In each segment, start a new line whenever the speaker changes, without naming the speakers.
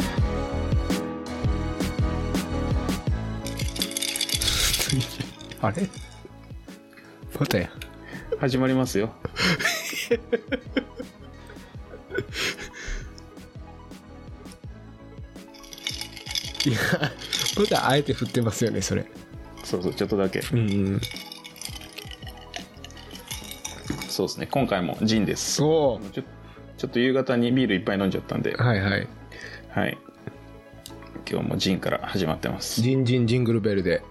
あれまたや。
始まりますよ。
いや、またあえて振ってますよね、それ。
そうそう、ちょっとだけ。
うん。
そうですね、今回もジンです。
そ
ちょちょっと夕方にビールいっぱい飲んじゃったんで
う。、はいはい。
はい。今日もジンから始まってます。
ジンジンジングルベルで。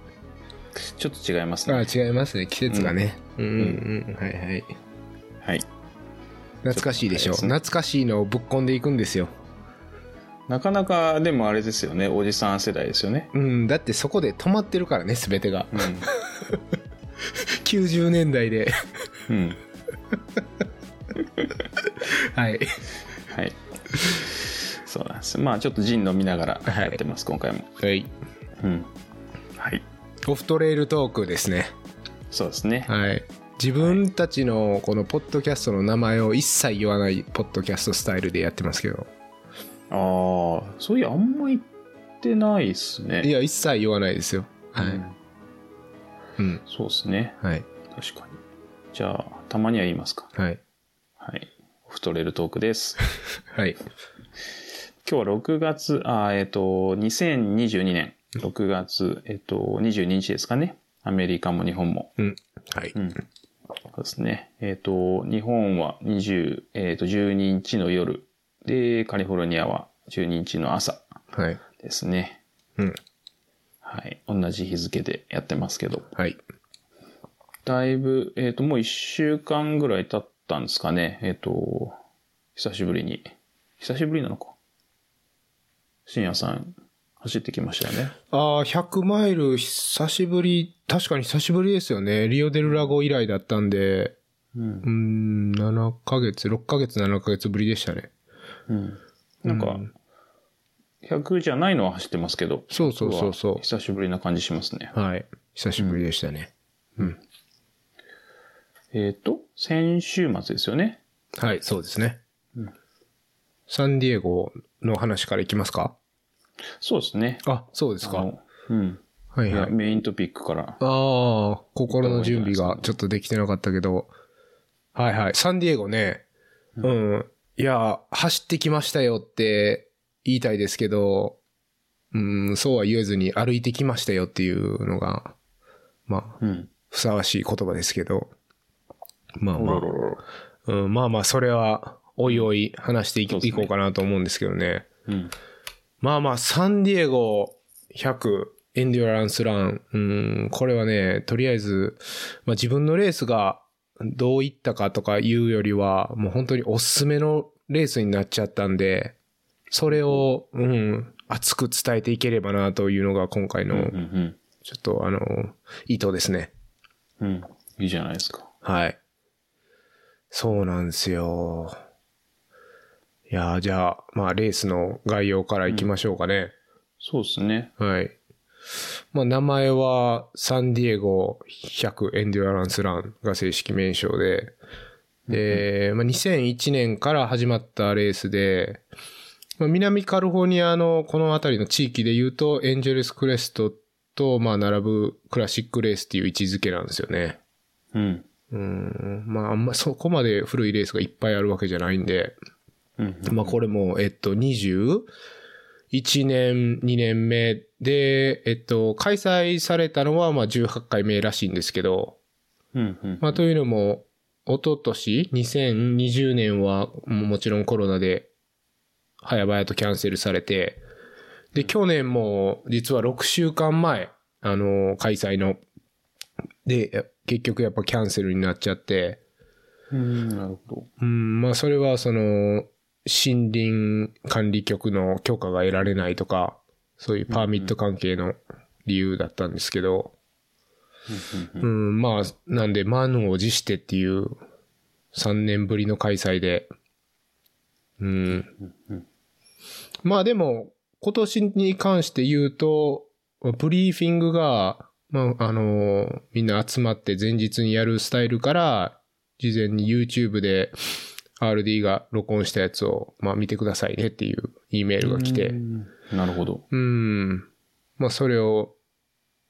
ちょっと違います
あ
ね。
違いますね、季節がね。うんうんうん。はいはい。
はい。
懐かしいでしょ。
ちょっと早いですね
懐かしいのをぶっ込んでいくんですよ。
なかなか、でもあれですよね、おじさん世代ですよね。
うん、だってそこで止まってるからね、すべてが。90年代で。
うん。うん。
はい。
はい。そうなんです。まあ、ちょっとジン飲みながらやってます、今回も。
はい。
うん。はい。
オフトレイルトークですね。
そうですね。
はい。自分たちのこのポッドキャストの名前を一切言わないポッドキャストスタイルでやってますけど。
ああ、そういや、あんま言ってないっすね。
いや、一切言わないですよ。
うん、
はい。うん。
そうですね。
はい。
確かに。じゃあ、たまには言いますか。
はい。
はい。太れるトークです。
はい。
今日は6月、あーえっ、と、2022年6月、えっ、と、22日ですかね。アメリカも日本も。
うん。はい。
うん。そうですね。えっ、と、日本は20、えっ、と、12日の夜。で、カリフォルニアは12日の朝
はい。
ですね。
うん。
はい。同じ日付でやってますけど。
はい。
だいぶ、えっ、と、もう1週間ぐらい経ったんですかね。えっ、と、久しぶりに。久しぶりなのか。深夜さん、走ってきましたよね。
ああ、100マイル久しぶり、確かに久しぶりですよね。リオデルラゴ以来だったんで、
うん
う。ーん、7ヶ月、6ヶ月、7ヶ月ぶりでしたね。
うん。なん
う
か、100じゃないのは走ってますけど。
そうそうそうそう
僕は久しぶりな感じしますね。
はい。久しぶりでしたね。
えっ、と、先週末ですよね。
はい、そうですね。
うん
サンディエゴの話からいきますか
そうですね。
あ、そうです
あ
か。
のうん。
はい
い
は
や、
い。
メイントピックから。
ああ、心の準備がちょっとできてなかったけど。はいはい。サンディエゴね。うん。いや、走ってきましたよって言いたいですけど、うん、そうは言えずに歩いてきましたよっていうのが、まあ、
うん。
ふさわしい言葉ですけど。まあ
お
ま
ろ
あ
ろ、ろろ
うん、まあまあ、それは、おいおい話してい,、
そうですね
こうかなと思うんですけどね。
うん。
まあまあ、サンディエゴ100エンデュアランスラン。うん、これはね、とりあえず、まあ自分のレースがどういったかとかいうよりは、もう本当におすすめのレースになっちゃったんで、それを、うん、熱く伝えていければなというのが今回
うん。
の、
うん。
ちょっとあの、意図ですね。
うん。うんいいじゃないですか。
はい。そうなんですよ。いやー、じゃあ、まあ、レースの概要からいきましょうかね。
そうですね。
はい。まあ、名前は、サンディエゴ100エンデュアランスランが正式名称で、で、まあ、2001年から始まったレースで、まあ、南カリフォルニアのこの辺りの地域で言うと、エンジェルスクレストと、まあ、並ぶクラシックレースっていう位置づけなんですよね。
うん。
うん、まあ、あんまそこまで古いレースがいっぱいあるわけじゃないんで、
うん。
まあこれも、えっと、21年、2年目で、えっと、開催されたのは、まあ18回目らしいんですけど、
うん。うん。
まあというのも、一昨年2020年はももちろんコロナで、早々とキャンセルされて、で、去年も、実は6週間前、あの、開催の、で、や結局やっぱキャンセルになっちゃって、
うん。なるほど。
うん、まあそれはその森林管理局の許可が得られないとか、そういうパーミット関係の理由だったんですけど、
うん。
うん、まあなんで満を持してっていう3年ぶりの開催で、うん、
うん。
まあでも、今年に関して言うと、ブリーフィングが、まあ、あの、みんな集まって前日にやるスタイルから、事前に YouTube で RD が録音したやつを、まあ見てくださいねっていう E メールが来て、
なるほど。
うん。まあそれを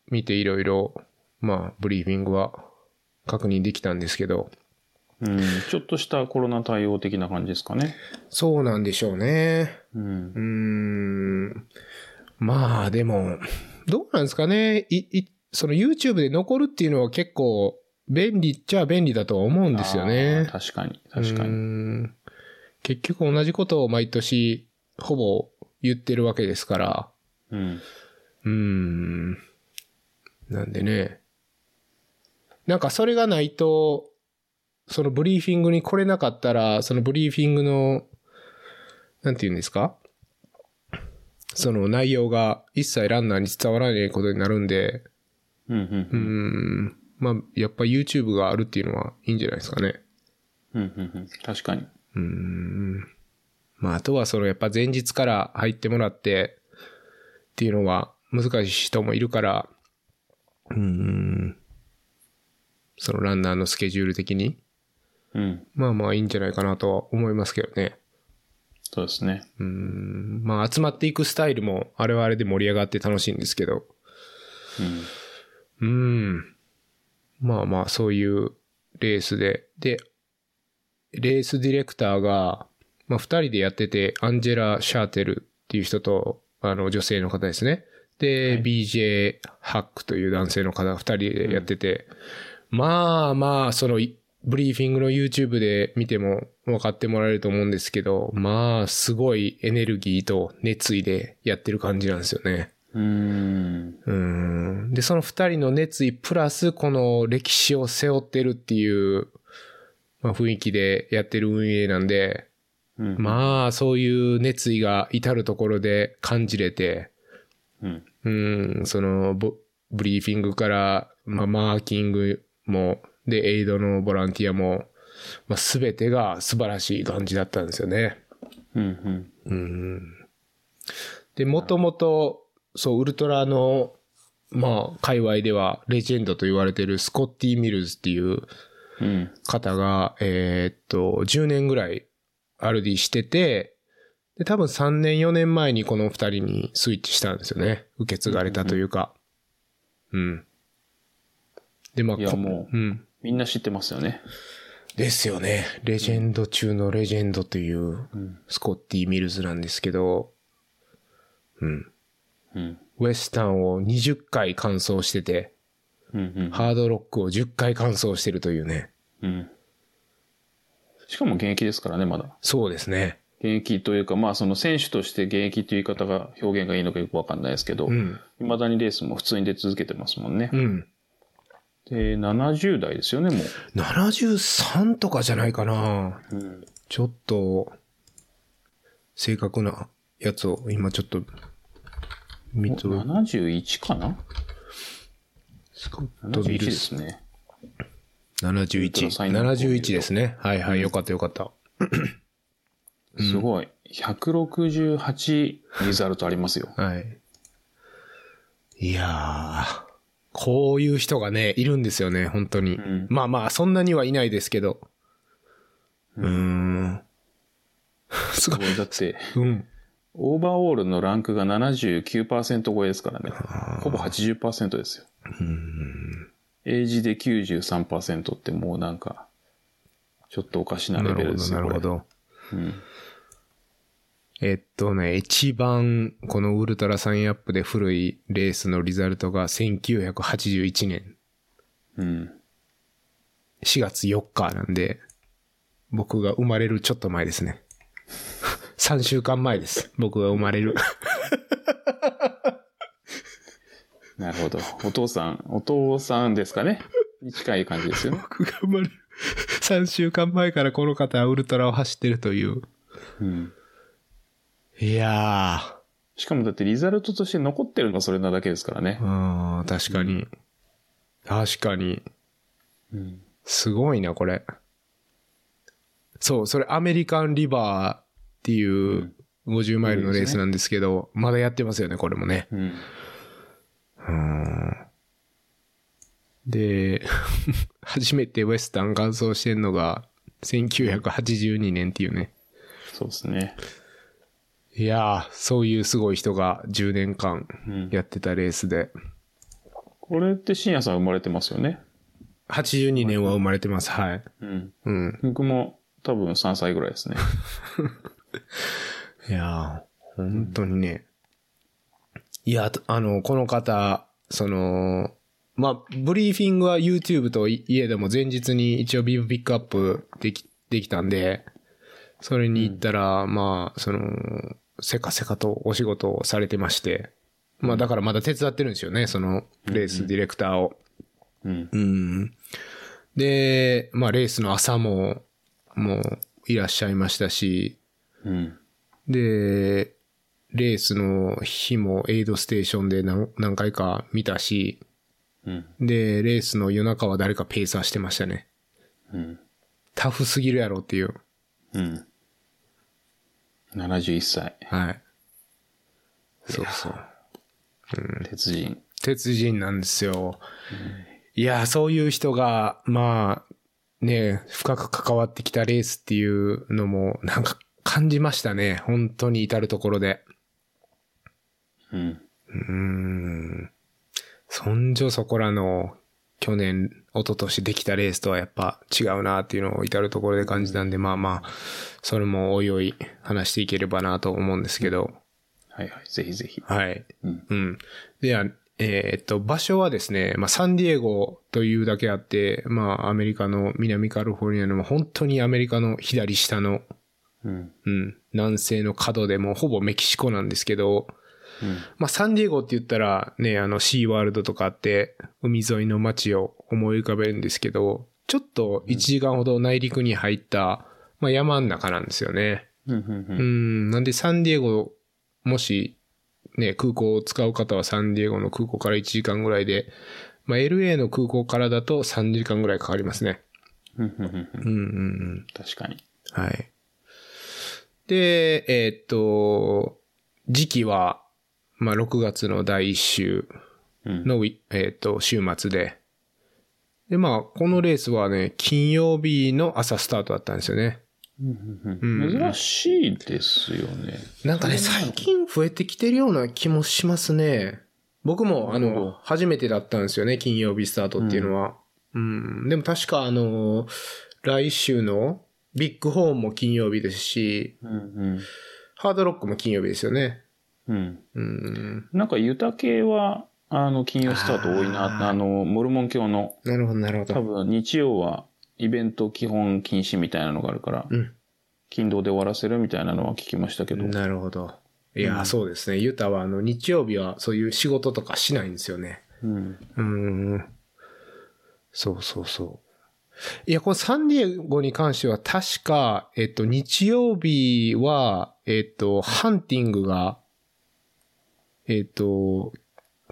見ていろいろまあ、ブリーフィングは確認できたんですけど、
うん、ちょっとしたコロナ対応的な感じですかね。
そうなんでしょうね。
うん
う。ーん。まあ、でも、どうなんですかね。い、い、その YouTube で残るっていうのは結構便利っちゃ便利だとは思うんですよね
あ。ー確かに、確か
うー
に。
ん結局同じことを毎年、ほぼ言ってるわけですから。
うん。
うーん。なんでね。なんかそれがないと、そのブリーフィングに来れなかったら、そのブリーフィングの、なんて言うんですかその内容が一切ランナーに伝わらないことになるんで、
う
う
ん、う
ー
ん、
ん。まあ、やっぱ YouTube があるっていうのはいいんじゃないですかね。
うん、うん、うん。確かに。
うーん。まあ、あとはそのやっぱ前日から入ってもらってっていうのは難しい人もいるから、うーん。そのランナーのスケジュール的に、
うん。
まあまあいいんじゃないかなとは思いますけどね。
そうですね。
うーん。まあ集まっていくスタイルもあれはあれで盛り上がって楽しいんですけど、う
うん。
ーん。まあまあ、そういうレースで。で、レースディレクターが、まあ、二人でやってて、アンジェラ・シャーテルっていう人と、あの、女性の方ですね。で、
はい
BJ ・ハックという男性の方、二人でやってて、まあまあ、その、いブリーフィングの YouTube で見ても分かってもらえると思うんですけど、まあ、すごいエネルギーと熱意でやってる感じなんですよね。
うーん。
うんで、その二人の熱意プラス、この歴史を背負ってるっていう、まあ、雰囲気でやってる運営なんで、
うん。
まあ、そういう熱意が至るところで感じれて、
うん。
うん、その、ブブリーフィングから、まあ、マーキングも、で、エイドのボランティアも、まあ、すべてが素晴らしい感じだったんですよね。
うん。うん。
うんで、もともと、そう、ウルトラの、まあ、界隈ではレジェンドと言われてるスコッティ・ミルズっていう
うん。
方が、えーっと、10年ぐらい RD してて、で、多分3年4年前にこの2人にスイッチしたんですよね。受け継がれたというか。うん。で、まあ、
いや
こ
も
うん。
みんな知ってますよね。
ですよね。レジェンド中のレジェンドという
うん。
スコッティ・ミルズなんですけど、うん。
うん。
ウェスタンを20回完走してて、
うん。うん。
ハードロックを10回完走してるというね。
うん。しかも現役ですからね、まだ。
そうですね。
現役というか、まあその選手として現役という言い方が表現がいいのかよくわかんないですけど、
う
い
ん。
まだにレースも普通に出続けてますもんね
う。ん。
で、70代ですよね、も
73とかじゃないかな。
う。うん。
ちょっと、正確なやつを今ちょっと、見と、
71かな
スコットビ
?71
ル
で
ス。
すね。
71。71ですね。はいはい。よかったよかった。
すごい。168リザルトありますよ。
はい。いやー、こういう人がね、いるんですよね、本当に。
うん
まあまあ、そんなにはいないですけど。うーん。 すご
す
い。
ごい。だって、
うん。
オーバーオールのランクが79%超えですからね。ほぼ80%ですよ。エイジで93%ってもうなんか、ちょっとおかしな
な
レベ
るほ
ルで
ど、
す
な
よ。
るほど。
これ。うん。
えっとね、一番、このウルトラサインアップで古いレースのリザルトが1981年
うん。
4月4日なんで、僕が生まれるちょっと前ですね。3週間前です。僕が生まれる。
なるほど。お父さん、お父さんですかね。に近い感じですよね。
僕が生まれる 3週間前からこの方はウルトラを走ってるという。
うん。
いや
しかもだってリザルトとして残ってるのがそれなだけですからね
ー。。うん、確かに。確かに。
うん。
すごいな、これ。そう、それアメリカンリバーっていう50マイルのレースなんですけど、まだやってますよね、これもね。
うん。
うんで、 初めてウエスタン完走してんのが1982年っていうね。
そうですね。
いやー、そういうすごい人が10年間
うん。
やってたレースで。
これって深夜さん生まれてますよね。
82年は生まれてます。はい。
うん。
うん。
僕も多分3歳ぐらいですね。
いやー、本当にね。いや、とあの、この方、その、まあ、ブリーフィングは YouTube とい家でも前日に一応ビブピックアップでき、できたんで、それに行ったら、まあ、その、せかせかとお仕事をされてまして、まあ、だからまだ手伝ってるんですよね、その、レースディレクターを。
うん。
うん。で、まあ、レースの朝も、もう、いらっしゃいましたし、
うん。
で、レースの日もエイドステーションで何何回か見たし、
うん。
で、レースの夜中は誰かペーサーしてましたね。
うん。
タフすぎるやろっていう。
うん。71歳。
はい。そうそう。
鉄人。
鉄人なんですよ。いや、そういう人が、まあ、ね、深く関わってきたレースっていうのも、なんか感じましたね。本当に至るところで。
うん。
うーん。そんじょそこらの、去年、一昨年できたレースとはやっぱ違うなっていうのを至るところで感じたんで、まあまあ、それもおいおい話していければなと思うんですけど。
はいはい。ぜひぜひ。
はい。
うん。
うん。では、えーっと、場所はですね、まあ、サンディエゴというだけあって、まあ、アメリカの南カリフォルニアの、本当にアメリカの左下の、
うん。
うん、南西の角でもうほぼメキシコなんですけど、
うん。
まあ、サンディエゴって言ったら、ね、あの、シーワールドとかあって、海沿いの街を思い浮かべるんですけど、ちょっと1時間ほど内陸に入った、まあ、山ん中なんですよね。
うん。うんう。
うんん、なんでサンディエゴ、もし、ね、空港を使う方はサンディエゴの空港から1時間ぐらいで、まあ、LA の空港からだと3時間ぐらいかかりますね。
うんうんうん。
うんうんうん。
確かに。
はい。で、えーっと、時期は、まあ、6月の第1週
うん。
のウィ、えーっと、週末で。で、まあ、このレースはね、金曜日の朝スタートだったんですよね。
うん
ん
うんう
うんん
珍しいですよね。
なんかね、
そんなの
最近増えてきてるような気もしますね。僕も、あ
なるほど
の、初めてだったんですよね、金曜日スタートっていうのは。うん。でも確か、あの、来週のビッグホーンも金曜日ですし、
うん
ハードロックも金曜日ですよね。
うん。うん。
うん。
なんかユタ系は、あの、金曜スタート多いな。
あー
あの、モルモン教の、
なるほど、なるほ
多
ど。
分日曜はイベント基本禁止みたいなのがあるから、
うん。
金土で終わらせるみたいなのは聞きましたけど。
なるほど。いやー、
うん
そうですね。ユタは、あの、日曜日はそういう仕事とかしないんですよね。
うん。
うーん。そうそうそう。いや、このサンディエゴに関しては確か、えっと、日曜日は、えっと、ハンティングが、えっと、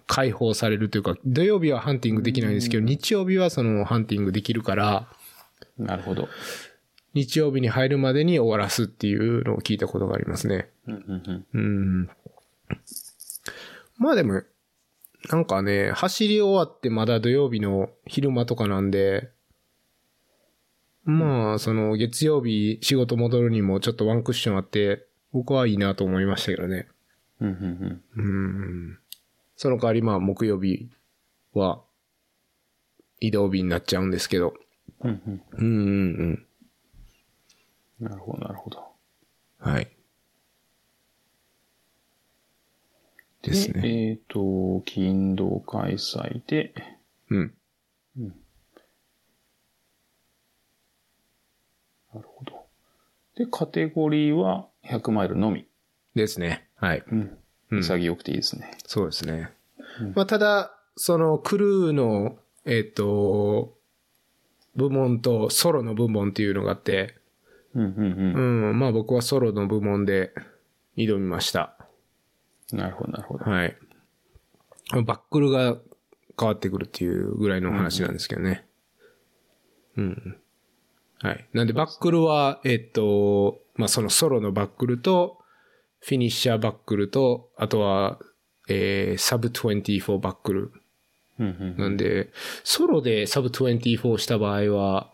解放されるというか、土曜日はハンティングできないんですけど、日曜日はそのハンティングできるから、
なるほど。
日曜日に入るまでに終わらすっていうのを聞いたことがありますね。
うんうん
うん。まあでも、なんかね、走り終わってまだ土曜日の昼間とかなんで、まあ、その月曜日仕事戻るにもちょっとワンクッションあって、僕はいいなと思いましたけどね。
うん。うんうん
うん。その代わりまあ木曜日は移動日になっちゃうんですけど。
うん。うんうん
うんうん
なるほど、なるほど。
うん。はい。ですね。
えっ、と、金土開催で、
うん。
なるほど。で、カテゴリーは100マイルのみ。
ですね。はい。
うん。
うん
潔くていいですね。
そうですね。
うん
まあ、ただ、そのクルーの、えっ、と、部門とソロの部門っていうのがあって、
うんうん
うん、まあ僕はソロの部門で挑みました。
うん。なるほど、なるほど。
はい。バックルが変わってくるっていうぐらいのお話なんですけどね。うん。はい。なんでバックルは、えっ、と、まあそのソロのバックルと、フィニッシャーバックルと、あとは、えー、サブ24バックル
うんうん。
なんで、ソロでサブ24した場合は、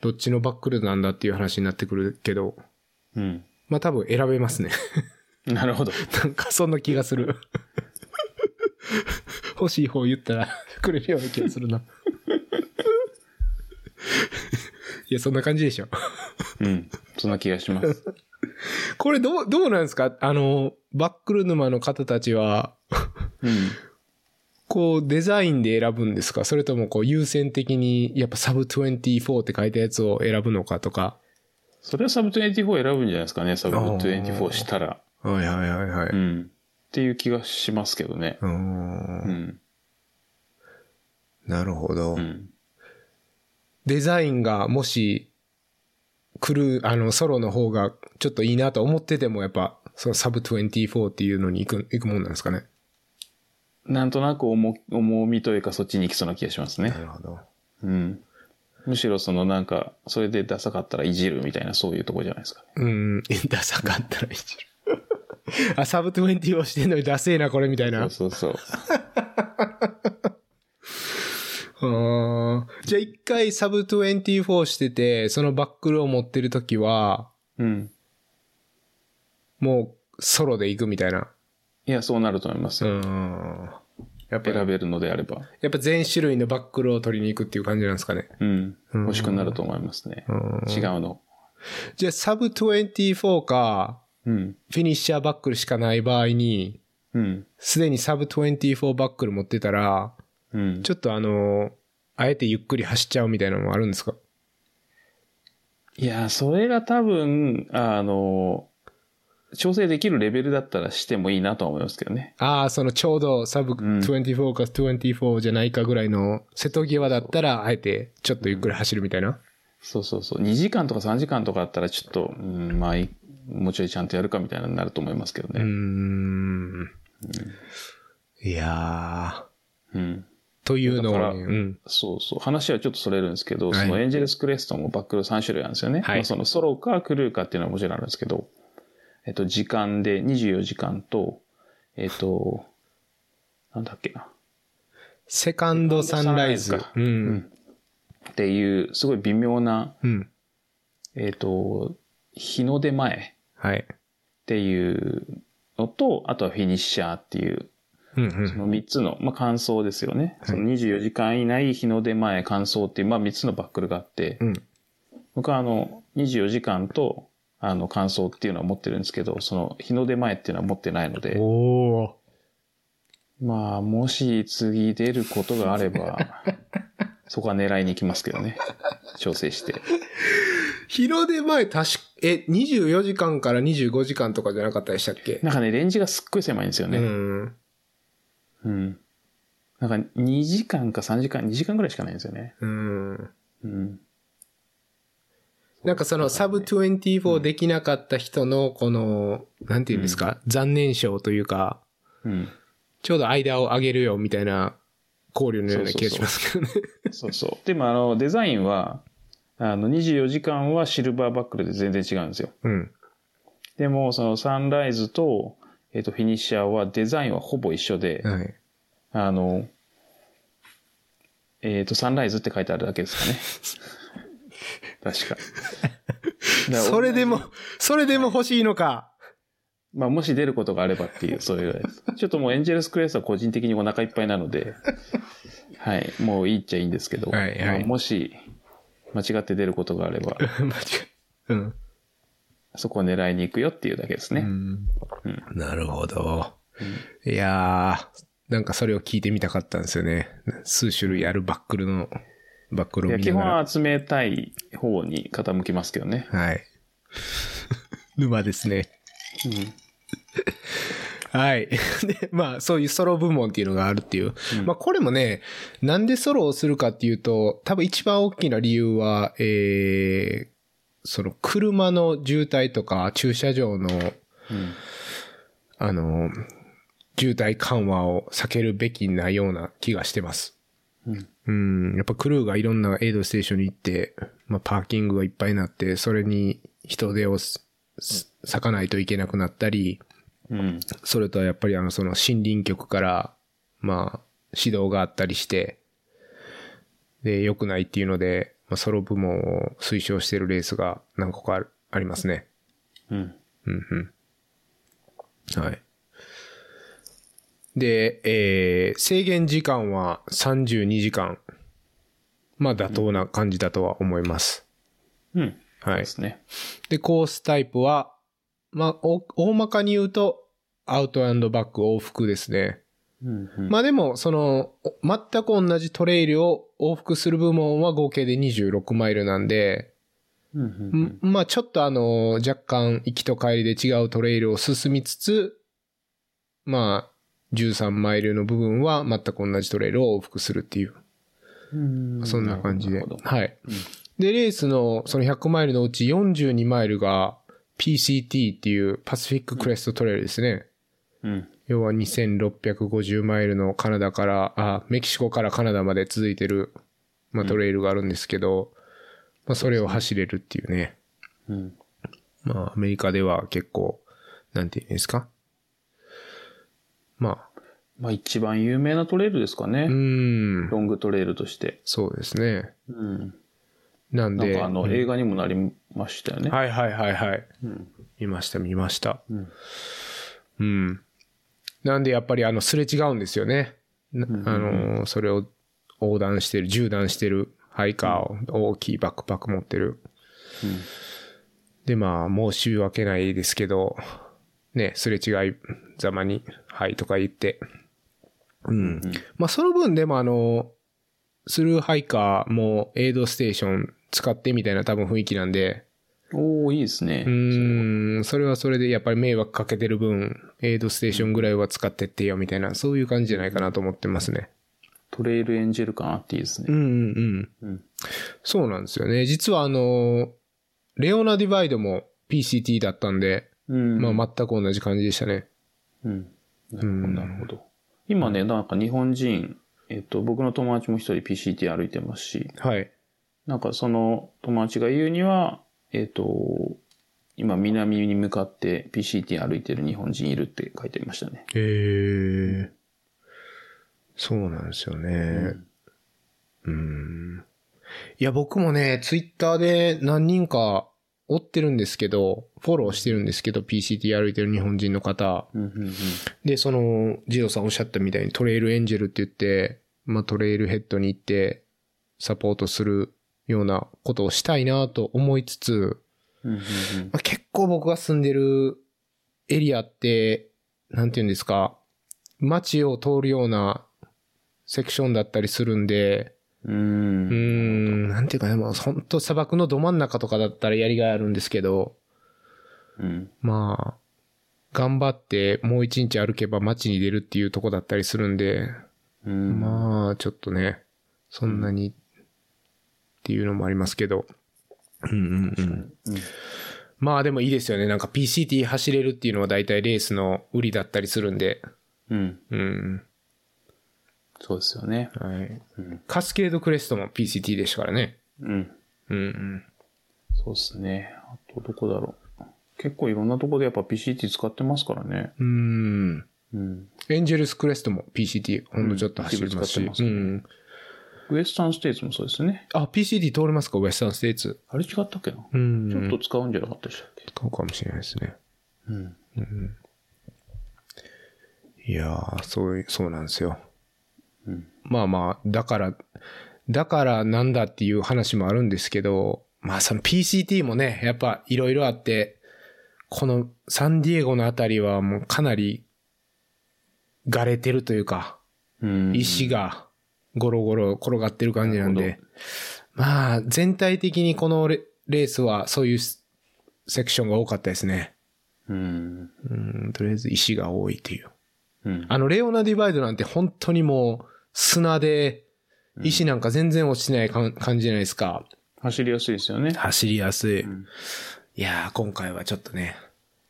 どっちのバックルなんだっていう話になってくるけど、
うん。
まあ多分選べますね。
なるほど。
なんかそんな気がする。 欲しい方言ったらくれるような気がするな。 いや、そんな感じでしょ。
うん。そんな気がします。
これどう、どうなんですかあの、バックル沼の方たちは、
うん。
こう、デザインで選ぶんですかそれとも、こう、優先的に、やっぱサブ24って書いたやつを選ぶのかとか。
それはサブ24選ぶんじゃないですかね、サブ
あー
24したら。
はいはいはいは
う
い。
ん。っていう気がしますけどね。
うん
うん。
なるほど、
うん。
デザインがもし、来る、あの、ソロの方がちょっといいなと思ってても、やっぱ、そのサブ24っていうのに行く、行くもんなんですかね。
なんとなく重重みというかそっちに行きそうな気がしますね。
るほど。
うん。むしろそのなんか、それでダサかったらいじるみたいなそういうとこじゃないですかね。
うん、 ダサかったらいじる。あ、サブ24してんのにダセえな、これみたいな。あ
そう そうそう。
ーじゃあ一回サブ24してて、そのバックルを持ってるときは、
うん。
もうソロで行くみたいな。
いや、そうなると思います
う
よ。
ん。やっぱ、
選べるのであれば。
やっぱ全種類のバックルを取りに行くっていう感じなんですかね。
うん。
うん
欲しくなると思いますね。違うの。
じゃあサブ24か、
うん。
フィニッシャーバックルしかない場合に、
うん。
すでにサブ24バックル持ってたら、
うん。
ちょっとあの、あえてゆっくり走っちゃうみたいなのもあるんですか
いや、それが多分、あの、調整できるレベルだったらしてもいいなとは思いますけどね。
ああ、そのちょうどサブ
ん
24か24じゃないかぐらいの瀬戸際だったら、あえてちょっとゆっくり走るみたいな。
そうそうそう。2時間とか3時間とかあったら、ちょっと、うん、まあ、いもうちょいちゃんとやるかみたいなのになると思いますけど
うー
ね。
ん。いや
うん。
ー、というの
だから
をね、うん。
そうそう。話はちょっとそれるんですけど、
はい
そのエンジェルスクレストもバックル3種類あるんですよね。
はい
まあそのソロかクルーかっていうのはもちろんあるんですけど、えっと、時間で24時間と、えっと、なんだっけな。
セカンドサンライズ。
セカンドサンライズ
う。。
かうんっていう、すごい微妙な、
うん。
えっと、日の出前
はい。
っていうのと、あとはフィニッシャーっていう、
うんう
そ
ん。
の3つの、まあ、感想ですよね。
い
その24時間以内、日の出前、感想っていう、まあ、3つのバックルがあって、
うん。
僕はあの、24時間と、あの、乾燥っていうのは持ってるんですけど、その、日の出前っていうのは持ってないので、
おー。
まあ、もし次出ることがあ れば、そこは狙いに行きますけどね。調整して。
日の出前、確か、え、24時間から25時間とかじゃなかったでしたっけ
なんかね、レンジがすっごい狭いんですよ
う
ね。
ん。
うん。なんか、2時間か3時間、2時間ぐらいしかないんですよね。
うん。
うん。
なんかそのサブ24できなかった人のこの、なんていうんですか、残念賞というか、
うん。
ちょうど間を上げるよみたいな考慮のような気がしますけどね。
そうそう。でも、あの、デザインは、あの、24時間はシルバーバックルで全然違うんですよ。
うん。
でも、そのサンライズと、えっ、と、フィニッシャーはデザインはほぼ一緒で、
はい。
あの、えっ、と、サンライズって書いてあるだけですかね。確か。だから
それでも、それでも欲しいのか。
まあ、もし出ることがあればっ ていう、そういうぐらいです。ちょっともうエンジェルスクレスは個人的にお腹いっぱいなので、はい、もういいっちゃいいんですけど、
はいはい
まあもし間違って出ることがあれば、
間違えうん。
そこを狙いに行くよっていうだけで
う
すね。
んなるほど。いやー、なんかそれを聞いてみたかったんですよね。数種類あるバックルの、バックル
い
を
や
見
基
な
本
がら。
は集めたい方に傾きますけどね。
はい。 沼ですね。
うん
はい。 で、まあ、そういうソロ部門っていうのがあるっていう。
うん
まあ、これもね、なんでソロをするかっていうと、多分一番大きな理由は、えー、その、車の渋滞とか、駐車場の、
うん
あの、渋滞緩和を避けるべきなような気がしてます。
うん
うん、やっぱクルーがいろんなエイドステーションに行って、まあ、パーキングがいっぱいになって、それに人手をすす割かないといけなくなったり、
うん
それとはやっぱりあの、その森林局から、まあ、指導があったりして、で、良くないっていうので、まあ、ソロ部門を推奨しているレースが何個かあるありますね。
うん
うんうん。はい。で、えー制限時間は32時間。まあ妥当な感じだとは思います。
うん。
は
で
い。
すね。
で、コースタイプは、まあ、お大まかに言うと、アウトバック往復ですね。
うん、うん。
まあでも、その、お全く同じトレイルを往復する部門は合計で26マイルなんで、
うんうんうん
んまあちょっとあの、若干行きと帰りで違うトレイルを進みつつ、まあ、13マイルの部分は全く同じトレイルを往復するっていう、
うん
そんな感じで
るほ。ど
はい。
うん
で、レースのその100マイルのうち42マイルが PCT っていうパシフィッククレストトレイルですね。
うん。
要は2650マイルのカナダから、あ、メキシコからカナダまで続いてる、まあ、トレイルがあるんですけど、まあ、それを走れるっていうね。
うん。
まあ、アメリカでは結構、なんていうんですか。まあ、
まあ一番有名なトレイルですか
うー
ね。
ん、
ロングトレイルとして。
そうですね。
うん。
なん
なん
で。
かあの、映画にもなりましたよね。
はいはいはいはい。
うん。
見ました見ました。
うん。
うん。なんでやっぱりあの、すれ違うんですよね。な
うんうんうん
あのー、それを横断してる、縦断してるハイカーを、大きいバックパック持ってる。で、まあ、申し訳ないですけど、ね、すれ違いざまに、はいとか言って。うん。まあ、その分でもあの、スルーハイカーもエイドステーション使ってみたいな多分雰囲気なんで、
おおいいですね。
うーん、それはそれでやっぱり迷惑かけてる分、エイドステーションぐらいは使ってってよみたいな、そういう感じじゃないかなと思ってますね。
トレイルエンジェル感あっていいです
う
ね。
んうんうん。
うん。
そうなんですよね。実はあの、レオナディバイドも PCT だったんで、
うん。
まあ全く同じ感じでしたね。
うん。なるほど、なるほど。今ね、なんか日本人、えっと、僕の友達も一人 PCT 歩いてますし、
はい。
なんかその友達が言うには、えっと、今南に向かって PCT 歩いてる日本人いるって書いてありましたね。
へえ。そうなんですよね。うん。いや、僕もね、ツイッターで何人か追ってるんですけど、フォローしてるんですけど、PCT 歩いてる日本人の方。
うん、うん、うん。
で、その、ジローさんおっしゃったみたいにトレイルエンジェルって言って、まあトレイルヘッドに行って、サポートするようなことをしたいなと思いつつ、
うん、うん、
まあ、結構僕が住んでるエリアって、なんて言うんですか、街を通るようなセクションだったりするんで、
うん。
うーん、なんていうかね、もう本当砂漠のど真ん中とかだったらやりがいあるんですけど、
うん。
まあ、頑張ってもう一日歩けば街に出るっていうとこだったりするんで、
うん。
まあ、ちょっとね、そんなにっていうのもありますけど、うんうんうん。まあでもいいですよね。なんか PCT 走れるっていうのは大体レースの売りだったりするんで。
うん。
うん。
そうですよね。
はい。
うん。
カスケードクレストも PCT でしたからね。
うん。
うんうん。
そうですね。あとどこだろう。結構いろんなとこでやっぱ PCT 使ってますからね。
うん。
うん。
エンジェルスクレストも PCT ほんのちょっと走りますし。
う
うんん、
一部使ってウエスタンステイツもそうですよね。
あ、PCT 通れますかウエスタンステーツ。
あれ違ったっけな、
うん
ちょっと使うんじゃなかったでしたっけ
使うかもしれないですね。
うん。
いやー、そういう、そうなんですよ。
うん
まあまあ、だから、だからなんだっていう話もあるんですけど、まあその PCT もね、やっぱいろいろあって、このサンディエゴのあたりはもうかなり、がれてるというか、
うん。
石がゴロゴロ転がってる感じなん
な
で、まあ全体的にこのレレースはそういうセクションが多かったですね。
うん。
うん、とりあえず石が多いという。
うん。
あの、レオナディバイドなんて本当にもう砂で、石なんか全然落ちてないかん感じじゃないですか。
走りやすいですよね。
走りやすい。
ん
いやー、今回はちょっとね、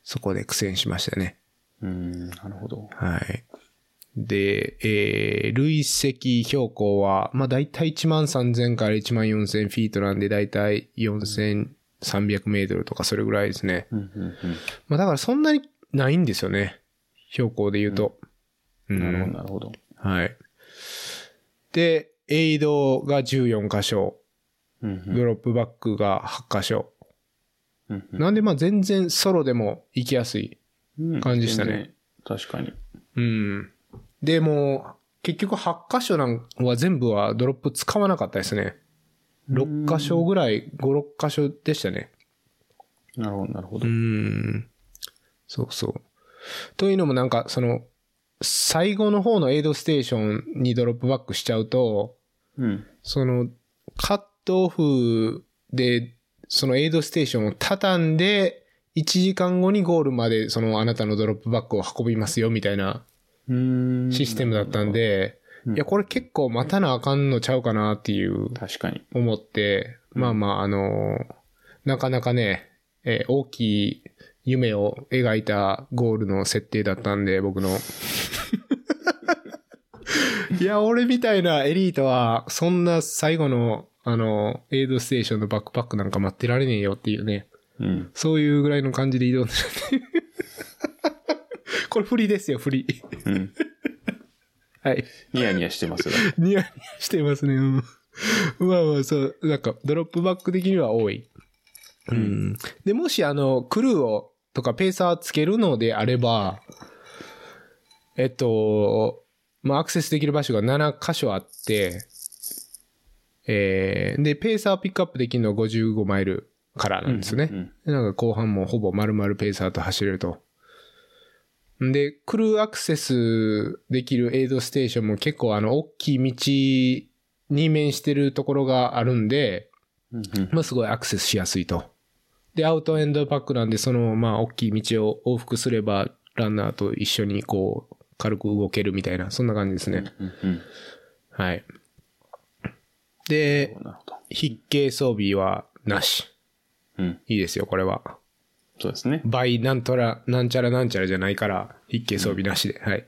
そこで苦戦しましたね。
うん。なるほど。
はい。で、えー、累積標高は、まあ大体1万3000から1万4000フィートなんで、大体4300メートルとかそれぐらいですね。
うん。うん。
まあだからそんなにないんですよね。標高で言うと。
うん。
う
なんるほど、なるほど。
はい。で、エイドが14箇所、
うん。
ドロップバックが8箇所。
うんうん
なんでまあ全然ソロでも行きやすい。
うん
感じでしたね。
全然確かに。
うん。で、もう、結局8箇所なんは全部はドロップ使わなかったですね。6箇所ぐらい、5、6箇所でしたね。
なるほど、なるほ
う
ど。
ん。そうそう。というのもなんか、その、最後の方のエイドステーションにドロップバックしちゃうと、
うん。
その、カットオフで、そのエイドステーションを畳んで、1時間後にゴールまで、そのあなたのドロップバックを運びますよ、みたいな
うん。
システムだったん。で、
うん
いや、これ結構待たなあかんのちゃうかなっていう、
確かに。
思って、
うん
まあまあ、あのーなかなかね、えー大きい夢を描いたゴールの設定だったんで、僕の。 いや、俺みたいなエリートは、そんな最後の、あの、エイドステーションのバックパックなんか待ってられねえよっていうね。
うん。
そういうぐらいの感じで移動しちゃって これ振りですよ、振り。
うん。
はい。
ニヤニヤしてますよ。
ニヤニヤしてますね。うん。まあまあ、そう、なんか、ドロップバック的には多い。うん。で、もし、あの、クルーを、とか、ペーサーつけるのであれば、えっと、まあ、アクセスできる場所が7箇所あって、えー、で、ペーサーピックアップできるのは55マイルからなんですよね。
うん。
でなんか後半もほぼ丸々ペーサーと走れると。んで、クルーアクセスできるエイドステーションも結構あの、大きい道に面してるところがあるんで、
うんうん
まあすごいアクセスしやすいと。で、アウトエンドパックなんで、その、まあ、大きい道を往復すれば、ランナーと一緒にこう、軽く動けるみたいな、そんな感じですね。
うんうん。
はい。で、
なるほど。
筆形装備はなし。
うん。
いいですよ、これは。
そうですね。
倍なんとら、なんちゃらなんちゃらじゃないから、筆形装備なしで。はい。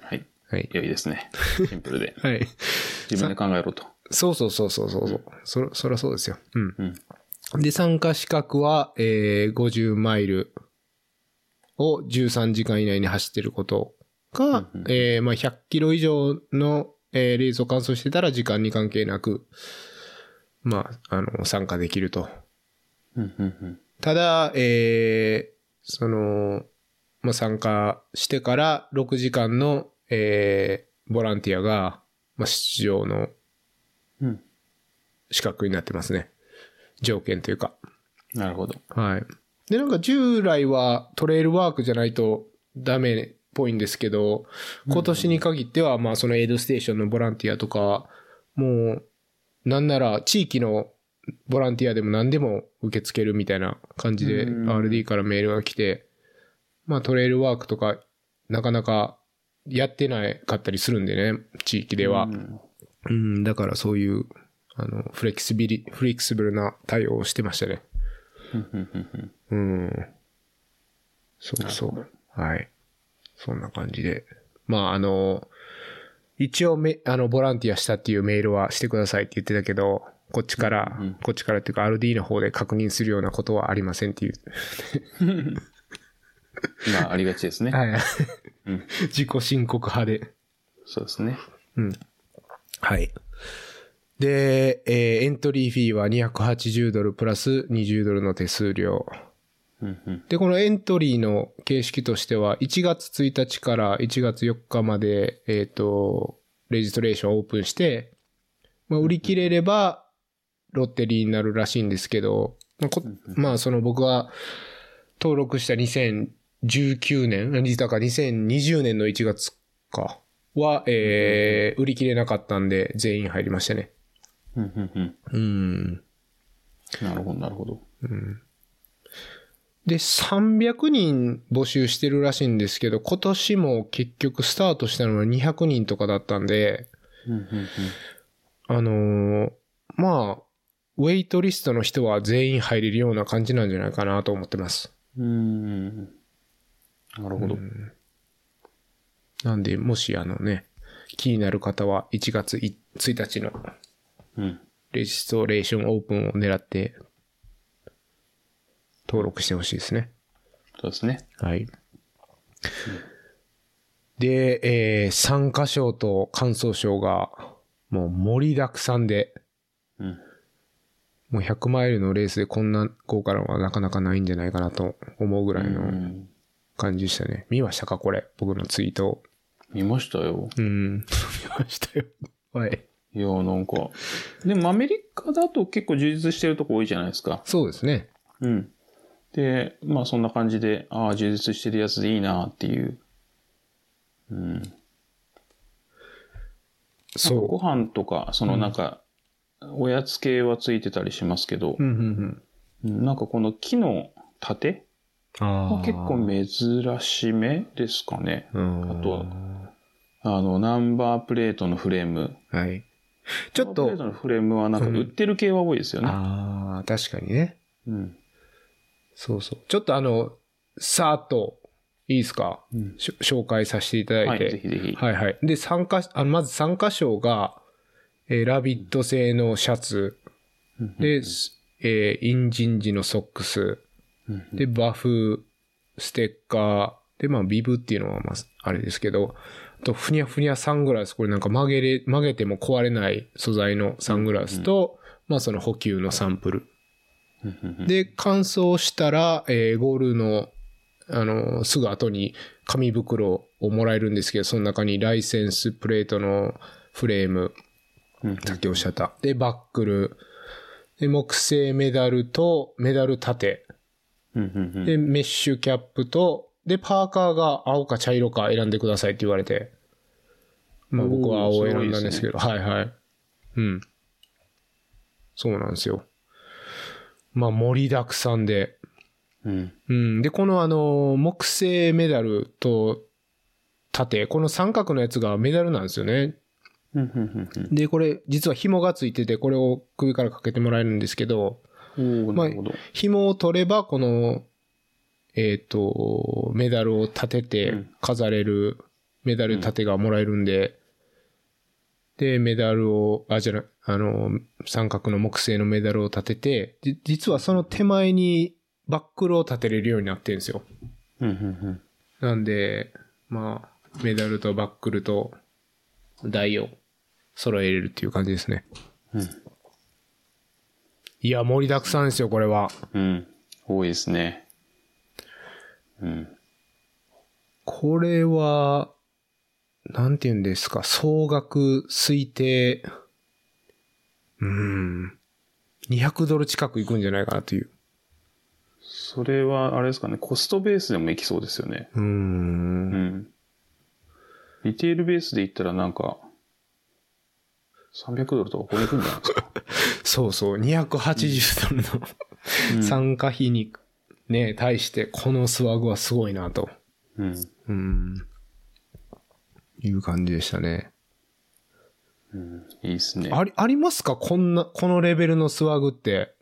はい。
はい。
良いですね。シンプル で。
はい。
自分で考えろと。
そうそうそうそうそうそう。そら、そらそうですよ。うん。
うん。
で、参加資格は、えー、50マイルを13時間以内に走ってることか、
うんうん
えー、まあ、100キロ以上の、えー、レースを完走してたら時間に関係なく、まあ、あの、参加できると。
うんうんうん。
ただ、えーその、まあ、参加してから6時間の、えーボランティアが、まあ、出場の
うん。
資格になってますね。条件というか。
なるほど。
はい。で、なんか従来はトレイルワークじゃないとダメっぽいんですけど、今年に限っては、まあそのエイドステーションのボランティアとか、もう、なんなら地域のボランティアでも何でも受け付けるみたいな感じで
うん
RD からメールが来て、まあトレイルワークとかなかなかやってないかったりするんでね、地域では
う。ん
うん、だからそういう、あの、フレキシビリ、フレキシブルな対応をしてましたね。
うんうんうんうん。
うん。そうそう。はい。そんな感じで。まあ、あの、一応め、あの、ボランティアしたっていうメールはしてくださいって言ってたけど、こっちから、
うんうん
こっちからっていうか RD の方で確認するようなことはありませんっていう。
まあ、ありがちです ね。
はい。
うん。
自己申告派で。
そうですね。
うん。はい。で、えーエントリーフィーは280ドルプラス20ドルの手数料。
うんうん。
で、このエントリーの形式としては、1月1日から1月4日まで、えっ、と、レジストレーションオープンして、まあ、売り切れれば、ロッテリーになるらしいんですけど、まあ、こまあその僕が登録した2019年、あだから2020年の1月か、は、えー、売り切れなかったんで、全員入りましたね。
うんうんうん。
うん。
なるほど、なるほど。
で、300人募集してるらしいんですけど、今年も結局スタートしたのは200人とかだったんで、
うんうんうん。
あのーまあ、ウェイトリストの人は全員入れるような感じなんじゃないかなと思ってます。
うーん。なるほど。
なんで、もしあのね、気になる方は1月1日の
うん。
レジストレーションオープンを狙って登録してほしいですね。
そうですね。
はい。で、えー、参加賞と感想賞が、もう盛りだくさんで、
うん。
もう100マイルのレースでこんな豪華なのはなかなかないんじゃないかなと思うぐらいうの
ん
感じでしたね。見ましたかこれ。僕のツイートを。
見ましたよ。
うん。見ましたよ。 はい。
いや、なんか。でもアメリカだと結構充実してるとこ多いじゃないですか。
そうですね。
うん。で、まあそんな感じで、ああ、充実してるやつでいいなっていう。うん。ご
そ
飯とか、そのなんか、おやつ系はついてたりしますけど
う。、うんうんうん。
うんなんかこの木の盾
あ
は結構珍しめですかね。
あ
あとあの、ナンバープレートのフレーム。
はい。ちょっ
ナンバープレート
と、
のフレームはなんか
うん
売ってる系は多いですよね。
ああ、確かにね。
うん。
そうそう。ちょっとあの、さーっと、いいですか
うん
し紹介させていただ
はいい、
て。
ぜひぜひ。
はいはい。で、参加、あのまず参加賞が、えーラビット製のシャツ。
うん
で、すえーインジンジのソックス。
うん
で、バフ、ステッカー。で、まあ、ビブっていうのは、まあ、あれですけど、あと、ふにゃふにゃサングラス。これなんか曲げれ、曲げても壊れない素材のサングラスと、まあ、その補給のサンプル。
うんうんうん
で、乾燥したら、えーゴールの、あのーすぐ後に紙袋をもらえるんですけど、その中にライセンスプレートのフレーム、
うん
さっきおっしゃった。で、バックル。で、木製メダルと、メダル盾。
うんうんうん
で、メッシュキャップと、で、パーカーが青か茶色か選んでくださいって言われて。まあ
おー
僕は青を選んだんですけど、はいはい。うん。そうなんですよ。まあ盛りだくさんで。
うん
うん。で、このあの、木製メダルと盾、この三角のやつがメダルなんですよね。
うんうんうん
で、これ、実は紐がついてて、これを首からかけてもらえるんですけど、
うんおー
まあ
なるほど。
紐を取れば、この、えっ、と、メダルを立てて
うん
飾れる、メダル立てがもらえるんで、で、メダルを、あ、じゃない、あの、三角の木製のメダルを立てて、じ実はその手前にバックルを立てれるようになってるんですよ。
うんうん
なんで、まあ、メダルとバックルと台を揃えれるっていう感じですね。
うん
いや、盛りだくさんですよ、これは。
うんうん多いですね。うん。
これは、なんて言うんですか、総額推定、うーん、200ドル近くいくんじゃないかなという。
それは、あれですかね、コストベースでもいきそうですよね。
うー。
うんん。リテールベースで言ったらなんか、300ドルとかこれいくんじゃないですか。
そうそう、280ドルの、参加費に、ね、対して、このスワグはすごいなと。
うん。
うん。いう感じでしたね。
うん。いいですね。
あり、ありますかこんな、このレベルのスワグって。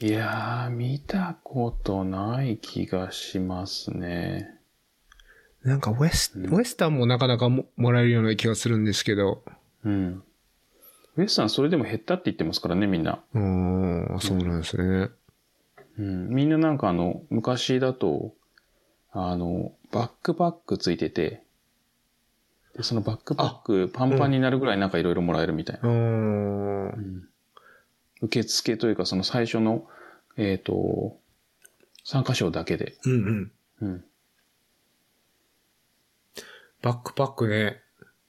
いやー、見たことない気がしますね。
なんかウェス、
うん
ウェスタンもなかなかももらえるような気がするんですけど。
うん。ウエスさんそれでも減ったって言ってますからね、みんな。
うーん、そうなんですね。
うん。みんななんかあの、昔だと、あの、バックパックついてて、で、そのバックパックパンパンになるぐらいなんかいろいろもらえるみたいな。
うーん。
受付というか、その最初の、えっ、と、参加賞だけで。
うんうん。
うん。
バックパックね。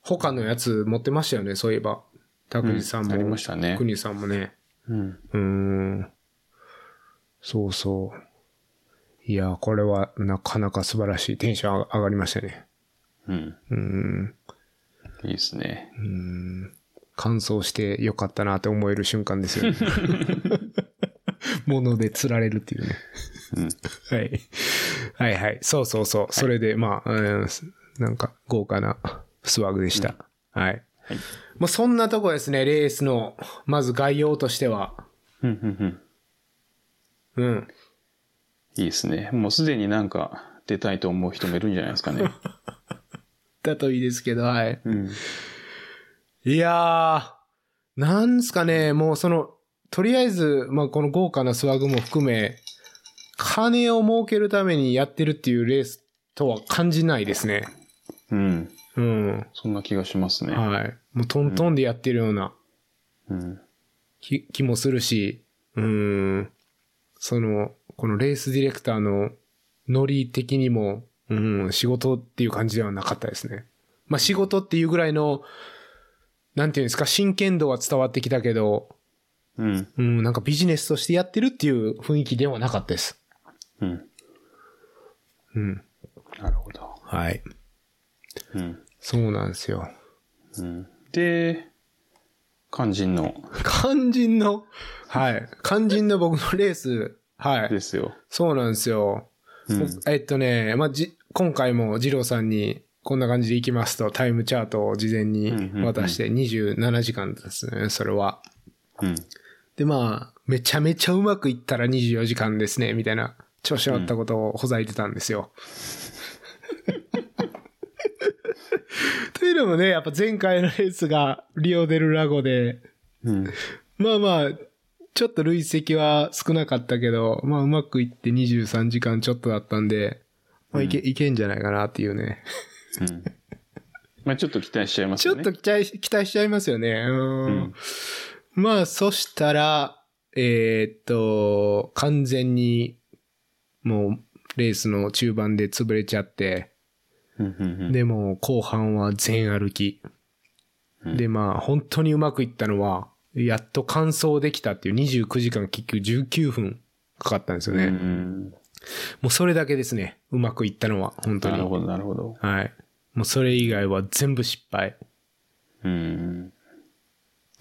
他のやつ持ってましたよね、そういえば。拓司さんも。
ありましたね。
国さんもね。
うん。
うーん。そうそう。いや、これはなかなか素晴らしい。テンション上がりましたね。
うん。
うーん。
いいですね。
うーん乾燥してよかったなって思える瞬間ですよ ね。物で釣られるっていうね。
うん。
はい。はいはい。そうそうそう。それで、まあ、うん、なんか豪華なスワグでした。はい。まあそんなとこですね、レースの、まず概要としては。
うん、うん、うん。
うん。
いいですね。もうすでになんか出たいと思う人もいるんじゃないですか ね。
だといいですけど、はい。
うん。
いやー、なんすかね、もうその、とりあえず、まあ、この豪華なスワグも含め、金を儲けるためにやってるっていうレースとは感じないですね。
うん。
うん。
そんな気がしますね。
はい。もうトントンでやってるような
うん。
気気もするし、うん。その、このレースディレクターのノリ的にも、うん、仕事っていう感じではなかったですね。まあ仕事っていうぐらいの、なんていうんですか、真剣度は伝わってきたけど、
うん。
うん、なんかビジネスとしてやってるっていう雰囲気ではなかったです。
うん。
うん。
なるほど。
はい。
うん。
そうなんですよ。
うん、で、肝心の
肝心の、はい。肝心の僕のレース、はい
で。すよ。
そうなんですよ。
うん。
えっとね、まあ、じ、今回も二郎さんに、こんな感じで行きますと、タイムチャートを事前に渡して、27時間ですね、それは。
うん。
で、まあ、めちゃめちゃうまくいったら24時間ですね、みたいな、調子乗ったことをほざいてたんですよ。 というのもね、やっぱ前回のレースがリオデルラゴで、
うん。
まあまあ、ちょっと累積は少なかったけど、まあうまくいって23時間ちょっとだったんで、まあいけ、いけんじゃないかなっていうね。
うん。まあちょっと期待しちゃいます
ち
よ
ょっ
ね。
と期待し期待しちゃいますよね。うー
うん
ん。まあそしたら、えーっと、完全に、もう、レースの中盤で潰れちゃって、
うんうんうん
でも後半は全歩き。
うん
でまあ本当にうまくいったのは、やっと完走できたっていう29時間結局19分かかったんですよね。
うんうん
もうそれだけですね。うまくいったのは、本当
な
に
る。ほど、なるほど。
はい。もうそれ以外は全部失敗。
うん。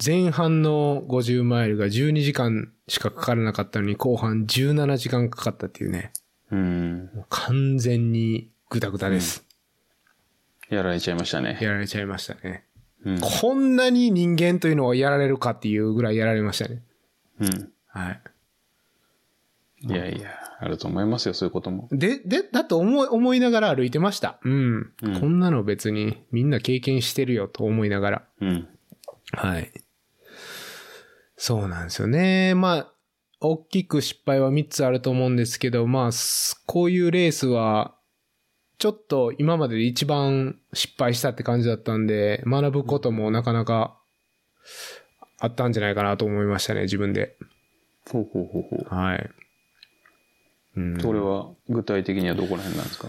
前半の50マイルが12時間しかかからなかったのに、後半17時間かかったっていうね。
うん。
もう完全にグダグダです。
やられちゃいましたね。
やられちゃいましたね。
うん。
こんなに人間というのをやられるかっていうぐらいやられましたね。
うん。
はい。
いやいや、あると思いますよ、そういうことも。
で、で、だと思い、思いながら歩いてました。うん。
うん
こんなの別にみんな経験してるよと思いながら。
うん。
はい。そうなんですよね。まあ、大きく失敗は3つあると思うんですけど、まあ、すこういうレースは、ちょっと今までで一番失敗したって感じだったんで、学ぶこともなかなかあったんじゃないかなと思いましたね、自分で。
ほうほうほうほう。
はい。うん、
それは具体的にはどこら辺なんですか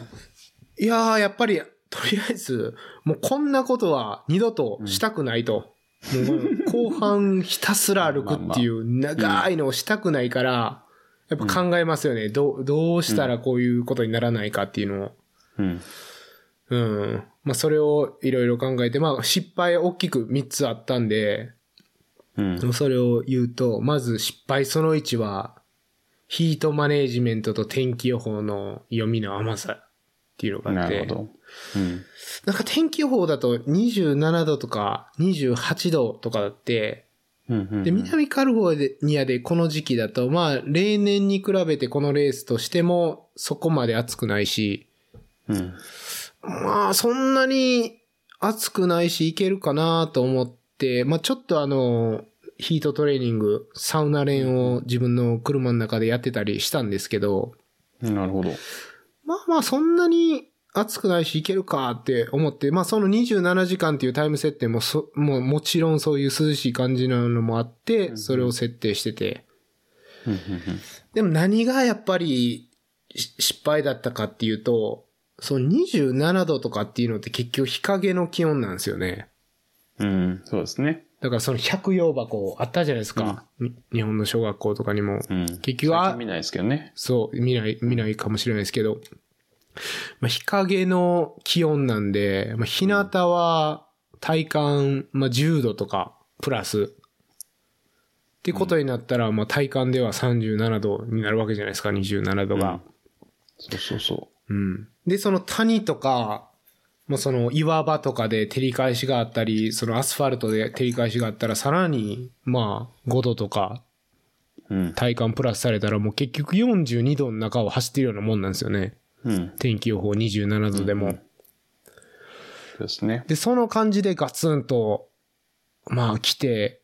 いやー、やっぱり、とりあえず、もうこんなことは二度としたくないと。もう後半ひたすら歩くっていう長いのをしたくないから、やっぱ考えますよね。どう、どうしたらこういうことにならないかっていうのを。
うん。
うん。まあそれをいろいろ考えて、まあ失敗大きく3つあったんで、
うん。
それを言うと、まず失敗その1は、ヒートマネージメントと天気予報の読みの甘さっていうのがあ
な
って。
るほど。うん。
なんか天気予報だと27度とか28度とかだって、
うんうん。
で、南カルフォニアでこの時期だと、まあ、例年に比べてこのレースとしてもそこまで暑くないし、
うん。
まあ、そんなに暑くないし、いけるかなと思って、まあ、ちょっとあの、ヒートトレーニング、サウナ練を自分の車の中でやってたりしたんですけど、
なるほど。
まあまあそんなに暑くないしいけるかって思って、まあその27時間っていうタイム設定もそ、もうもちろんそういう涼しい感じなのもあって、それを設定してて。
うん
でも何がやっぱりし失敗だったかっていうと、その27度とかっていうのって結局日陰の気温なんですよね。
うんうん。うん。そうですね。
だからその百葉箱あったじゃないですか。に日本の小学校とかにも。
うん。
結局は
最近見ないですけどね。
そう、見ない、見ないかもしれないですけど、まあ、日陰の気温なんで、まあ、日向は体感、まあ、10度とかプラス。ってことになったら、まあ、体感では37度になるわけじゃないですか、27度が。
そうそうそ
うん。で、その谷とか、もうその岩場とかで照り返しがあったり、そのアスファルトで照り返しがあったら、さらに、まあ、5度とか
う。うん。
体感プラスされたら、もう結局42度の中を走ってるようなもんなんですよね。
うん。
天気予報27度でも。
そうですね。
で、その感じでガツンと、まあ来て、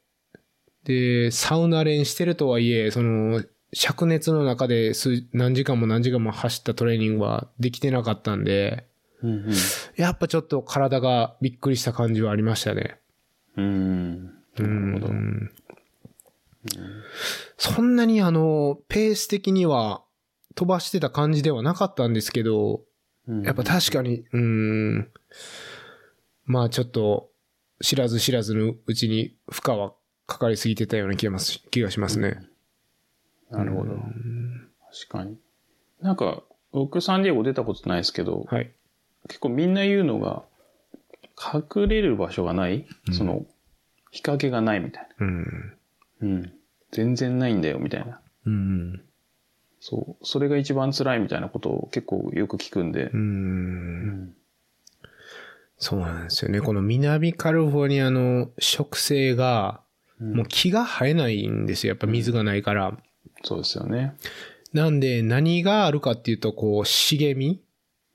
で、サウナ練してるとはいえ、その、灼熱の中で数何時間も何時間も走ったトレーニングはできてなかったんで、
うん
やっぱちょっと体がびっくりした感じはありましたね。
うん。うん。なるほど。
うんそんなにあの、ペース的には飛ばしてた感じではなかったんですけど、
うん
やっぱ確かに、うーん、まあちょっと、知らず知らずのうちに負荷はかかりすぎてたような気がます気がしますね。
なるほど
う。ん
確かに。なんか、僕サンディエゴ出たことないですけど、
はい。
結構みんな言うのが、隠れる場所がない、
うん
その、日陰がないみたい
うん。
な。うん。全然ないんだよ、みたいな。
うん。
そう。それが一番辛いみたいなことを結構よく聞くんで
う。。
うんん。
そうなんですよね。この南カリフォルニアの植生が、もう木が生えないんですよ。やっぱ水がないから。
そうですよね。
なんで、何があるかっていうと、こう、茂み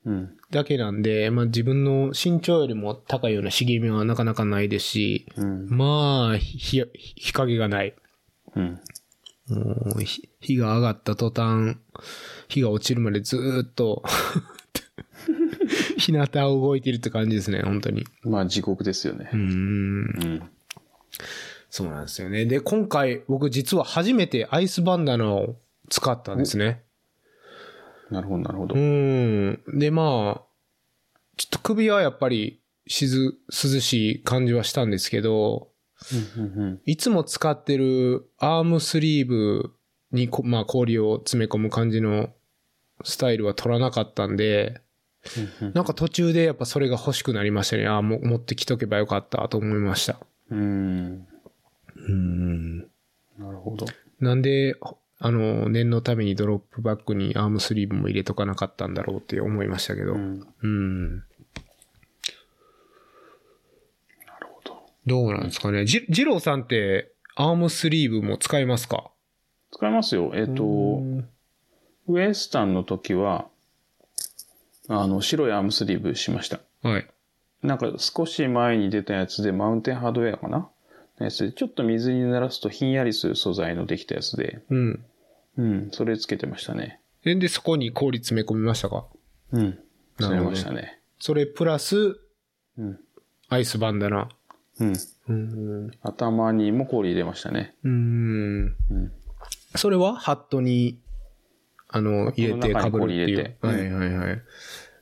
うん。
だけなんで、まあ自分の身長よりも高いような茂みはなかなかないですし、
うん。
まあ、ひひ日陰がない。
うん。
もうひ日が上がった途端、日が落ちるまでずーっと、 日向を動いているって感じですね、本当に。
まあ、地獄ですよね
う。ーん。
うん。
そうなんですよね。で、今回、僕実は初めてアイスバンダナを使ったんですね。
なるほど、なるほど
う。ーん。で、まあ、ちょっと首はやっぱり、しず、涼しい感じはしたんですけど、
うん。
いつも使ってるアームスリーブにこ、まあ、氷を詰め込む感じのスタイルは取らなかったんで、
うん
なんか途中でやっぱそれが欲しくなりましたね。ああ、も持ってきとけばよかったと思いました。
うん。
うん。
なるほど。
なんで、あの、念のためにドロップバッグにアームスリーブも入れとかなかったんだろうって思いましたけど。
う。
うん
なる
ん。
ほど。
どうなんですかね。じ、ジローさんってアームスリーブも使いますか
使いますよ。えっ、と、
うん
ウエスタンの時は、あの、白いアームスリーブしました。
はい。
なんか少し前に出たやつで、マウンテンハードウェアかなのやつで、ちょっと水に濡らすとひんやりする素材のできたやつで、
うん。
うん、それつけてましたね。
で、でそこに氷詰め込みましたか
うん。
な
つ
る
け
ほど
ましたね。
それプラス
うん。
アイスバンダナ。
うん。
うん。
頭にも氷入れましたね。
うん。
うん。
それはハットに、あの、入れて
ハ
か
ット
ぶ
の中に
るってい
入れ
う
て。
はいはいはい。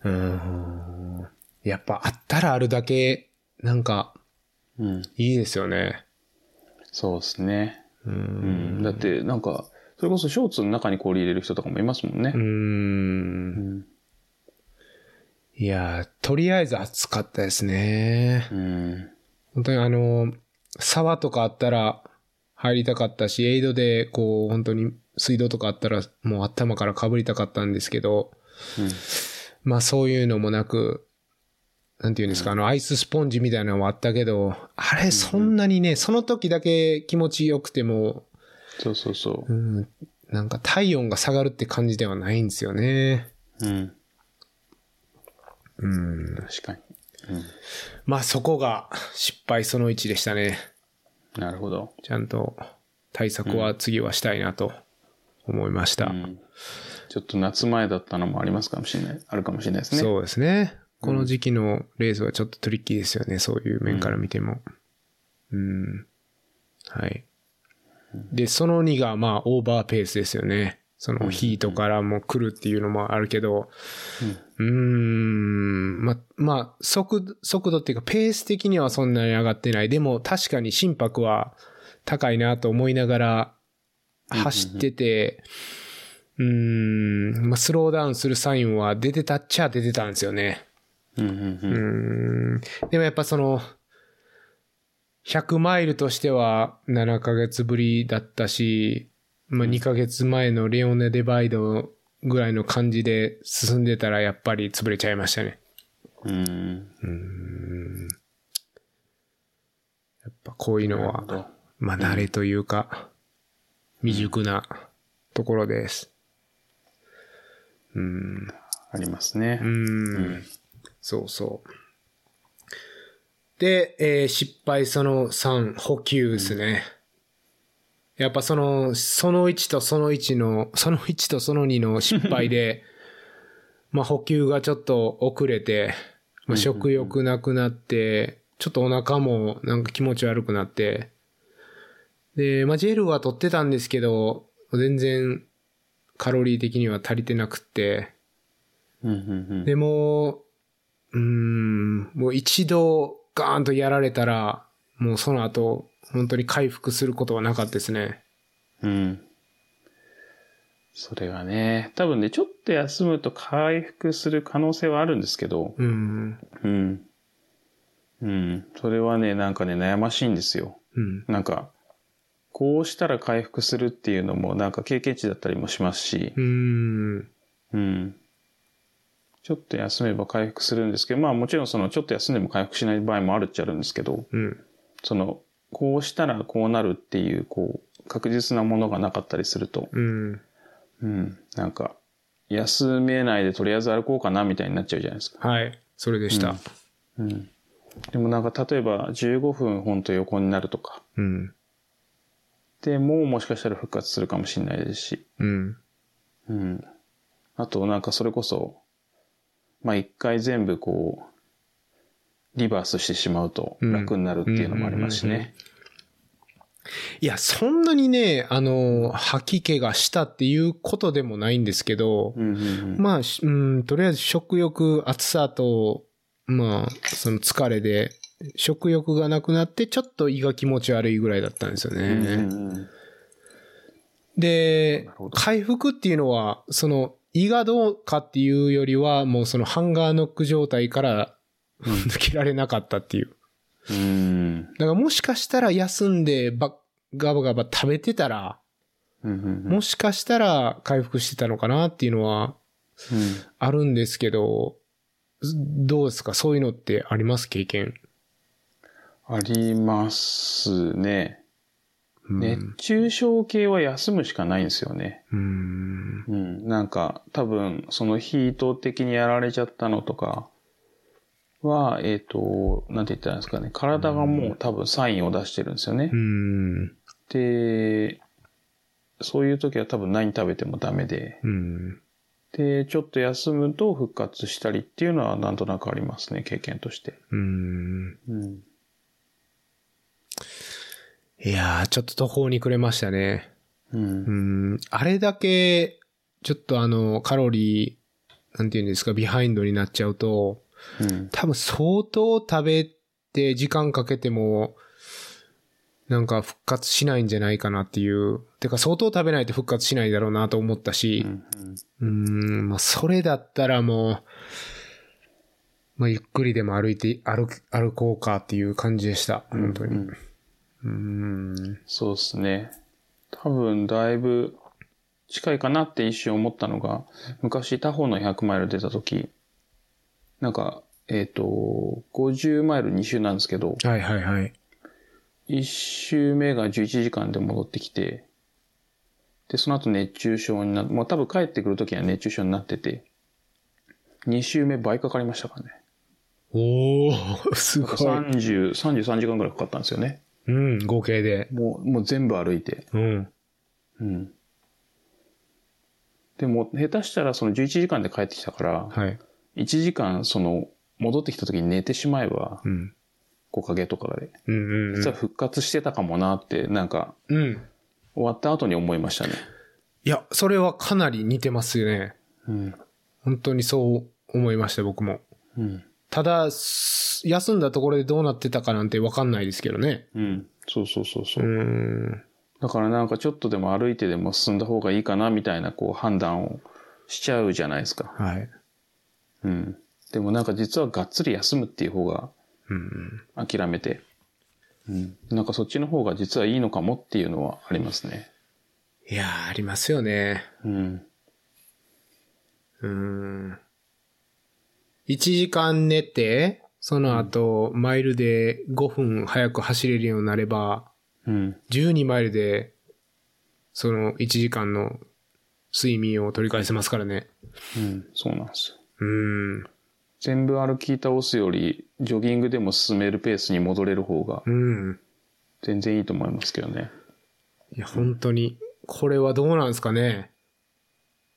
うん。やっぱあったらあるだけ、なんか、
うん。
いいですよね。
そうですね。
う。
うんん。だって、なんか、それこそショーツの中に氷入れる人とかもいますもんね
う。。
うんん。
いやー、とりあえず暑かったですね。
うん。
本当にあの、沢とかあったら入りたかったし、エイドでこう、本当に水道とかあったらもう頭から被りたかったんですけど、まあそういうのもなく、なんていうんですか、あの、アイススポンジみたいなのもあったけど、あれ、そんなにね、その時だけ気持ちよくても、
そうそうそう
う。ん、なんか体温が下がるって感じではないんですよね。
うん。
うん。
確かに。
まあそこが失敗その1でしたね。
なるほど。
ちゃんと対策は次はしたいなと思いました。
うん。ちょっと夏前だったのもありますかもしれない。あるかもしれないですね。
そうですね。この時期のレースはちょっとトリッキーですよね。そういう面から見ても。うん。はい。で、その2がまあオーバーペースですよね。そのヒートからも来るっていうのもあるけど、うーん、ま、まあ、速度、速度っていうかペース的にはそんなに上がってない。でも確かに心拍は高いなと思いながら走ってて、うーん、まあ、スローダウンするサインは出てたっちゃ出てたんですよね。
うんうん
う
うん。
ん。でもやっぱその、100マイルとしては7ヶ月ぶりだったし、まあ、2ヶ月前のレオネ・デバイドぐらいの感じで進んでたらやっぱり潰れちゃいましたね。
うん。
やっぱこういうの
なるほど
は、まあ慣れというか、未熟なところです。うん。
ありますね
う。ん。そうそう。で、えー失敗その3、補給ですね。やっぱその、その1とその1の、その1とその2の失敗で、 まあ補給がちょっと遅れて、まあ、食欲なくなって、ちょっとお腹もなんか気持ち悪くなって、で、まあジェルは取ってたんですけど、全然カロリー的には足りてなくって、
うんうん
でも、うーん、もう一度ガーンとやられたら、もうその後、本当に回復することはなかったですね。
うん。うん。それがね、多分ね、ちょっと休むと回復する可能性はあるんですけど、
うん。
うん。うん。それはね、なんかね、悩ましいんですよ。
うん。
なんか、こうしたら回復するっていうのも、なんか経験値だったりもしますし
う、ん。
うん。ちょっと休めば回復するんですけど、まあもちろんその、ちょっと休んでも回復しない場合もあるっちゃあるんですけど、
うん。
その、こうしたらこうなるっていう、こう、確実なものがなかったりすると、
うん。
うん。なんか、休めないでとりあえず歩こうかなみたいになっちゃうじゃないですか。
はい。それでした。
うん。でもなんか、例えば15分本当横になるとか、
うん。
でもうもしかしたら復活するかもしれないですし、
うん。
うん。あと、なんかそれこそ、まあ一回全部こう、リバースしてしまうと
うん
楽になるっていうのもありますしね。
いや、そんなにね、あの、吐き気がしたっていうことでもないんですけど、
うんうん
まあ、しうん、とりあえず食欲、暑さと、まあ、その疲れで、食欲がなくなって、ちょっと胃が気持ち悪いぐらいだったんですよね。
うんうんうん
で
なるほ、ど
回復っていうのは、その、胃がどうかっていうよりは、もうそのハンガーノック状態から
うん
抜けられなかったっていう。
うん
だからもしかしたら休んでば、ガバガバ食べてたら、
うんうん
もしかしたら回復してたのかなっていうのは
うん
あるんですけど、どうですかそういうのってあります経験。
ありますね。
うん
熱中症系は休むしかないんですよね。
うん。
うん。なんか、多分、そのヒート的にやられちゃったのとかは、えっ、と、なんて言ったらいいんですかね。体がもう多分サインを出してるんですよね
う。ん。
で、そういう時は多分何食べてもダメで、
うん。
で、ちょっと休むと復活したりっていうのはなんとなくありますね、経験として。
うん。
うん。
いやー、ちょっと途方に暮れましたね。
う。
うんん、あれだけ、ちょっとあの、カロリー、なんていうんですか、ビハインドになっちゃうと、
うん。
多分相当食べて時間かけても、なんか復活しないんじゃないかなっていう。てか相当食べないと復活しないだろうなと思ったし
う、んうん
うん、まあそれだったらもう、まあゆっくりでも歩いて、歩き、歩こうかっていう感じでした。本当に。
うん
うん。
そうですね。多分、だいぶ近いかなって一瞬思ったのが、昔、他方の100マイル出た時、なんか、えっ、と、50マイル2周なんですけど、
はいはいはい。
1周目が11時間で戻ってきて、で、その後熱中症になって、もう多分帰ってくる時には熱中症になってて、2周目倍かかりましたからね。
おー、すごい。
30、33時間ぐらいかかったんですよね。
うん、合計で。
もう、もう全部歩いて。
うん。
うん。でも、下手したらその11時間で帰ってきたから、
はい。
1時間その、戻ってきた時に寝てしまえば
う、ん。
木陰とかで、
うんうん、う
実は
ん。
復活してたかもなって、なんか、
うん。
終わった後に思いましたね。
いや、それはかなり似てますよね。
うん。
本当にそう思いました、僕も。
うん。
ただ、す休んだところでどうなってたかなんてわかんないですけどね。
うん。そうそうそうそうう。
ん。
だからなんかちょっとでも歩いてでも進んだ方がいいかなみたいなこう判断をしちゃうじゃないですか。
はい。
うん。でもなんか実はがっつり休むっていう方が
うん。
諦めて、うん。なんかそっちの方が実はいいのかもっていうのはありますね。
いやー、ありますよね。
うん。
うん。1時間寝て、その後、マイルで5分早く走れるようになれば、
うん。
12マイルで、その1時間の睡眠を取り返せますからね。
うん。そうなんですよ。
うん。
全部歩き倒すより、ジョギングでも進めるペースに戻れる方が
うん。
全然いいと思いますけどね。
いや、本当に。これはどうなんですかね。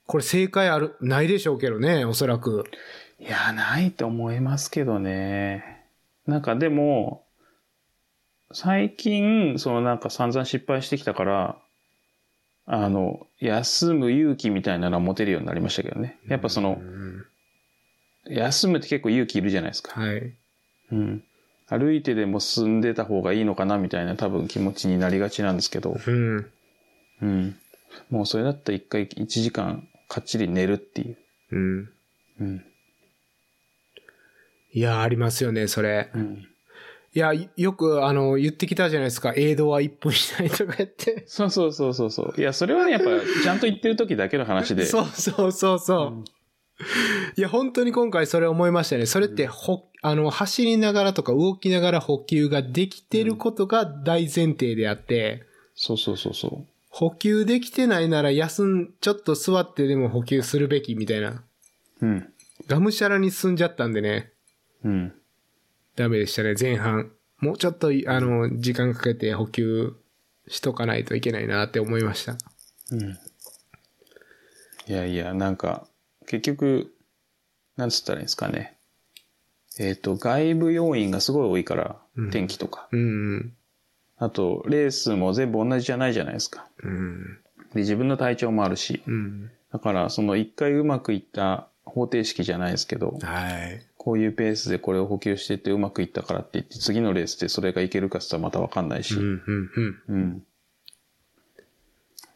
これ正解ある、ないでしょうけどね、おそらく。
いや、ないと思いますけどね。なんかでも、最近、そのなんか散々失敗してきたから、あの、休む勇気みたいなのは持てるようになりましたけどね。やっぱその
う、ん
休むって結構勇気いるじゃないですか。
はい。
うん。歩いてでも進んでた方がいいのかなみたいな多分気持ちになりがちなんですけど、
うん。
うん。もうそれだったら一回1時間かっちり寝るっていう。
うん。
うん。
いや、ありますよね、それ。
うん。
いや、よく、あの、言ってきたじゃないですか。映像は一本しないとかやって。
そうそうそうそうそう。いや、それはね、やっ ぱ、ちゃんと言ってる時だけの話で。
そうそうそうそう。
うん
いや、本当に今回それ思いましたね。それって、ほ、あの、走りながらとか動きながら補給ができてることが大前提であって、
そうそうそうそう。
補給できてないなら休ん、ちょっと座ってでも補給するべきみたいな。
うん。
がむしゃらに進んじゃったんでね。
うん。
ダメでしたね、前半。もうちょっと、あの、時間かけて補給しとかないといけないなって思いました。
うん。いやいや、なんか、結局、なんつったらいいんですかね。えっ、と、外部要因がすごい多いから、
うん
天気とか。
うん。
あと、レースも全部同じじゃないじゃないですか。
うん。
で、自分の体調もあるし。
うん。
だから、その一回うまくいった方程式じゃないですけど、
はい。
こういうペースでこれを補給してってうまくいったからって言って、次のレースでそれがいけるかって言ったらまたわかんないし。
うん、うん、うん。
うん。こ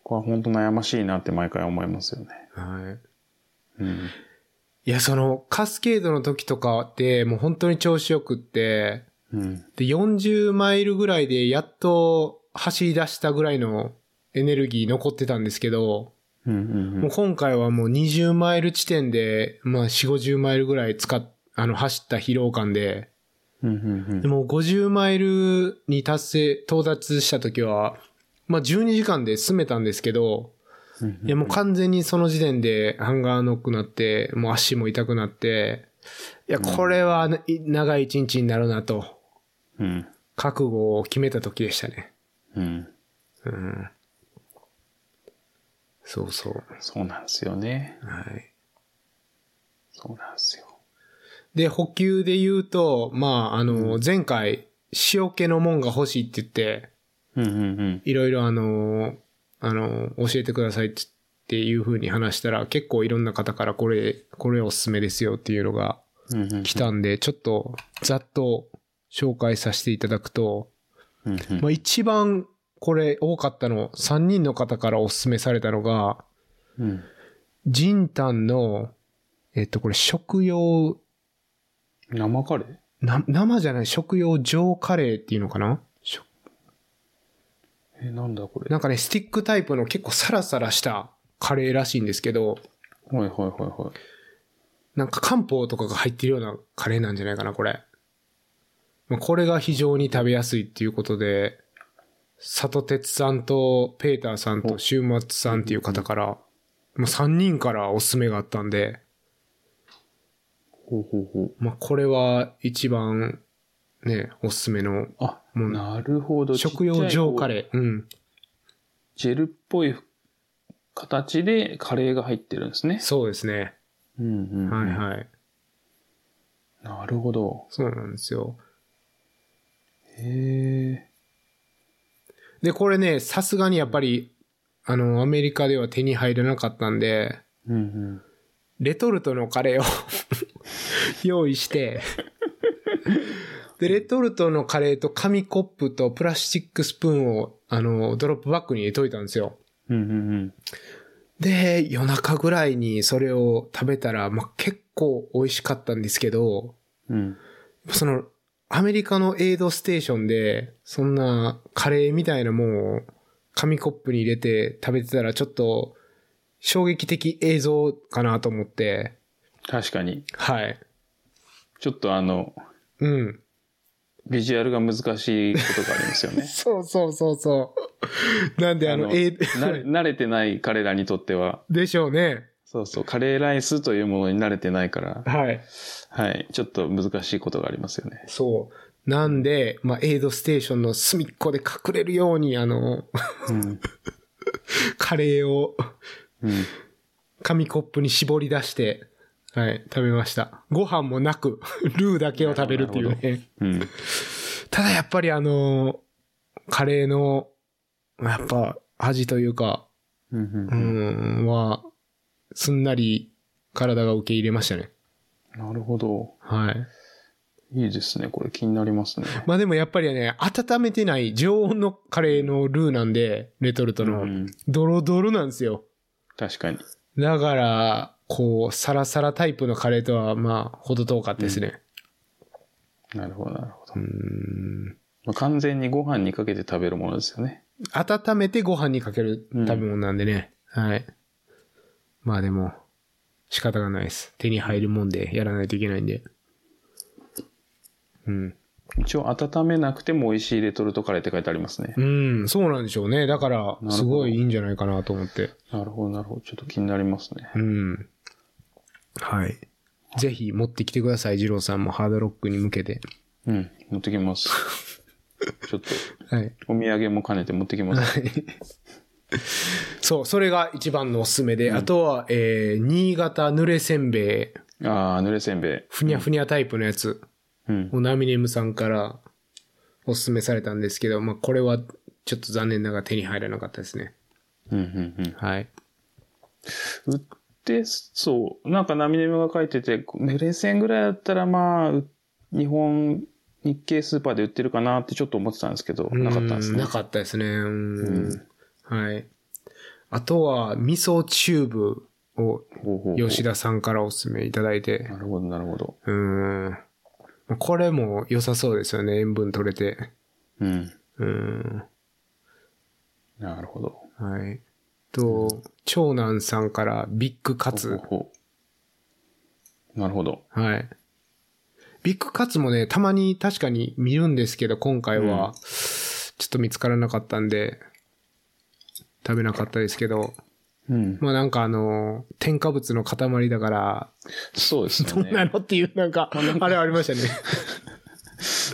こは本当悩ましいなって毎回思いますよね。
はい。
うん。
いや、その、カスケードの時とかって、もう本当に調子よくって、
うん。
で、40マイルぐらいで、やっと走り出したぐらいのエネルギー残ってたんですけど、
うん。うん
もう今回はもう20マイル地点で、まあ4、50マイルぐらい使っ、あの、走った疲労感で、
うん。うん
で。も50マイルに達成、到達した時は、まあ12時間で進めたんですけど、
うん
いやもう完全にその時点でハンガーノックなって、もう足も痛くなって、いや、これはない長い一日になるなと、
うん。
覚悟を決めた時でしたね。
うん。
うん。そうそう。
そうなんですよね。
はい。
そうなんですよ。
で、補給で言うと、まあ、あの、前回、塩気のもんが欲しいって言って、
うん。うん。
いろいろあの、あの、教えてくださいっていう風に話したら、結構いろんな方からこれ、これおすすめですよっていうのが
うん。うん。
来。たんで、ちょっとざっと紹介させていただくと、
うん。
まあ一番これ多かったの、3人の方からおすすめされたのが、
うん。
ジンタンの、えっとこれ食用、
生カレー
な生じゃない食用上カレーっていうのかな食
え、なんだこれ。
なんかね、スティックタイプの結構サラサラしたカレーらしいんですけど、
はいはいはいはい。
なんか漢方とかが入ってるようなカレーなんじゃないかな、これ。まあこれが非常に食べやすいっていうことで、佐藤哲さんとペーターさんと
お
週末さんっていう方から、もう3人からおすすめがあったんで、
ほうほうほう。
まあ、これは一番ね、おすすめの
あ、
うん
なるほど。
食用上カ
ー。
レー。うん。
ジェルっぽい形でカレーが入ってるんですね。
そうですね。
うんうん。
はいはい。
い。なるほど。
そうなんですよ。
へえ。
で、これね、さすがにやっぱり、あの、アメリカでは手に入らなかったんで、
うんうん。
レトルトのカレーを 用意して、で、レトルトのカレーと紙コップとプラスチックスプーンを、あの、ドロップバッグに入れといたんですよ。
うんうんうん。
で、夜中ぐらいにそれを食べたら、まあ、結構美味しかったんですけど、
うん。
その、アメリカのエイドステーションで、そんなカレーみたいなもんを紙コップに入れて食べてたらちょっと衝撃的映像かなと思って、
確かに。
はい。
ちょっとあの、
うん。
ビジュアルが難しいことがありますよ ね。
そうそうそうそう。なんであの、えー
な慣れてない彼らにとっては、
でしょうね。
そうそう、カレーライスというものに慣れてないから、
はい。
はい、ちょっと難しいことがありますよね。
そう。なんで、まあ、エイドステーションの隅っこで隠れるように、あの、
うん。
カレーを
うん。
紙コップに絞り出して、はい、食べました。ご飯もなく、 ルーだけを食べるっていう
なる
ね。
うん。
ただやっぱりあの、カレーの、やっぱ味というか、
うん
うーん、は、すんなり体が受け入れましたね。
なるほど。
はい。
いいですね。これ気になりますね。
まあでもやっぱりね、温めてない常温のカレーのルーなんで、レトルト
う
の。
ん
ドロドロなんですよ。
確かに。
だから、こう、サラサラタイプのカレーとは、まあ、ほど遠かったですね。
なるほど、なるほど。
うん。
まあ完全にご飯にかけて食べるものですよね。
温めてご飯にかける食べ物なんでね。はい。まあでも、仕方がないです。手に入るもんで、やらないといけないんで。うん。
一応温めなくても美味しいレトルトカレーって書いてありますね。
うん、そうなんでしょうね。だから、すごいいいんじゃないかなと思って。
なるほど、なるほど。ちょっと気になりますね。
うん。はい。ぜひ持ってきてください、二郎さんもハードロックに向けて。
うん、持ってき ます。ちょっと、
はい。
お土産も兼ねて持ってきます。
そう、それが一番のおすすめで、あとは、えー、新潟濡れせんべい、
ああ、濡れせんべい。
ふにゃふにゃタイプのやつ、
うん。
をナミネムさんからおすすめされたんですけど、まあ、これはちょっと残念ながら手に入らなかったですね。
うん、うん、うん。
はい。
売って、そう、なんかナミネムが書いてて、濡れ線ぐらいだったらまあ、う日本、日系スーパーで売ってるかなってちょっと思ってたんですけど、なかったんです
う
ね
な。かったですね。うん。はい。あとは、味噌チューブを
ほうほうほう
吉田さんからおすすめいただいて、
なるほど、なるほど。
うん。これも良さそうですよね。塩分取れて。
うん。
うん。
なるほど。
はい。と、長男さんからビッグカ
ほう
ツ。
ほうなるほど。
はい。ビッグカツもね、たまに確かに見るんですけど、今回は、ちょっと見つからなかったんで、食べなかったですけど、
うん。
まあなんかあの、添加物の塊だから、
そうですよ
どんな
ね。
のっていうなんか、あれありました ね。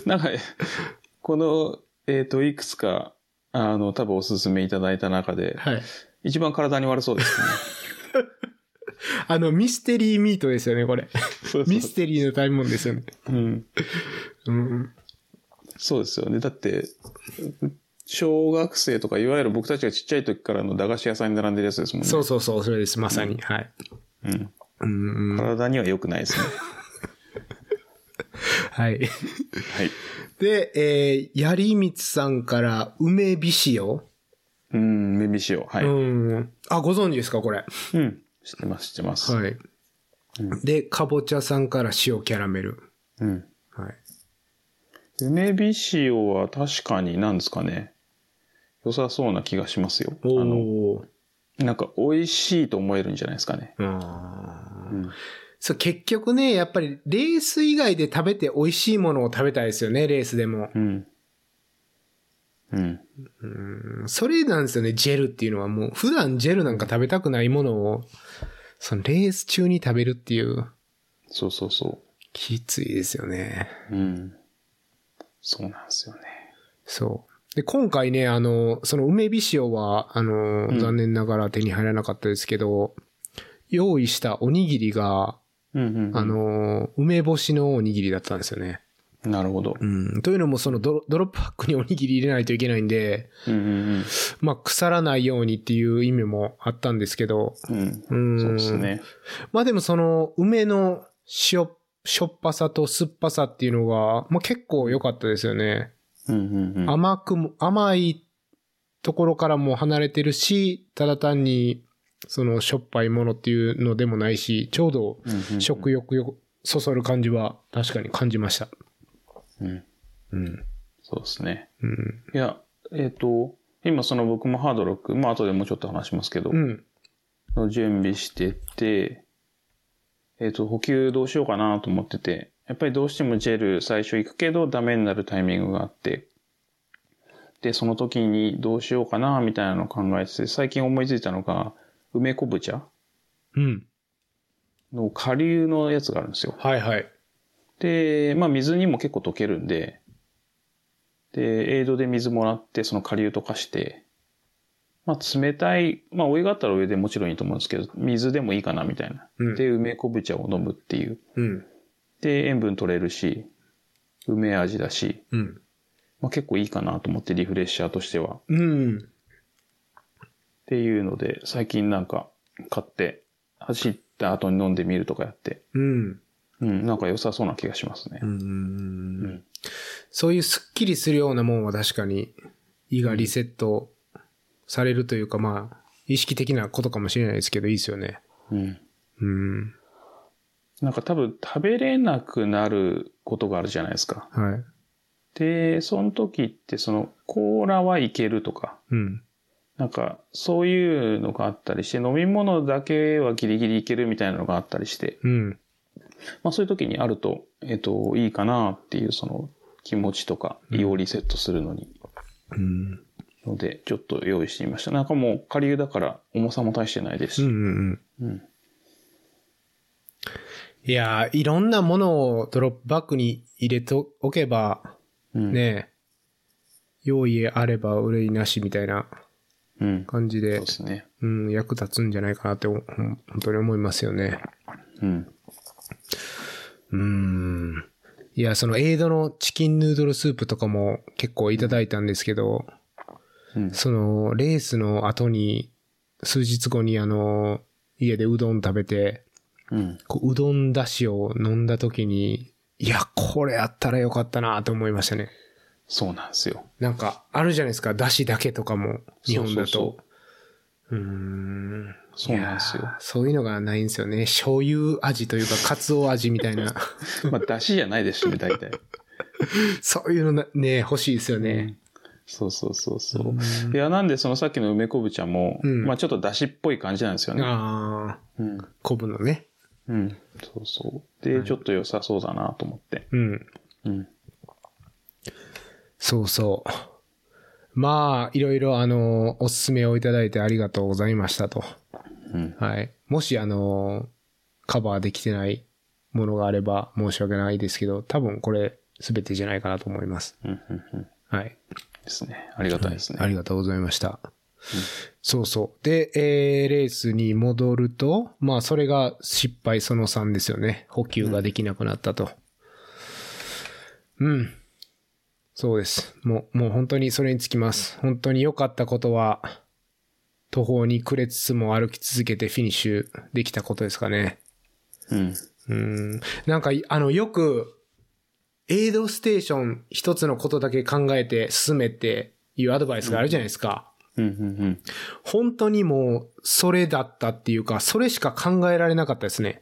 なんか、この、えっ、と、いくつか、あの、多分おすすめいただいた中で、
はい。
一番体に悪そうです ね。
あの、ミステリーミートですよね、これ。
そうそう
ミステリーの食べ物ですよね。
うん。
うん。
そうですよね。だって、小学生とか、いわゆる僕たちがちっちゃい時からの駄菓子屋さんに並んでるやつですもんね。
そうそうそう、それです、まさに。はい。
うん。
うんうん。
体には良くな いですね。
はい。
はい。
で、えー、やりみつさんから、梅びしお。
うん、メビシオ。は
う
い。
ん。あ、ご存知ですか、これ。
うん。知ってます、知ってます。
はい。で、かぼちゃさんから塩キャラメル。
うん。
はい。
梅ビシオは確かに何ですかね。良さそうな気がしますよ。あの、
おー
なんか美味しいと思えるんじゃないですかね。
あー
うん
そう、結局ね、やっぱりレース以外で食べて美味しいものを食べたいですよね、レースでも。
うん。うん。
うんそれなんですよね、ジェルっていうのはもう、普段ジェルなんか食べたくないものを、そのレース中に食べるっていう、
そうそうそ
きついですよね。
う。うん。そうなんですよね。
そう。で、今回ね、あの、その梅びしおは、あの、
ん
残念ながら手に入らなかったですけど、用意したおにぎりが、
うんうん、うん。
あの、梅干しのおにぎりだったんですよね。
なるほど。
うん。というのも、そのドロドロップパックにおにぎり入れないといけないんで、
うんうん
まあ、腐らないようにっていう意味もあったんですけど、
うん。
う。
うんん。そうですね。
まあでもその、梅の塩、しょっぱさと酸っぱさっていうのが、まあ結構良かったですよね。
うんうんうん。
甘くも、甘いところからも離れてるし、ただ単に、そのしょっぱいものっていうのでもないし、ちょうど
うんうんうん
食欲よそそる感じは確かに感じました。
うん。
うん。
そうですね。
うん。
いや、えっ、と、今その僕もハードロック、まあ後でもうちょっと話しますけど、
うん。
の準備してて、えっ、と、補給どうしようかなと思ってて、やっぱりどうしてもジェル最初行くけどダメになるタイミングがあって、で、その時にどうしようかなみたいなのを考えてて、最近思いついたのが、梅昆布茶
うん。
の下流のやつがあるんですよ。
はいはい。
で、まあ水にも結構溶けるんで、で、エイドで水もらって、その下流溶かして、まあ冷たい、まあお湯があったら上でもちろんいいと思うんですけど、水でもいいかなみたいな。
うん
で、梅昆布茶を飲むっていう。
うん。
で、塩分取れるし、梅味だし、
うん。
まあ結構いいかなと思ってリフレッシャーとしては。っ
うん。
ていうので、最近なんか買って、走った後に飲んでみるとかやって、
うん。
うん、なんか良さそうな気がしますね
う。ん
う
うん
ん。
そういうスッキリするようなもんは確かに胃がリセットされるというか、まあ、意識的なことかもしれないですけど、いいですよね。
うん。
うん。
なんか多分食べれなくなることがあるじゃないですか。
はい。
で、その時ってそのコーラはいけるとか、
うん。
なんかそういうのがあったりして、飲み物だけはギリギリいけるみたいなのがあったりして、
うん。
まあそういう時にあると、えっと、いいかなっていうその気持ちとか、
うん
胃をリセットするのに。
うん。
ので、ちょっと用意してみました。なんかもう下流だから重さも大してないです
うんう
し。
んうん。
うん。
いやー、いろんなものをドロップバッグに入れておけば、
うん。
ね、用意あれば憂いなしみたいな
うん。
感じ
そう
で
で、すね。
うん、役立つんじゃないかなって、ほん本当に思いますよね。
うん。
うーん。いや、そのエイドのチキンヌードルスープとかも結構いただいたんですけど、
うん。
そのレースの後に、数日後にあの、家でうどん食べて、
うん。
こううどんだしを飲んだ時に、いや、これあったらよかったなと思いましたね。
そうなんですよ。
なんか、あるじゃないですか、だしだけとかも、日本だ
そう
と。うーん。
そうなんですよ
いやーそういうのがないんですよね。醤油味というか、カツオ味みたい な。
まあ、出汁じゃないです しね、大体。
そういうのなね、欲しいですよね。
そうそうそうそう。いや、なんで、そのさっきの梅昆布茶も、
うん
まあ、ちょっと出汁っぽい感じなんですよね。
ああ、
うん。
昆布のね。
うん。そうそう。で、ちょっと良さそうだなと思って。
うん。
うん。
そうそう。まあ、いろいろ、あの、おすすめをいただいてありがとうございましたと。
うん。
はい。もし、あの、カバーできてないものがあれば申し訳ないですけど、多分これ全てじゃないかなと思います。
うん。うん。うん。
はい。
ですね。ありがたいですね。
ありがとうございました。そうそう。で、えーレースに戻ると、まあ、それが失敗その3ですよね。補給ができなくなったと。うん。そうです。もう、もう本当にそれにつきます。本当に良かったことは、途方に暮れつつも歩き続けてフィニッシュできたことですかね。
うん。
うん。なんか、いあの、よく、エイドステーション一つのことだけ考えて進めっていうアドバイスがあるじゃないですか。
うん。うん。
本当にもう、それだったっていうか、それしか考えられなかったですね。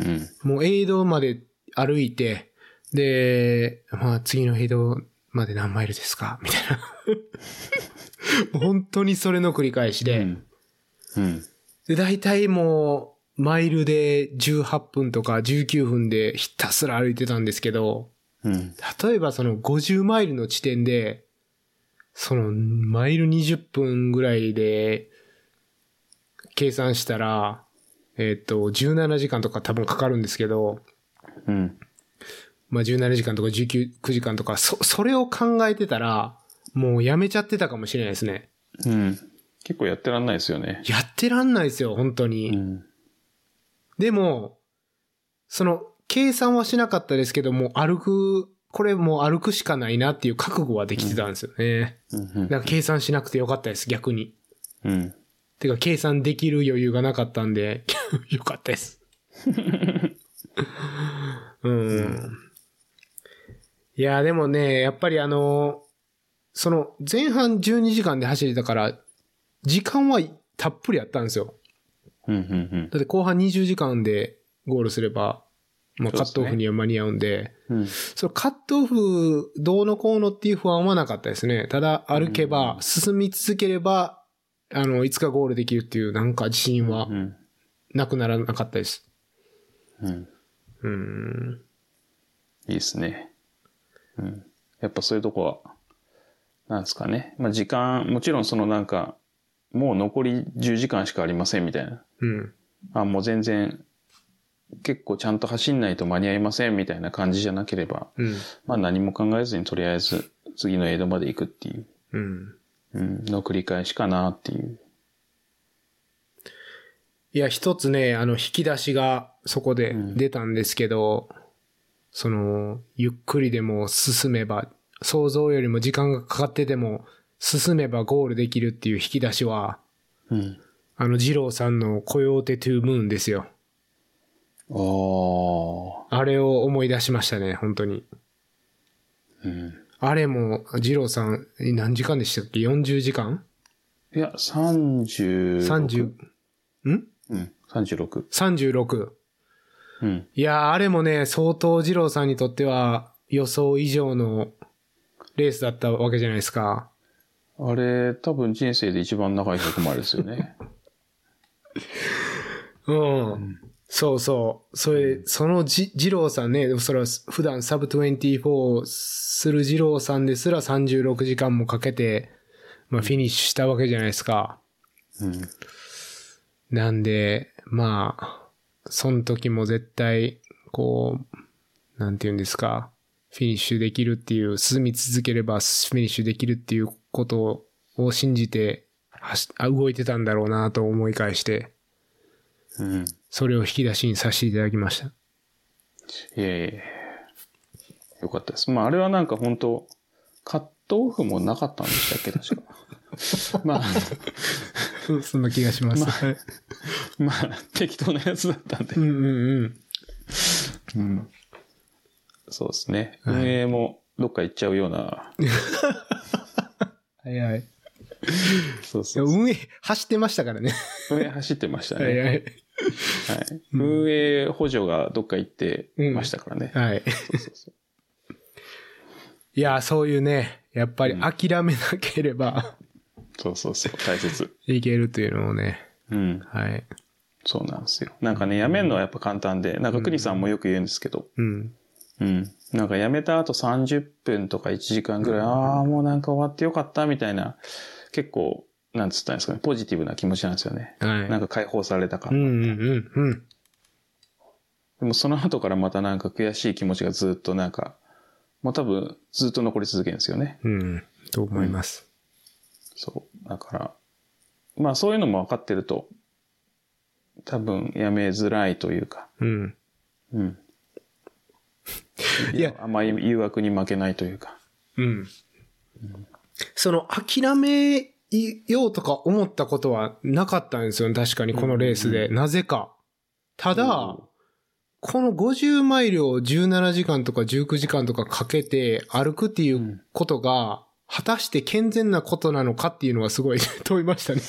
うん。うん。
もう、エイドまで歩いて、で、まあ、次のエイドまで何マイルですかみたいな。もう 本当にそれの繰り返しで。
うん。うん。
で、大体もう、マイルで18分とか19分でひたすら歩いてたんですけど、
うん。
例えばその50マイルの地点で、そのマイル20分ぐらいで計算したら、えっ、と、17時間とか多分かかるんですけど、
うん。
まあ17時間とか19、9時間とか、そ、それを考えてたら、もうやめちゃってたかもしれないですね。
うん。結構やってらんないですよね。
やってらんないですよ、本当に。
うん。
でも、その、計算はしなかったですけども、歩く、これもう歩くしかないなっていう覚悟はできてたんですよね。
うん。
なんか計算しなくてよかったです、逆に。
うん。
てか、計算できる余裕がなかったんで、 よかったです。 うん。いや、でもね、やっぱりあの、その、前半12時間で走れたから、時間はたっぷりあったんですよ。
うん。うん。
だって後半20時間でゴールすれば、まあ、
そう
カ
ですね
ットオフには間に合うんで、
うん。
そのカットオフどうのこうのっていう不安はなかったですね。ただ歩けば、
うん
進み続ければ、あの、いつかゴールできるっていうなんか自信は
うん。
なくならなかったです。
うん。
うん。
いいですね。うん。やっぱそういうとこは、なんですかね。まあ時間、もちろんそのなんか、もう残り10時間しかありませんみたいな。
うん。
あ、もう全然、結構ちゃんと走んないと間に合いませんみたいな感じじゃなければ、
うん。
まあ何も考えずにとりあえず次のエイドまで行くっていう、
うん。
うん、の繰り返しかなっていう。
いや、一つね、あの、引き出しがそこで
うん
出たんですけど、その、ゆっくりでも進めば、想像よりも時間がかかってても、進めばゴールできるっていう引き出しは、
うん。
あの、二郎さんのコヨーテトゥームーンですよ。
ああ。
あれを思い出しましたね、本当に。
うん。
あれも、二郎さん、え何時間でしたっけ ?40 時間
いや、30。
?30、ん
うん。36。
?36。
うん。
いやー、あれもね、相当二郎さんにとっては予想以上のレースだったわけじゃないですか。
あれ、多分人生で一番長い100マイルですよね。
うん。そうそう。それ、そのじ、二郎さんね、それは普段サブ24をする二郎さんですら36時間もかけて、まあフィニッシュしたわけじゃないですか。
うん。
なんで、まあ、その時も絶対、こう、なんて言うんですか、フィニッシュできるっていう、進み続ければフィニッシュできるっていうことを信じて、走あ動いてたんだろうなと思い返して、
うん。
それを引き出しにさせていただきました。
いえいえ。よかったです。まあ、あれはなんか本当カットオフもなかったんでしたっけ、確 か。まあ、
そんな気がします。はい
まあ、適当なやつだったんで
う。んうんうん。
うん。そうですね。運営もどっか行っちゃうよう な。
はいはい。
そうそうそう。
運営、走ってましたからね。
運営走ってましたね。
はいはい。
はい。運営補助がどっか行ってましたからね。
はい。
そうそうそう
いや、そういうね、やっぱり諦めなければ
そうそうそう。大切。
いけるというのをね、
うん。
はい。
そうなんですよ。なんかね、やめるのはやっぱ簡単で、なんか栗さんもよく言うんですけど、
うん。
うん。なんかやめた後30分とか1時間ぐらい、ああ、もうなんか終わってよかったみたいな、結構、なんつったんですかね、ポジティブな気持ちなんですよね。
はい。
なんか解放されたか
う。んうんうんうん。
でもその後からまたなんか悔しい気持ちがずっとなんか、もう多分ずっと残り続けるんですよね。
うん。と思います。
そう。だから、まあそういうのも分かってると、多分やめづらいというか、
うん。
うん。
いや
あんまり誘惑に負けないというか。
うん。その、諦めようとか思ったことはなかったんですよね。確かに、このレースで。なぜか。ただ、この50マイルを17時間とか19時間とかかけて歩くっていうことが、果たして健全なことなのかっていうのがすごい 問いましたね。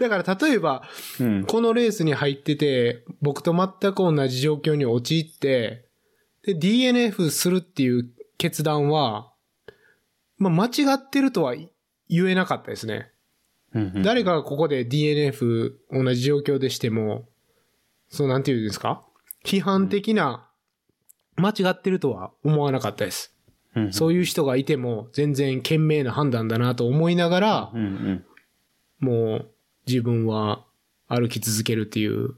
だから例えば、
うん。
このレースに入ってて、僕と全く同じ状況に陥って、で、DNF するっていう決断は、まあ、間違ってるとは言えなかったですね。
うん
誰かがここで DNF 同じ状況でしても、そうなんて言うんですか批判的な、間違ってるとは思わなかったです。
うん
そういう人がいても全然賢明な判断だなと思いながら、
うんうん。
もう自分は歩き続けるっていう、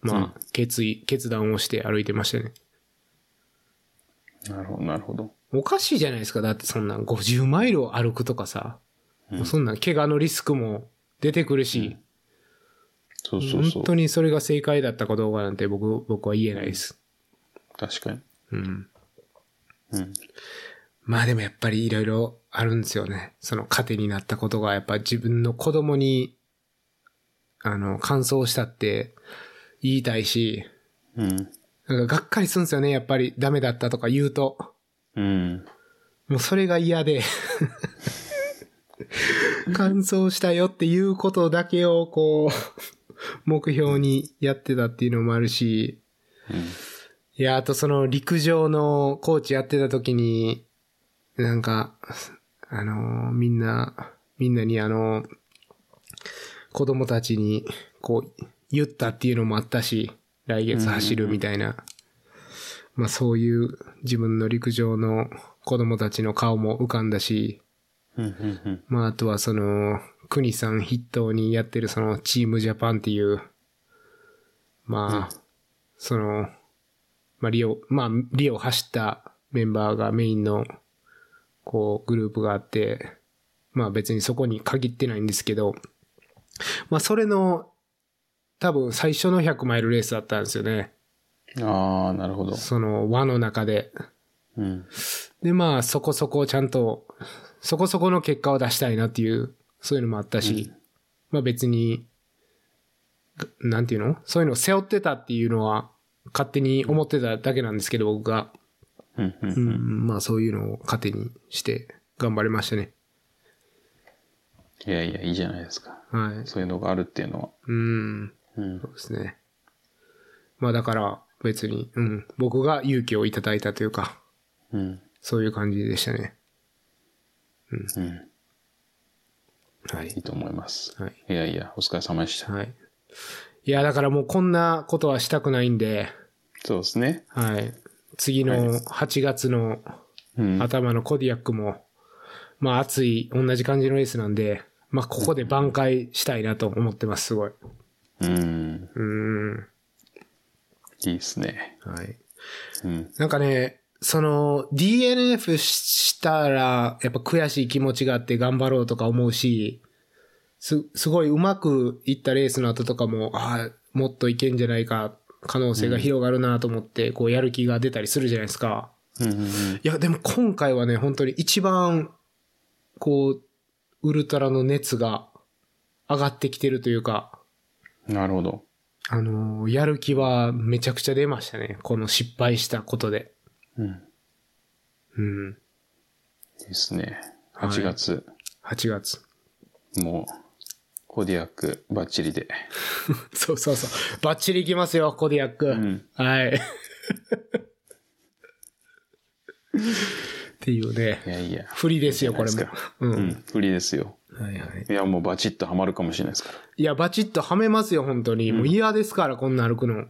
まあ、決意、決断をして歩いてましたね。
なるほど、なるほど。
おかしいじゃないですか。だってそんなん50マイルを歩くとかさ、もうそんなん怪我のリスクも出てくるし、
そうそうそ
本
う。
当にそれが正解だったかどうかなんて僕、僕は言えないです。
確かに。
うん。
うん。
まあでもやっぱりいろいろあるんですよね。その糧になったことがやっぱ自分の子供に、あの、感想したって言いたいし、
うん。
なんかがっかりするんですよね。やっぱりダメだったとか言うと。
うん。
もうそれが嫌で。乾燥したよっていうことだけをこう、 目標にやってたっていうのもあるし、いや、あとその陸上のコーチやってた時に、なんか、あのー、みんな、みんなにあの、子供たちにこう、言ったっていうのもあったし、来月走るみたいな。まあそういう自分の陸上の子供たちの顔も浮かんだし、
うん。うん。うん。
まああとはその、国さん筆頭にやってるそのチームジャパンっていう、まあ、その、まあリオ、まあリオ走ったメンバーがメインの、こうグループがあって、まあ別にそこに限ってないんですけど、まあそれの、多分最初の100マイルレースだったんですよね。
ああ、なるほど。
その輪の中で。
うん。
で、まあ、そこそこちゃんと、そこそこの結果を出したいなっていう、そういうのもあったし、まあ別に、なんていうのそういうのを背負ってたっていうのは勝手に思ってただけなんですけど、僕が。
うんう。
うんん、まあそういうのを糧にして頑張りましたね。
いやいや、いいじゃないですか。
はい。
そういうのがあるっていうのは。
うん、
うん
そ。うですね。まあだから別に、うん、僕が勇気をいただいたというか、
うん。
そういう感じでしたね。
うん。
はい
い。と思います。
はい。
いやいや、お疲れ様でした。
はい。いや、だからもうこんなことはしたくないんで、
そうですね。
はい。次の8月の
うん。
頭のコディアックも、まあ熱い、同じ感じのレースなんで、まあここで挽回したいなと思ってます、すごい。
うん。
うーん。
いいですね。
はい。
うん。
なんかね、その DNF したら、やっぱ悔しい気持ちがあって頑張ろうとか思うし、す、すごいうまくいったレースの後とかも、ああ、もっといけんじゃないか、可能性が広がるなと思って、こうやる気が出たりするじゃないですか。
うんうんうん。
いや、でも今回はね、本当に一番、こう、ウルトラの熱が上がってきてるというか、
なるほど。
あのーやる気はめちゃくちゃ出ましたね。この失敗したことで。
うん。い
うん。
いですね。
はい
8月、
8月。
もう、コディアックバッチリで。
そうそうそう。バッチリいきますよ、コディアック。
ん
はい。っていうね
い。やいや。
不利ですよ、これ
いい
も
じゃないで。
うん。
うん。不利ですよ。
はいはい。
いや、もうバチッとハマるかもしれないですか
いや、バチッとはめますよ、本当に。もう嫌ですから、こんな歩くの。
ら。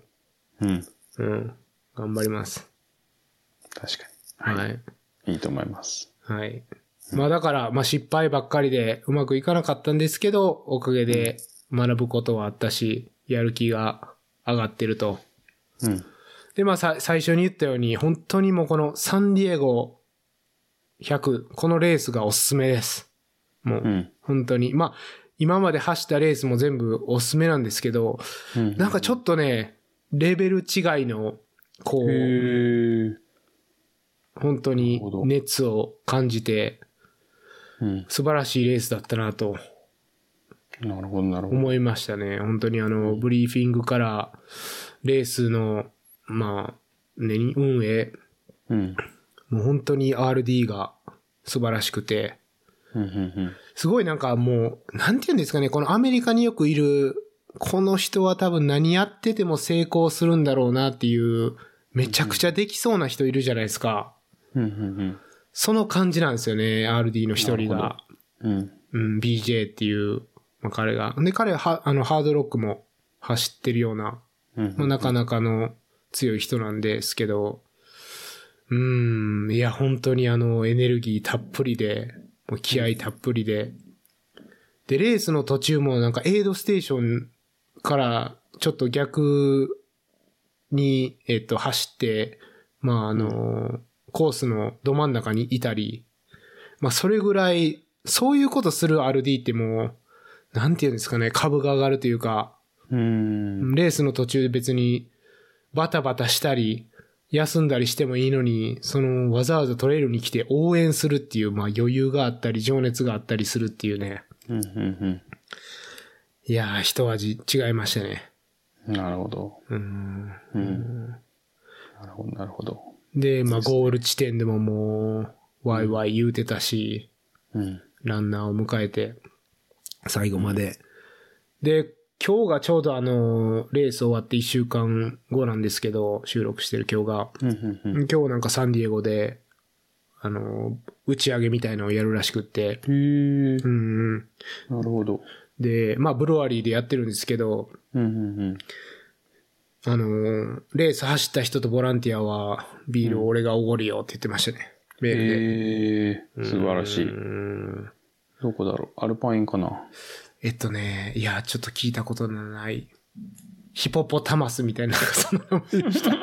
うん。
うん。頑張ります。
確かに。。
はいい。
いいと思います。
はい。まあだから、まあ失敗ばっかりでうまくいかなかったんですけど、おかげで学ぶことはあったし、やる気が上がってると。
うん。
で、まあさ、最初に言ったように、本当にもうこのサンディエゴ100、このレースがおすすめです。もう、
うん。
本当に。まあ、今まで走ったレースも全部おすすめなんですけど、
うん。
なんかちょっとね、レベル違いの、こ
へ
う、
ー
本当に
なるほど
熱を感じて、
うん。
素晴らしいレースだったなと
なるほど、なるほど。
思いましたね。本当にあの、ブリーフィングから、レースの、まあ、ね、運営、
うん。
もう本当に RD が素晴らしくて、
うん。うん。
すごいなんかもう、なんて言うんですかね、このアメリカによくいる、この人は多分何やってても成功するんだろうなっていう、めちゃくちゃできそうな人いるじゃないですか。
うん。うん。
その感じなんですよね、RD の一人
なる
が。
うん。うん。
うん、BJ っていう、まあ、彼が。で、彼はは、あの、ハードロックも走ってるような、
うん
まあ、なかなかの強い人なんですけど、うーん、いや、本当にあの、エネルギーたっぷりで、もう気合たっぷりで、で、レースの途中もなんかエイドステーションからちょっと逆に、えっと、走って、まあ、あの、コースのど真ん中にいたり、まあ、それぐらい、そういうことする RD ってもう、なんていうんですかね、株が上がるというか、
うん。
レースの途中で別にバタバタしたり、休んだりしてもいいのに、そのわざわざトレイルに来て応援するっていう、まあ余裕があったり、情熱があったりするっていうね。
うん。うん。
いやー、一味違いましたね。
うん。なるほど。
うん。
うん。なるほど、なるほど。
で、まあゴール地点でももう、ワイワイ言うてたし、
うん。
ランナーを迎えて、最後まで。で、今日がちょうどあの、レース終わって1週間後なんですけど、収録してる今日が。
うん。うん。うん。
今日なんかサンディエゴで、あの、打ち上げみたいなのをやるらしくって。
へえ
う。んうん。
なるほど。
で、まあ、ブロワリーでやってるんですけど、
うん。うん。
あの、レース走った人とボランティアは、ビールを俺がおごるよって言ってましたね。メールで。
へえ。素晴らし
う
い。
ん
どこだろうアルパインかな
えっとね、いや、ちょっと聞いたことのない、ヒポポタマスみたいな、その名前 でした。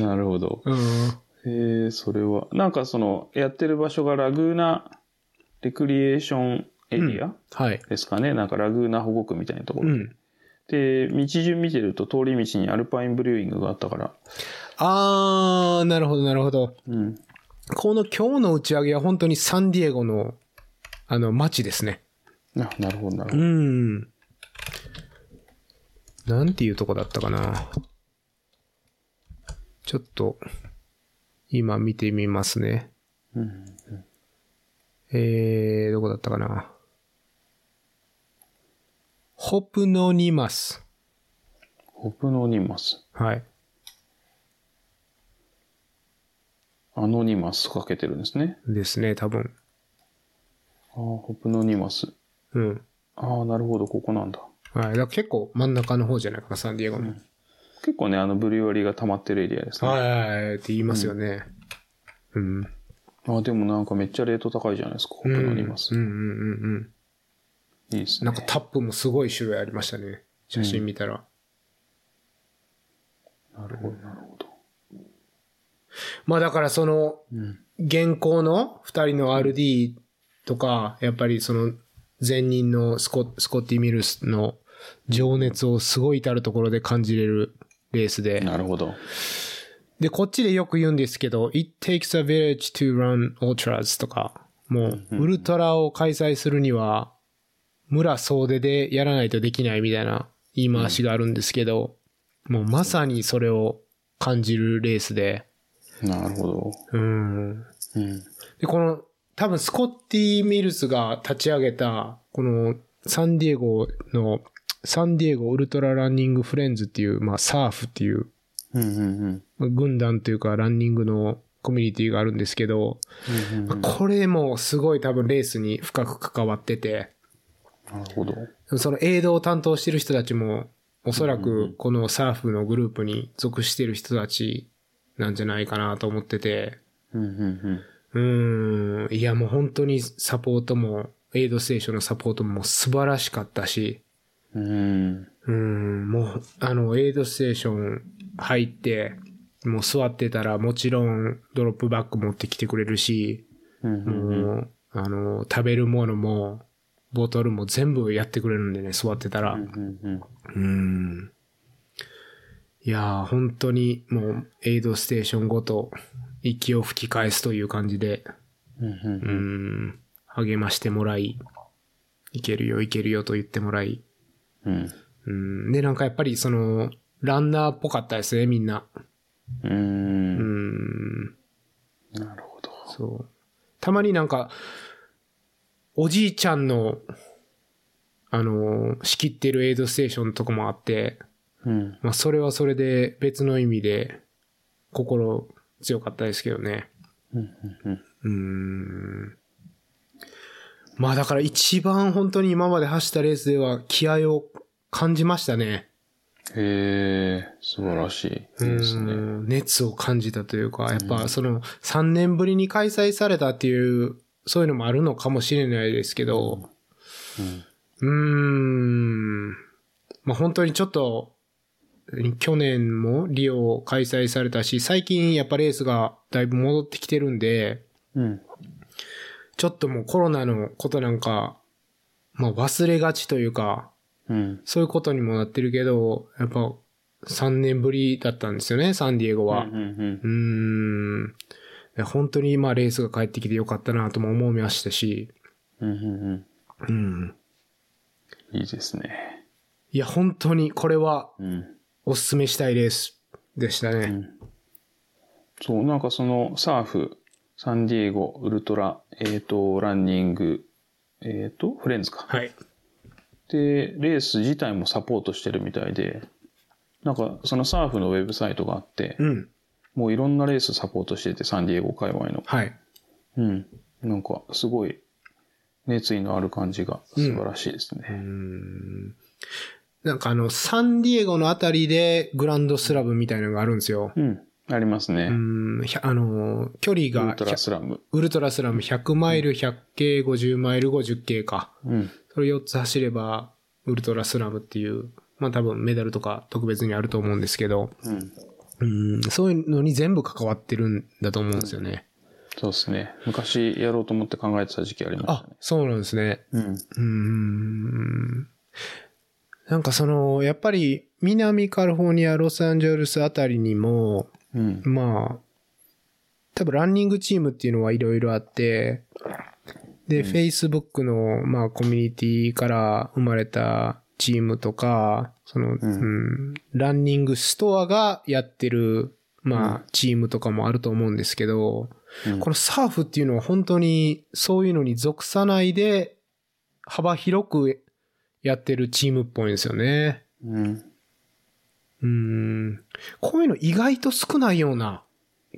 なるほど。
うん。
へえ、それは。なんかその、やってる場所がラグーナレクリエーションエリア
はい。
ですかね。なんかラグーナ保護区みたいなとこ
う
ろ。
ん。
で、道順見てると通り道にアルパインブリューイングがあったから。
あー、なるほど、なるほど。
うん。
この今日の打ち上げは本当にサンディエゴの、あの、街ですね。
あなるほど、なるほど。
ん。なんていうとこだったかな。ちょっと、今見てみますね。
うん。
えー、どこだったかな。ホプノニマス。
ホプノニマス。
はい。
アノニマスとかけてるんですね。
ですね、多分。
ああ、ホプノニマス。
うん。
ああ、なるほど、ここなんだ。
はい。だから結構真ん中の方じゃないかな、サンディエゴの。
結構ね、あの、ブリュワリーが溜まってるエリアですね。
はいはいはいって言いますよね。うん。
ああ、でもなんかめっちゃレート高いじゃないですか、ホ
う
プ
ん。
ノニマ
う
ス。い
んうんうんうん。
いですね。
なんかタップもすごい種類ありましたね。写真見たら。
なるほど、なるほど。
まあだからその、
うん。
現行の2人の RD とか、やっぱりその前任のスコスコッティ・ミルスの情熱をすごい至るところで感じれるレースで。
なるほど。
で、こっちでよく言うんですけど、It takes a village to run ultras とか、もう、ウルトラを開催するには、村総出でやらないとできないみたいな言い回しがあるんですけど、もうまさにそれを感じるレースで、
なるほど。
うん。
うん。
で、この、多分スコッティ・ミルスが立ち上げた、このサンディエゴの、サンディエゴウルトラランニングフレンズっていう、まあサーフっていう
うんうんうん。
まあ軍団というかランニングのコミュニティがあるんですけど、
うんうんうん
まあこれもすごい多分レースに深く関わってて、
なるほど。
その映像を担当してる人たちも、おそらくこのサーフのグループに属してる人たちなんじゃないかなと思ってて、
うんうん
うーん、いやもう本当にサポートも、エイドステーションのサポートも素晴らしかったし、
うん。うん。
うーん、もう、あの、エイドステーション入って、もう座ってたらもちろんドロップバッグ持ってきてくれるし、
うんうんうん。
もう、あの、食べるものも、ボトルも全部やってくれるんでね、座ってたら。う
うんうん
ーん。いやー、本当にもう、エイドステーションごと、息を吹き返すという感じで、
うんうん
うーん、励ましてもらい、いけるよ、いけるよと言ってもらい、
うん
うん、で、なんかやっぱりその、ランナーっぽかったですね、みんな。う
う
んん、
なるほど。
そう。たまになんか、おじいちゃんの、あの、仕切ってるエイドステーションとかもあって、
うん。
まあ、それはそれで別の意味で、心強かったですけどね。
うんうんうん
うーんまあだから一番本当に今まで走ったレースでは気合を感じましたね。
へえ、素晴らしい。
う
いいですね。
ーん熱を感じたというか、やっぱその3年ぶりに開催されたっていう、そういうのもあるのかもしれないですけど、うーん、まあ本当にちょっと、去年もリオ開催されたし、最近やっぱレースがだいぶ戻ってきてるんで、
うん。
ちょっともうコロナのことなんか、まあ忘れがちというか、
うん。
そういうことにもなってるけど、やっぱ3年ぶりだったんですよね、サンディエゴは
うん。うん
うーん。本当に今レースが帰ってきてよかったなとも思いましたし、
うん。うんうん
うん。
うん。いいですね。
いや、本当にこれは
うん。
おすすめしたいレースでしたね。
そう、なんかその、サーフ、サンディエゴ、ウルトラ、えっと、ランニング、えっと、フレンズか。
はい。
で、レース自体もサポートしてるみたいで、なんかそのサーフのウェブサイトがあって、
うん。
もういろんなレースサポートしてて、サンディエゴ界隈の。
はい。
うん。なんかすごい熱意のある感じが素晴らしいですね。
なんかあの、サンディエゴのあたりでグランドスラムみたいなのがあるんですよ。
うん。あります
う
ね。
ん、ひゃあのー、距離
ウル
が
トラスラム。
ウルトラスラム100マイル、100系、50マイル、50系か。
うん。
それ4つ走れば、ウルトラスラムっていう、まあ多分メダルとか特別にあると思うんですけど、
うん。
うん、そういうのに全部関わってるんだと思うんですよね。
そうですね。昔やろうと思って考えてた時期ありまし
あ、そうなんですね。
たね。
うん。なんかその、やっぱり南カリフォルニア、ロサンゼルスあたりにも、
うん。うん。
まあ、多分ランニングチームっていうのはいろいろあって、で、Facebook の、まあ、コミュニティから生まれたチームとか、その、うんん、ランニングストアがやってる、ま
う
あ、チームとかもあると思うんですけど、
うん
このサーフっていうのは本当にそういうのに属さないで、幅広くやってるチームっぽいんですよね。
うん。
うん。こういうの意外と少ないような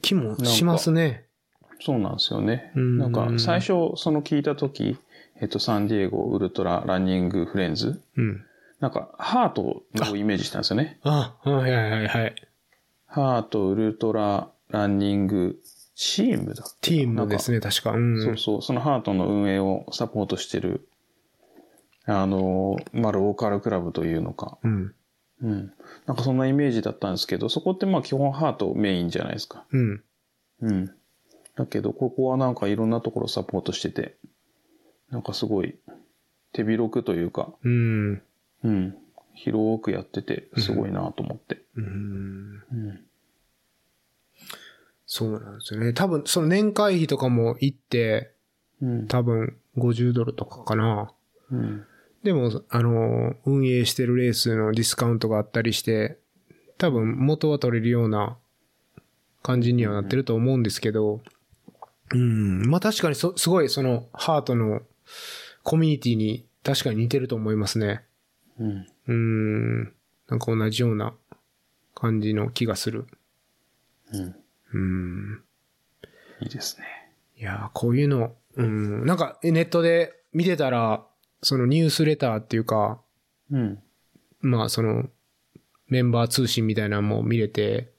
気もしますね。
そうなんですよね。
うん
なんか、最初、その聞いたとき、えっと、サンディエゴウルトラランニングフレンズ。
うん。
なんか、ハートをイメージしたんですよね。
あ、はいはいはいはい。
ハートウルトラランニングチームだっけ
チームですね、確か。うん。
そうそう、そのハートの運営をサポートしてる、あの、まあ、ローカルクラブというのか。
うん。
うん。なんかそんなイメージだったんですけど、そこってまあ基本ハートメインじゃないですか。
うん。
うん。だけど、ここはなんかいろんなところサポートしてて、なんかすごい手広くというか、
うん。
うん。広くやってて、すごいなと思って。
うん
うん。
そうなんですよね。多分、その年会費とかも行って、
うん。
多分50ドルとかかな。
うん。
でも、あの、運営してるレースのディスカウントがあったりして、多分元は取れるような感じにはなってると思うんですけど、うん、まあ確かにそ、すごいそのハートのコミュニティに確かに似てると思いますね。
うん。
うん、なんか同じような感じの気がする。
うん。
うん。
いいですね。
いやー、こういうの、うん、なんかえネットで見てたら、そのニュースレターっていうか、
うん。
まあその、メンバー通信みたいなのも見れて、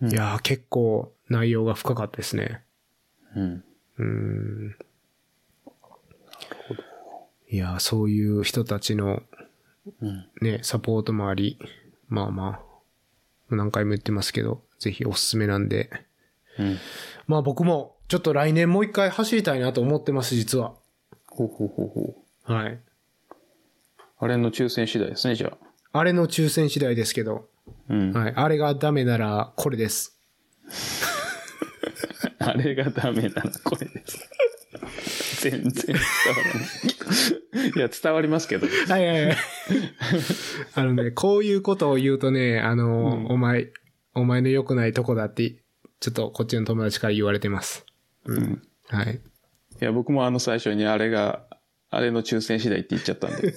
うん
いやー、結構内容が深かったですね。
うん。
うん。いやー、そういう人たちの
うん。
ね、サポートもあり、まあまあ、何回も言ってますけど、ぜひおすすめなんで。
うん。
まあ僕も、ちょっと来年もう一回走りたいなと思ってます、実は。
ほうほうほうほう。
はい。
あれの抽選次第ですね、じゃあ。
あれの抽選次第ですけど、
うん。
はい。あれがダメなら、これです。
あれがダメならこれです。全然伝わらない。いや、伝わりますけど。
はいはい はい。あのね、こういうことを言うとね、あの、お前、お前の良くないとこだって、ちょっとこっちの友達から言われてます。
うん。
はい。
いや、僕もあの最初にあれが、あれの抽選次第って言っちゃったんで。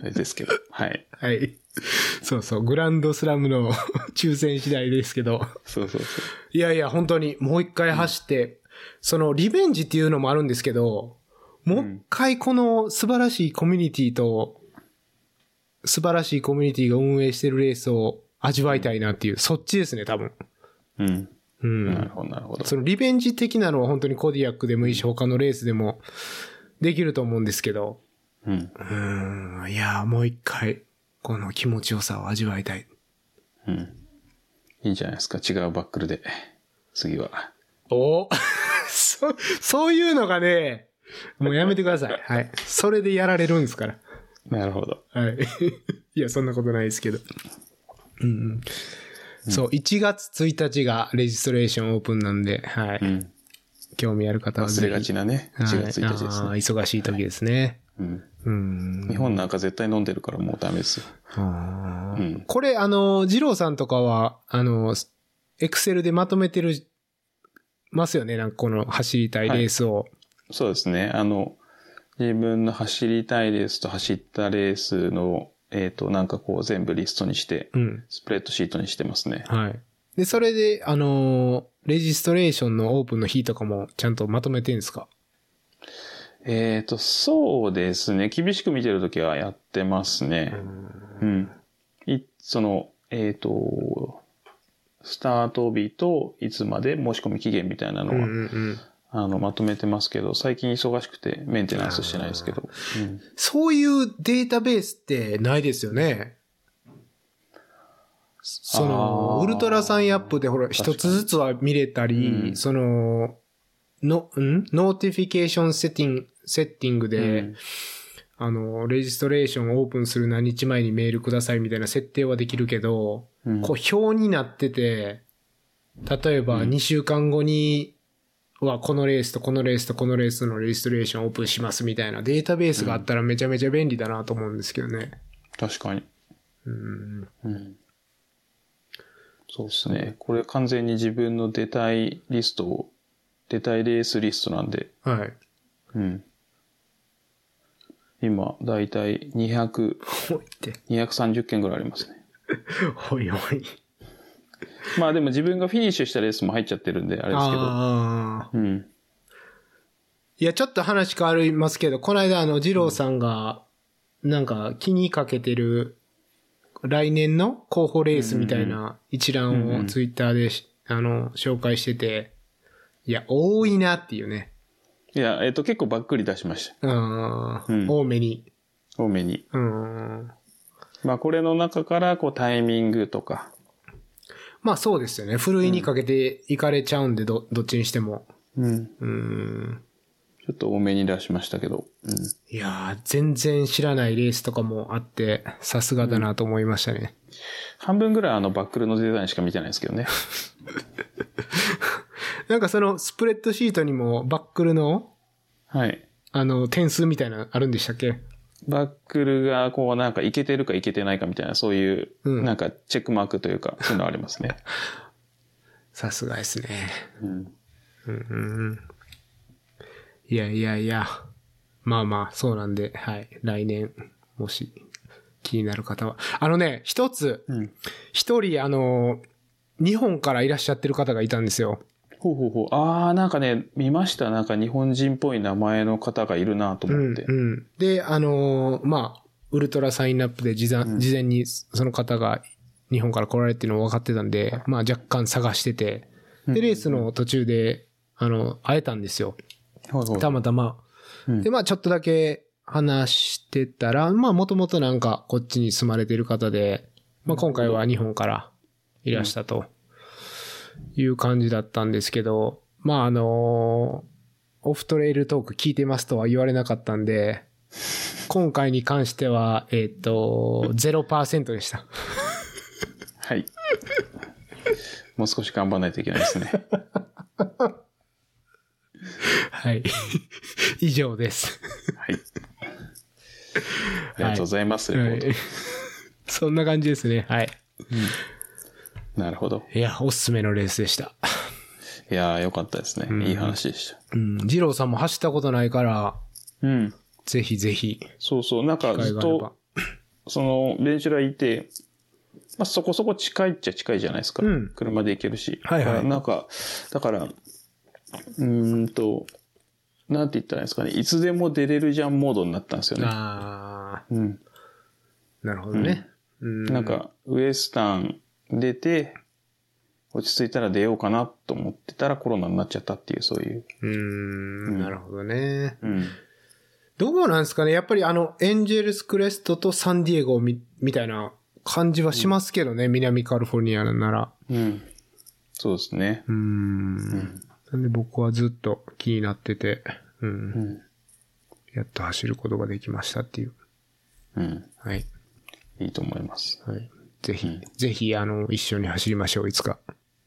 あれですけど。はい。
はい。そうそう、グランドスラムの 抽選次第ですけど。
そうそうそ
いやいや、本当にもう一回走って、そのリベンジっていうのもあるんですけど、もう一回この素晴らしいコミュニティと、素晴らしいコミュニティが運営してるレースを味わいたいなっていう、そっちですね、多分。
う。うん。
うん。
なるほど、なるほど。
そのリベンジ的なのは本当にコディアックでもいいし、他のレースでもできると思うんですけど、
うん
う。ーん、いやー、もう一回、この気持ちよさを味わいたい。
うん。いいじゃないですか。違うバックルで。次は。
お そ、そういうのがね、もうやめてくださ い。はい。それでやられるんですから。
なるほど。
はい。 いや、そんなことないですけど。うんうん。そう、1月1日がレジストレーションオープンなんで、はい。
うん。
興味ある方は
忘
ぜ
れ
ひ
がちなね。
はい
1月1日です
あ
ね。
ー忙しい時ですね。
うん。
うん。
日本なんか絶対飲んでるからもうダメですよ。
あー
うん
これ、あの、二郎さんとかは、あの、エクセルでまとめてる、ますよね。なんかこの走りたいレースを。
そうですね。あの、自分の走りたいレースと走ったレースの、えっ、と、なんかこう全部リストにして、
うん。
スプレッドシートにしてますね。
はい。で、それで、あの、レジストレーションのオープンの日とかもちゃんとまとめてるんですか
えっ、と、そうですね。厳しく見てるときはやってますね。うん。い、その、えっ、と、スタート日といつまで申し込み期限みたいなの
う
は、
んうんうん。
あの、まとめてますけど、最近忙しくてメンテナンスしてないですけど。うん
そういうデータベースってないですよね。その、
あー
ウルトラサインアップでほら、
確か
一
に
つずつは見れたり、
うん
その、の、んノーティフィケーションセッティング、セッティングで、
うん
あの、レジストレーションオープンする何日前にメールくださいみたいな設定はできるけど、
うん
こう表になってて、例えば
うん
2週間後にはこのレースとこのレースとこのレースのレジストレーションオープンしますみたいなデータベースがあったらめちゃめちゃ便利だなと思うんですけどね。
確かに。
うん。
うん。そうですね。これ完全に自分の出たいリストを、出たいレースリストなんで、
はい。
うん。今、だいたい200、
おいって。
230件ぐらいありますね。
おいおい。
まあでも自分がフィニッシュしたレースも入っちゃってるんで、あれですけど。
ああ。
うん。
いや、ちょっと話変わりますけど、この間、あの、二郎さんが、なんか、気にかけてる、来年の候補レースみたいな一
うんう
覧を
ん
ツイッターでし、あの、紹介してて、いや、多いなっていうね。
いや、えっ、と、結構ばっくり出しまし
うん
うん
多めに。
た。多めに。
うん。
まあこれの中から、こう、タイミングとか。
まあそうですよね。ふるいにかけていかれちゃうんで、ど、どっちにしても。
うん。
うん。
ちょっと多めに出しましたけど。うん。
いやー、全然知らないレースとかもあって、さすがだなと思いましたね。
半分ぐらいあの、バックルのデザインしか見てないですけど ね。
なんかその、スプレッドシートにも、バックルの、
はい。
あの、点数みたいなのあるんでしたっけ
バックルが、こう、なんか、いけてるかいけてないかみたいな、そういう、
うん
なんか、チェックマークとい うか、そういうのありますね。
さすがですね。
うん。
うんうん。いやいやいや。まあまあ、そうなんで、はい。来年、もし、気になる方は。あのね、一つ、
うん。
一人、あの、日本からいらっしゃってる方がいたんですよ。
ほうほうほう。あー、なんかね、見ました。なんか、日本人っぽい名前の方がいるなと
う
思っ
ん
て。、
うん。で、あのーまあ、ウルトラサインナップで事前,、事前にその方が日本から来られるっていうのを分かってたんで、まあ若干探してて、で、レースの途中で、あの、会えたんですよ。
はいはい
たまたま。
うん
で、まあちょっとだけ話してたら、まあもともとなんかこっちに住まれてる方で、まあ今回は日本からいらしたという感じだったんですけど、まああのーオフトレイルトーク聞いてますとは言われなかったん で、今回に関しては、えっ、と、0%で した。
はい。もう少し頑張らないといけな いですね。
はい。 以上です。
はい。ありがとうございます、レポート。
はい そんな感じですね。はい。
なるほど。
いや、おすすめのレースでした。
いやー、よかったですね。いい話でした。
うん、二郎さんも走ったことないから、
うん。
ぜひぜひ、
そうそう。なんか、
海
ずっ
外れば
と、その、ベンチュラいて、まあ、そこそこ近いっちゃ近いじゃないですか。
うん
車で行けるし。
はいはい
なんか、だから、うーんと、なんて言ったらいいんですかね。いつでも出れるじゃんモードになったんですよね。
あ
うん。
ー、なるほどね。うん
なん、か、ウエスタン出て、落ち着いたら出ようかなと思ってたらコロナになっちゃったっていう、そういう。
うーん、なるほどね。
うん。
どうなんですかねやっぱりあの、エンジェルスクレストとサンディエゴみみたいな感じはしますけどね、南カリフォルニアなら。
うん。そうですね。
うーん。なんで僕はずっと気になってて、うん。
うん。
やっと走ることができましたっていう。
うん。
はい。
いいと思います。
はい。ぜひ、
うん
ぜひ、あの、一緒に走りましょう、いつか。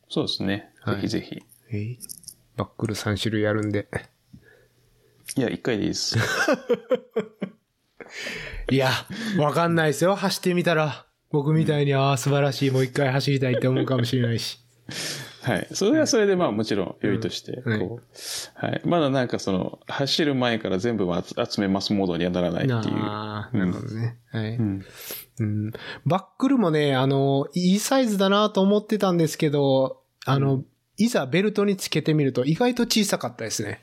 そうですね。
は
ぜ
い
ひぜひ。
えいバックル3種類やるんで。
いや、一回でいいです。
いや、わかんないですよ。走ってみたら。僕みたいに、ああ、素晴らしい。もう一回走りたいって思うかもしれないし。
はい。それはそれで、まあもちろん良いとして、
うん
こう、はい。まだなんかその、走る前から全部は集集めますモードにはならないっていう。
あーなるほどね。はい、
うん。
うん。バックルもね、あの、いいサイズだなと思ってたんですけど、あの、いざベルトにつけてみると意外と小さかったですね。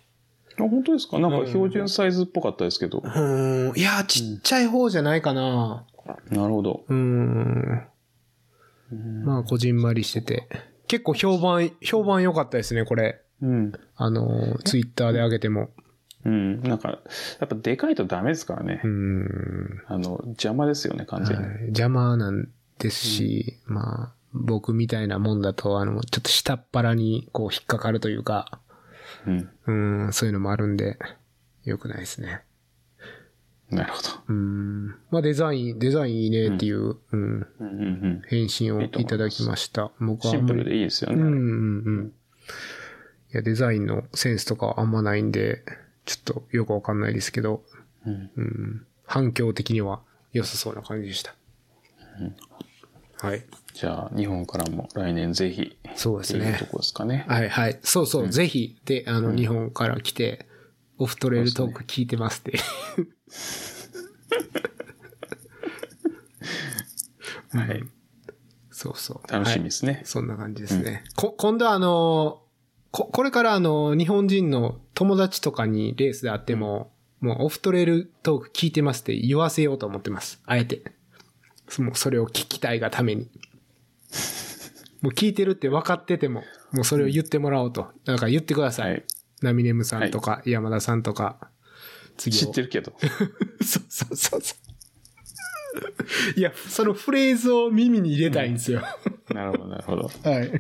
あ本当ですかなんか標準サイズっぽかったですけど。
うーん。いやー、ちっちゃい方じゃないかな。
なるほど。
うーん。
うん。
まあ、こじんまりしてて。結構評判、評判良かったですね、これ。
うん。
あの、ツイッターで上げても。
うん。なんか、やっぱでかいとダメですからね
うー。ん。
あの、邪魔ですよね、完全に。
はい邪魔なんですし、まあ、僕みたいなもんだと、あの、ちょっと下っ腹にこう引っかかるというか、
うん。
うん、そういうのもあるんで、良くないですね。
なるほど。
うん。まあデザイン、デザインいいねっていう、うん、
うんうんうん。
返信をいただきました。僕は
シ
あん
ンプ
まり
ルでいいですよ
うんう
ね。
んうん。いや、デザインのセンスとかあんまないんで、ちょっとよくわかんないですけど、
うん。
うん、反響的には良さそうな感じでした。はい。
じゃあ、日本からも来年ぜひ、
そうです
っていう
ね
と。こですかね。
はいはい。そうそう、ぜひ、で、あの、日本から来て、オフトレールトーク聞いてますって。
はい。
そうそう。
楽しみ
は
で
い
すね。
そんな感じですね。こ、今度はあのーこ、これからあのー日本人の友達とかにレースであっても、もうオフトレールトーク聞いてますって言わせようと思ってます。あえて。そもうそれを聞きたいがために。もう聞いてるって分かってても、もうそれを言ってもらおうと。なんか言ってくださ。
はいい。
ナミネムさんとか、山田さんとか、次を
知ってるけ ど。
そうそうそうそう。いや、そのフレーズを耳に入れたいんですよ。
なるほど、なるほど。
はい。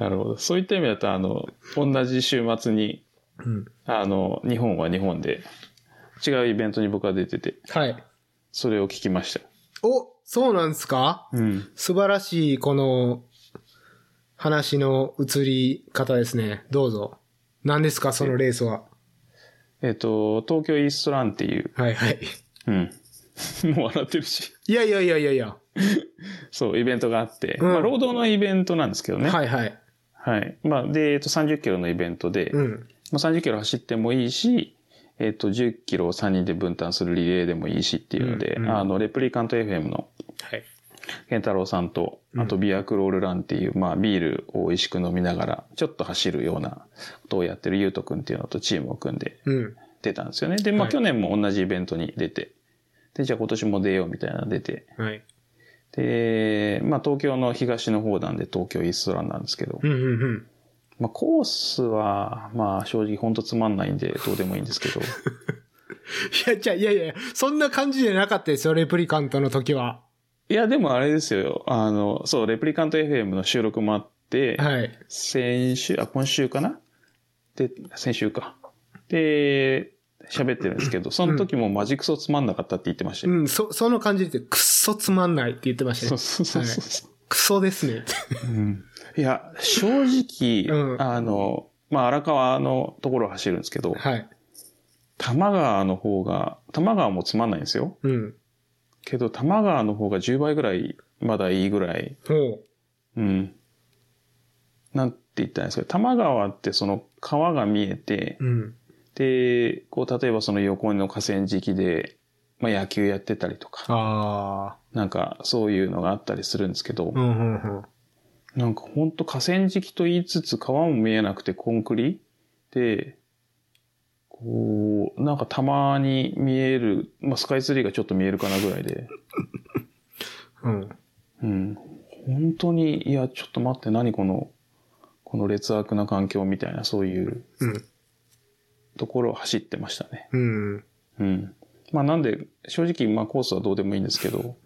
なるほど。そういった意味だと、あの、同じ週末に、
ん
あの、日本は日本で、違うイベントに僕は出てて、
はい。
それを聞きました。
お、そうなんですか
うん。
素晴らしい、この、話の移り方ですね。どうぞ。何ですか、そのレースは。
えっ、と、東京イーストランっていう、
はいはい。
うん。 もう笑ってるし。
いやいやいやいやいや。
そう、イベントがあって、
うん
まあ、労働のイベントなんですけどね。はい。
はいはい。
まあ、で、えっ、と、30キロのイベントで、
うん。
まあ、30キロ走ってもいいし、えっ、と、10キロを3人で分担するリレーでもいいしっていうので、
うんうん
あの、レプリカント FM の
はい。
健太郎さんと、あとビアクロールランっていう、まあビールを美味しく飲みながら、ちょっと走るようなことをやってるゆうとくんっていうのとチームを組んで
うん。
出たんですよね。で、ま
は
あ
い
去年も同じイベントに出て、で、じゃあ今年も出ようみたいなの出て、
はい。
で、まあ東京の東の方なんで東京イーストランなんですけど
う、んうんうん。
まあコースは、まあ正直ほんとつまんないんでどうでもいいんですけど、
いや、じゃあいやいやいやそんな感じじゃなかったですよ、レプリカントの時は。
いやでもあれですよ、あの、そう、レプリカント FM の収録もあって、
はい。
先週、あ、今週かなで、先週か。で、喋ってるんですけど、その時もマジクソつまんなかったって言ってましたよ。
うん、そ、その感じで、くっそつまんないって言ってました
そう
ね。
そうそうそう。
くそですね。
うんいや、正直、
うん
あの、まあ、荒川のところを走るんですけど、
はい。
多摩川の方が、多摩川もつまんないんですよ。
うん。
けど、多摩川の方が10倍ぐらい、まだいいぐらい、
ほ
うん。なんて言ったらいいんですか、多摩川ってその川が見えて、
う。うん。
で、こう、例えばその横の河川敷で、まあ野球やってたりとか、
ああ。
なんかそういうのがあったりするんですけど
う、ん、うん、うん。
なんかほんと河川敷と言いつつ川も見えなくてコンクリで、こう、なんかたまに見える、まあスカイツリーがちょっと見えるかなぐらいで、
うん。
うん。本当に、いや、ちょっと待って、何この、この劣悪な環境みたいな、そういう
うん。
ところを走ってましたね。
うん。
うん。まあなんで、正直、まあコースはどうでもいいんですけど、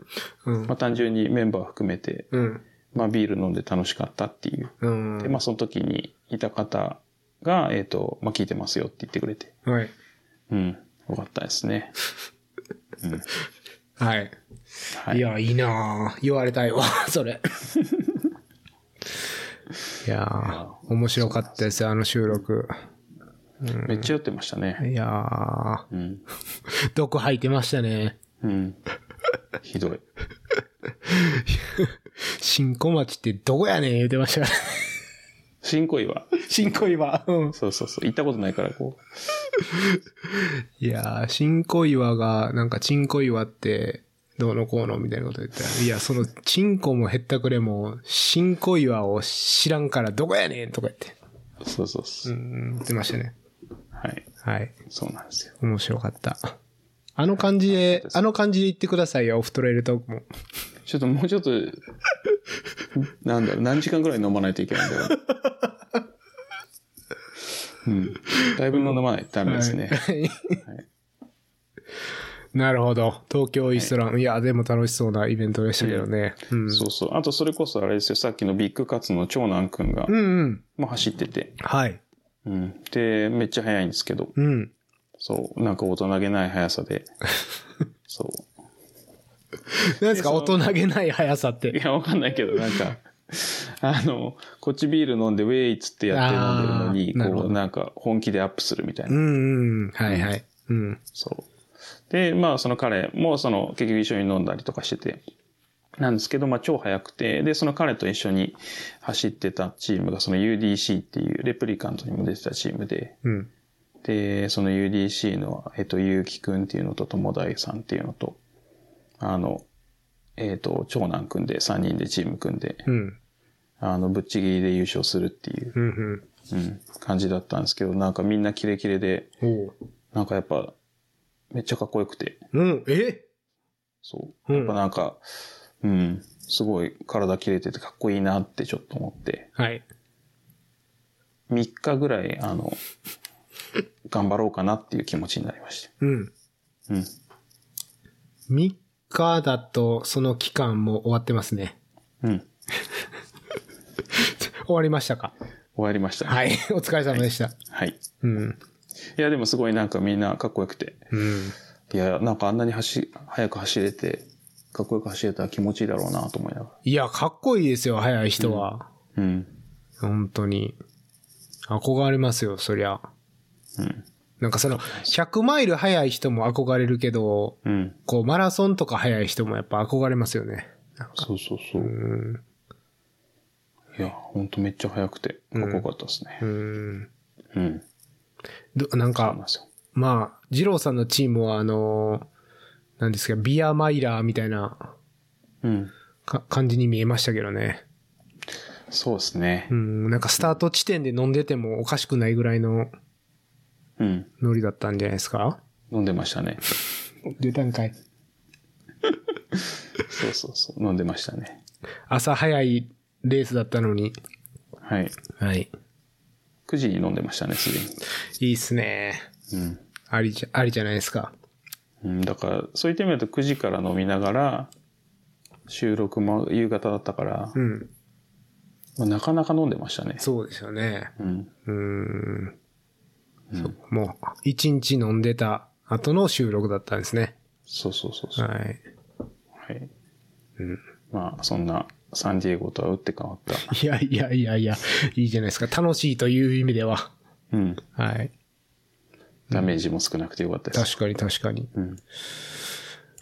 うん
まあ、単純にメンバー含めて、
うん。
まあ、ビール飲んで楽しかったっていう。
うん。
で、まあ、その時にいた方が、えっ、と、まあ、聞いてますよって言ってくれて。
はい。
うん。よかったですね。うん。
はい。、
はいい。
や、いいなあ言われたいわ、 そ れ。いやあ面白かったですよ、あの収録。
めっちゃ酔ってましたね。
いやあ
うん。
毒吐いてましたね。
うん。ひどい。
新小町ってどこやねん言うてましたからね。
新恋は、
新小岩。うん。
そうそうそう、行ったことないから、こ
いやー、新小岩が、なんか、チンコ岩って、どうのこうのみたいなこと言ったら、いや、その、チンコもへったくれも、新小岩を知らんからどこやねんとか言って、
う。そうそうそうう。
ん、言ってましたね。
はい。
はい。
そうなんですよ。
面白かった。あの感じで、あの感じで言ってくださいよ、オフトレイルトークも。
ちょっともうちょっと、なんだろう、何時間ぐらい飲まないといけないんだろう。うん。だいぶ飲まないとダメですね。
はい。なるほど。東京イーストラン。い、や、でも楽しそうなイベントでしたけどね。うん。
そうそう。あと、それこそあれですよ。さっきのビッグカツの長男くんが
う、んうん。
まあ走ってて。
はい。
うん。で、めっちゃ速いんですけど、
うん。
そう。なんか大人げない速 さで。そう。
何ですか、
で
大
そ
人げない速さっ
い
て。
や、わかんないけど、なんか、 あの、こっちビール飲んで、ウェイっつってやって飲んでる
あーな
の
る
に、
ほ
こ
ど
う、なんか本気でアップするみたいな
う。んうん。はいはい。うん。
そう。で、まあその彼もその結局一緒に飲んだりとかしてて、なんですけど、まあ超速くて、で、その彼と一緒に走ってたチームがその UDC っていうレプリカントにも出てたチームで、
うん。
で、その UDC の、えっと、ゆうきくんっていうのと、ともだいさんっていうのと、あの、えっと、長男くんで、3人でチーム組んで、
うん。
あの、ぶっちぎりで優勝するっていう、
うん。うん。
うん、感じだったんですけど、なんかみんなキレキレで、
おう。
なんかやっぱ、めっちゃかっこよくて、
うん。え
そう。
うん
やっぱなんか、うん、すごい体切れててかっこいいなってちょっと思って、
はい。
3日ぐらい、あの、頑張ろうかなっていう気持ちになりまし
うん。
た。うん。
3日だと、その期間も終わってますね。
うん。
終わりましたか
終わりました。い。
はい。お疲れ様でした。
はい。
うん。
いや、でもすごいなんかみんなかっこよくて。
うん。
いや、なんかあんなに走、速く走れて、かっこよく走れたら気持ちいいだろうなと思いなが
いや、かっこいいですよ、速い人は。
ら。うん。
本当に。憧れますよ、そりゃ。
うん。
なんかその、100マイル速い人も憧れるけど、
うん。
こう、マラソンとか速い人もやっぱ憧れますよね。
そうそうそう。いや、ほんとめっちゃ速くて、かっこよかったですね
う。ん。
うん。うん、
どなん
そうなん
か
で、すよ。
まあ、二郎さんのチームはあのー、なんですか、ビアマイラーみたいな
うん。
か感じに見えましたけどね。
そうですね
う。ん、なんかスタート地点で飲んでてもおかしくないぐらいの
うん。
ノリだったんじゃないですか
飲んでましたね。
出たんかい。
そうそうそう。飲んでましたね。
朝早いレースだったのに。
はい。
はい。
9時に飲んでましたね、す
いいっすね。
でに。
ありじゃ、ありじゃないですか。
うん。うん、だから、そう言ってみると9時から飲みながら、収録も夕方だったから、
うん。
まあ、なかなか飲んでましたね。
そうですよね。
うん。
うーん。そうもう、一日飲んでた後の収録だったんですね。
そうそうそうそう。
はい。
はい。まあ、そんな、サンディエゴとは打って変わった。
いやいやいやいや、いいじゃないですか。楽しいという意味では。
うん。
はい。
ダメージも少なくてよかったです。
確かに確かに。
うん。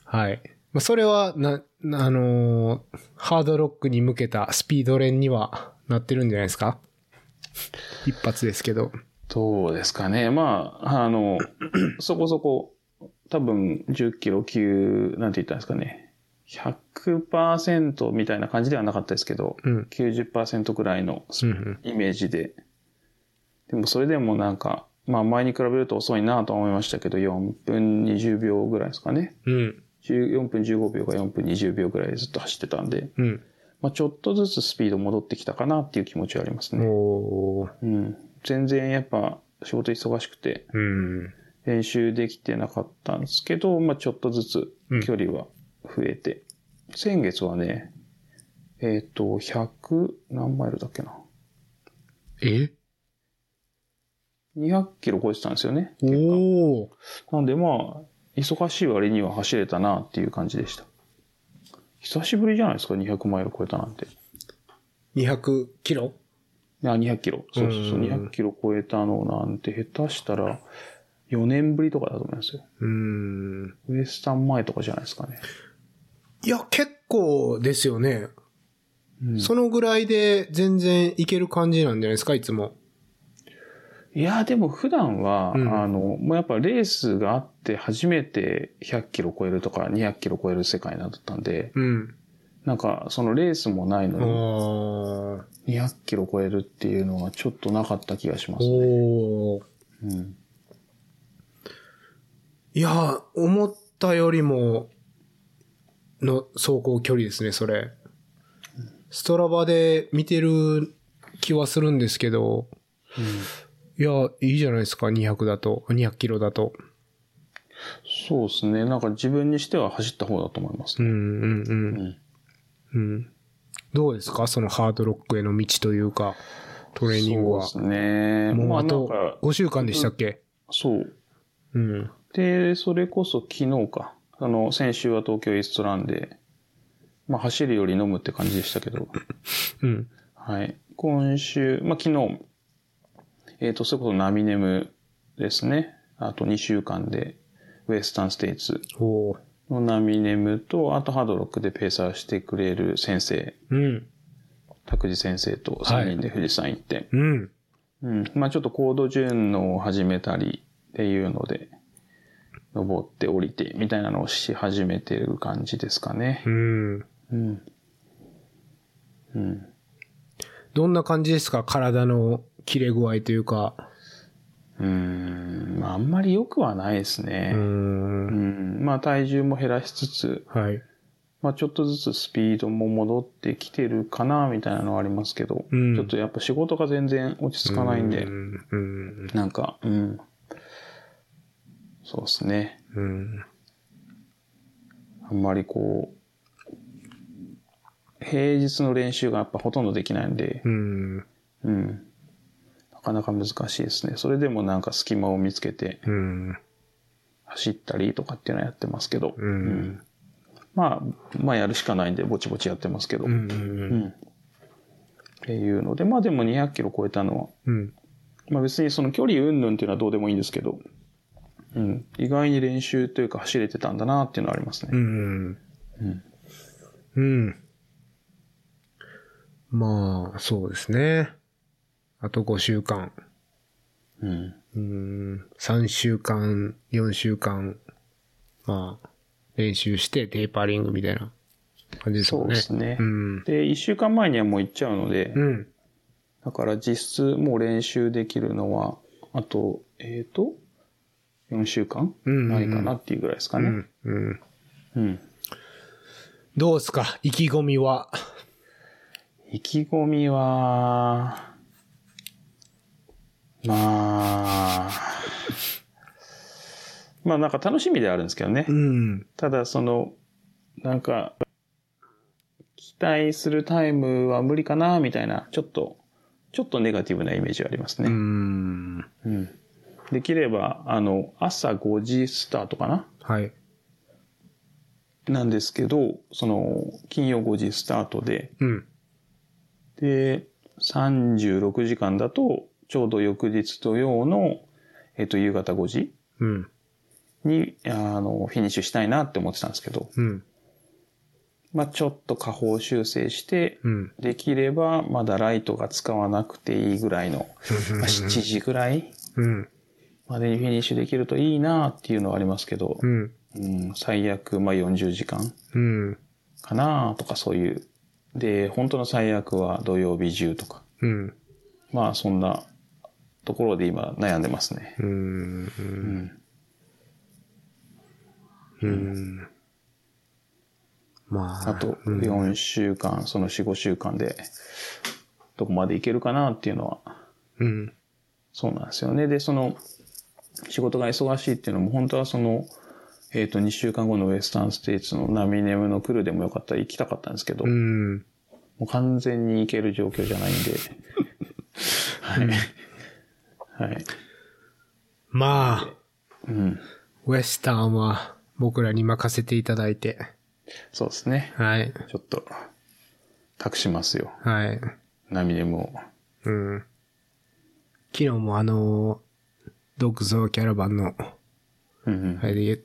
はい。まあ、それは、な、なあのーハードロックに向けたスピード練にはなってるんじゃないですか一発ですけど。
どうですかね。まあ、あの、 そこそこ、多分10キロ級、なんて言ったんですかね。100%みたいな感じではなかったですけど、
うん。
90%くらいの
うんうん。
イメージで。でもそれでもなんか、まあ前に比べると遅いなとは思いましたけど、4分20秒ぐらいですかね。
うん。
14分15秒か4分20秒ぐらいずっと走ってたんで、
うん。
まあ、ちょっとずつスピード戻ってきたかなっていう気持ちはありますね。
おー。
うん。全然やっぱ仕事忙しくて
うん。
練習できてなかったんですけど、まあ、ちょっとずつ
うん
距離は増えて。先月はね、えっ、と、100、何マイルだっけな。
え
200キロ超えてたんですよね。結果
おー。
なんでまあ、忙しい割には走れたなっていう感じでした。久しぶりじゃないですか、200マイル超えたなんて。
200キロ
あ、200キロ。そうそうそうう。
ん
200キロ超えたのなんて、下手したら、4年ぶりとかだと思いますよ。
うーん。
ウエスタン前とかじゃないですかね。
いや、結構ですよね。
うん
そのぐらいで全然いける感じなんじゃないですか、いつも。
いや、でも普段は、
うん
あの、もうやっぱレースがあって初めて100キロ超えるとか200キロ超える世界なんだったんで、
うん。
なんか、そのレースもない
あ
の
ー。
に、200キロ超えるっていうのはちょっとなかった気がしますね。
おー。
うん。
いや、思ったよりも、の走行距離ですね、それ。ストラバで見てる気はするんですけど、いや、いいじゃないですか、200だと、200キロだと。
そうですね。なんか自分にしては走った方だと思います
う
ね。
ん、うん、うん。
うん
うん。どうですかそのハードロックへの道というか、トレーニングは。
そうですね。
もう
まあ
あ
なん
と
か、
5週間でしたっけ
そう。
うん。
で、それこそ昨日か。あの、先週は東京イーストランで、まあ走るより飲むって感じでしたけど、
うん。
はい。今週、まあ昨日、えっ、と、それこそナミネムですね。あと2週間で、ウエスタンステイツ
おー
のナミネムと、あとハードロックでペーサーしてくれる先生、
うん。
拓司先生と3人で富士山行って、
うん。
うん。まあちょっと高度順応を始めたりっていうので、登って降りてみたいなのをし始めてる感じですかね
う。ん。
うん。うん。
どんな感じですか体の切れ具合というか。
うーん。まああんまり良くはないです
うー。
ね。うんん。まあ体重も減らしつつ、
はい。
まあちょっとずつスピードも戻ってきてるかなみたいなのはありますけど、
うん
ちょっとやっぱ仕事が全然落ち着かないんで、
うん。うん。
なんか、うん。そうですね。
うん。
あんまりこう、平日の練習がやっぱほとんどできないんで、
うん。
うん。なかなか難しいですね。それでもなんか隙間を見つけて
うん。
走ったりとかっていうのはやってますけど、
うん。うん。
まあ、まあやるしかないんでぼちぼちやってますけど、
う
うん。
ん。
っていうので、まあでも200キロ超えたのは、
うん。
まあ別にその距離云々っていうのはどうでもいいんですけど、うん。意外に練習というか走れてたんだなっていうのはあります
う
ね。
ん。
うん。
うん。まあ、そうですね。あと5週間。
うん。
うーん、3週間、4週間、まあ、練習してテーパーリングみたいな感じです
そ
もん
う
ね。
ですね。
うん。
で、1週間前にはもう行っちゃうので、
うん。
だから実質もう練習できるのは、あと、えっ、と、4週間
うんうんうん
ないかなっていうぐらいですか
う
ね。
ん。うん。
うん
どうすか意気込みは。
意気込みは、まあ、まあなんか楽しみではあるんですけどね。
うん。
ただその、なんか、期待するタイムは無理かな、みたいな、ちょっと、ちょっとネガティブなイメージはあります
う
ね。
ん。
うん、できれば、あの、朝5時スタートかな
はい。
なんですけど、その、金曜5時スタートで、
うん。
で、36時間だと、ちょうど翌日土曜の、えっと、夕方5時
うん。
に、あの、フィニッシュしたいなって思ってたんですけど、
うん。
まあちょっと下方修正して、
うん。
できれば、まだライトが使わなくていいぐらいの、まあ7時ぐらい
うん。
までにフィニッシュできるといいなっていうのはありますけど
う、ん。
うん、最悪、まあ40時間
うん。
かなとかそういう。で、本当の最悪は土曜日中とか。
うん。
まあそんなところで今悩んでますね。
うん。
うん。
うん。まあ。
あと4週間、その4、5週間でどこまでいけるかなっていうのは
うん。
そうなんですよね。で、その仕事が忙しいっていうのも本当はそのえっ、と2週間後のウエスタンステイツのナミネムのクルーでもよかったら行きたかったんですけど、
う
も
ん。
う完全に行ける状況じゃないんで。はい。はい。
まあ。
うん。
ウェスタンは僕らに任せていただいて。
そうですね。
はい。
ちょっと、託しますよ。
はい。
ナミネムを。
うん。昨日もあのー、ドッグゾーキャラバンの、
うんうん
あれで言え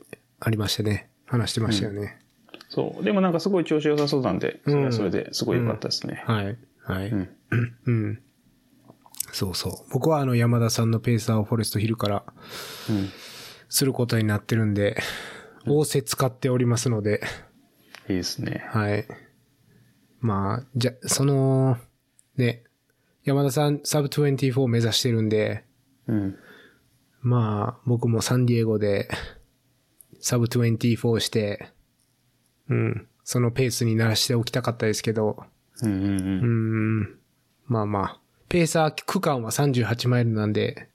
ありましたね。話してましたよね。
そう。でもなんかすごい調子良さそうなんで、それはそれですごい良かったですね。
はい。はい。
うん。
うん。そうそう。僕はあの山田さんのペーサーをフォレストヒルから
うん
することになってるんで、仰せ使っておりますので、
いいですね。
はい。まあ、じゃ、その、ね、山田さんサブ24目指してるんで、
うん。
まあ、僕もサンディエゴで、サブ24して、うん、そのペースにならしておきたかったですけど、
うんうんう。
うんん、まあまあ、ペーサー区間は38マイルなんで、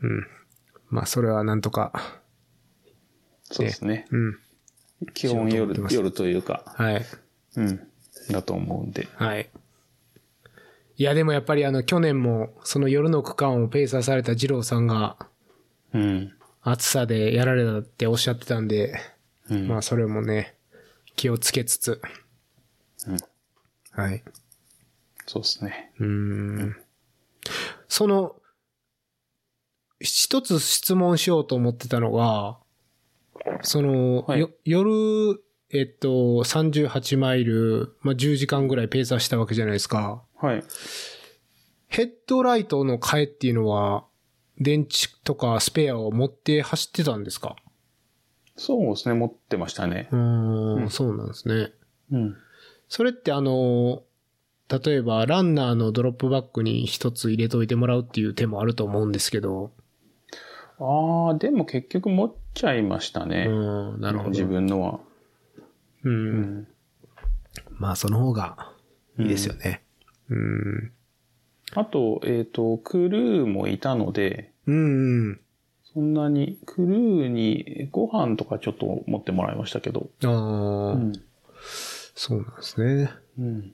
うん、まあそれはなんとか、
そうですね。
うん、
基本
しようと思ってま
夜、
す
夜というか、
はい、
うん。だと思うんで。
はい。いや、でもやっぱりあの、去年も、その夜の区間をペーサーされた二郎さんが、
うん。
暑さでやられたっておっしゃってたんで、
うん
まあそれもね、気をつけつつ。
うん
はい。
そうですね。
うーん。その、一つ質問しようと思ってたのが、その、
はい
よ夜、えっと、38マイル、まあ、10時間ぐらいペーサーしたわけじゃないですか。
はい。
ヘッドライトの替えっていうのは、電池とかスペアを持って走ってたんですか
そうですね、持ってましたね。
うーん、
うん
そうなんですね。
うん。
それってあの、例えばランナーのドロップバッグに一つ入れといてもらうっていう手もあると思うんですけど。
ああ、でも結局持っちゃいました
う
ね。
ん、なるほど。
自分のは。
う。
うんん。
まあその方がいいですよね。うん。
あと、えっ、と、クルーもいたので、
うん、うん。
そんなに、クルーにご飯とかちょっと持ってもらいましたけど。
ああ、
うん。
そうなんですね。
うん。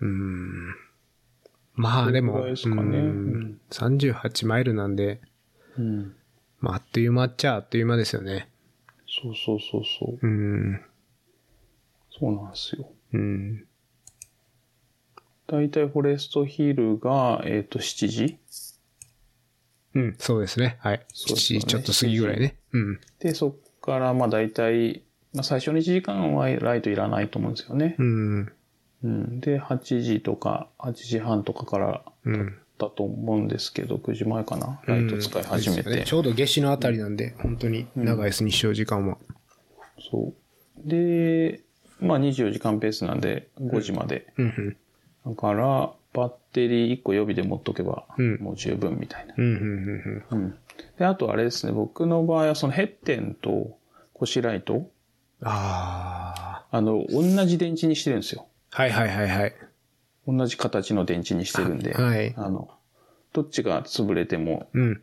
うん。まあで
そ
も、
れぐらいですかね
うん
うん
38マイルなんで、
うん。
まああっという間っちゃあっという間ですよね。
そうそうそうそう。
うん。
そうなんですよ。
うん。
だいたいフォレストヒルが、えっ、と、7時
うん、そうですね。はい。
そうですよ
7
ね
ちょっと過ぎぐらいね。うん。
で、そっから、まあ大体、まあ最初の1時間はライトいらないと思うんですよね。
うん。
うん。で、8時とか、8時半とかから
うん。
だと思うんですけど、9時前かな、ライト使い始めて。
うんちょうど夏至のあたりなんで、本当に長いです、日照時間は。
そう。で、まあ24時間ペースなんで、5時まで。
うん
だから、バッテリー1個予備で持っとけば
うん、
もう十分みたいな。
うん。うんうんうん
うん。で、あとあれですね、僕の場合はそのヘッテンと腰ライト、
ああ。
あの、同じ電池にしてるんですよ。
はいはいはいはい。
同じ形の電池にしてるんで、
はい。
あの、どっちが潰れても、
うん。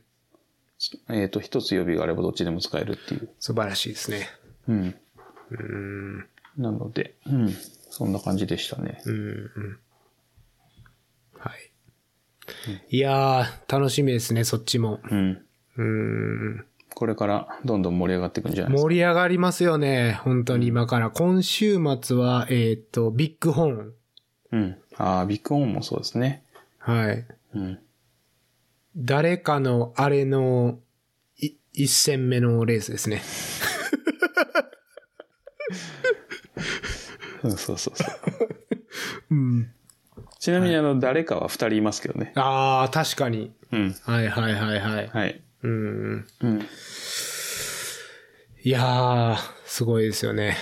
えっ、と、一つ予備があればどっちでも使えるっていう。
素晴らしいですね。
うん。
うん。
なので、うん。そんな感じでしたね。
うんうん。はい。いやー、楽しみですね、そっちも。
うん。
うん。
これからどんどん盛り上がっていくんじゃないですか。
盛り上がりますよね、本当に今から。今週末は、えっと、ビッグホーン。
うん。ああ、ビッグオンもそうですね。
はい。
うん。
誰かのあれのい一戦目のレースですね。
うんそうそう そう。
うん。
ちなみに、あの、誰かは二人いますけどね。
ああ、確かに。
うん。
はいはいはいはい。
はい。
うん。
うん。
いやー、すごいですよね。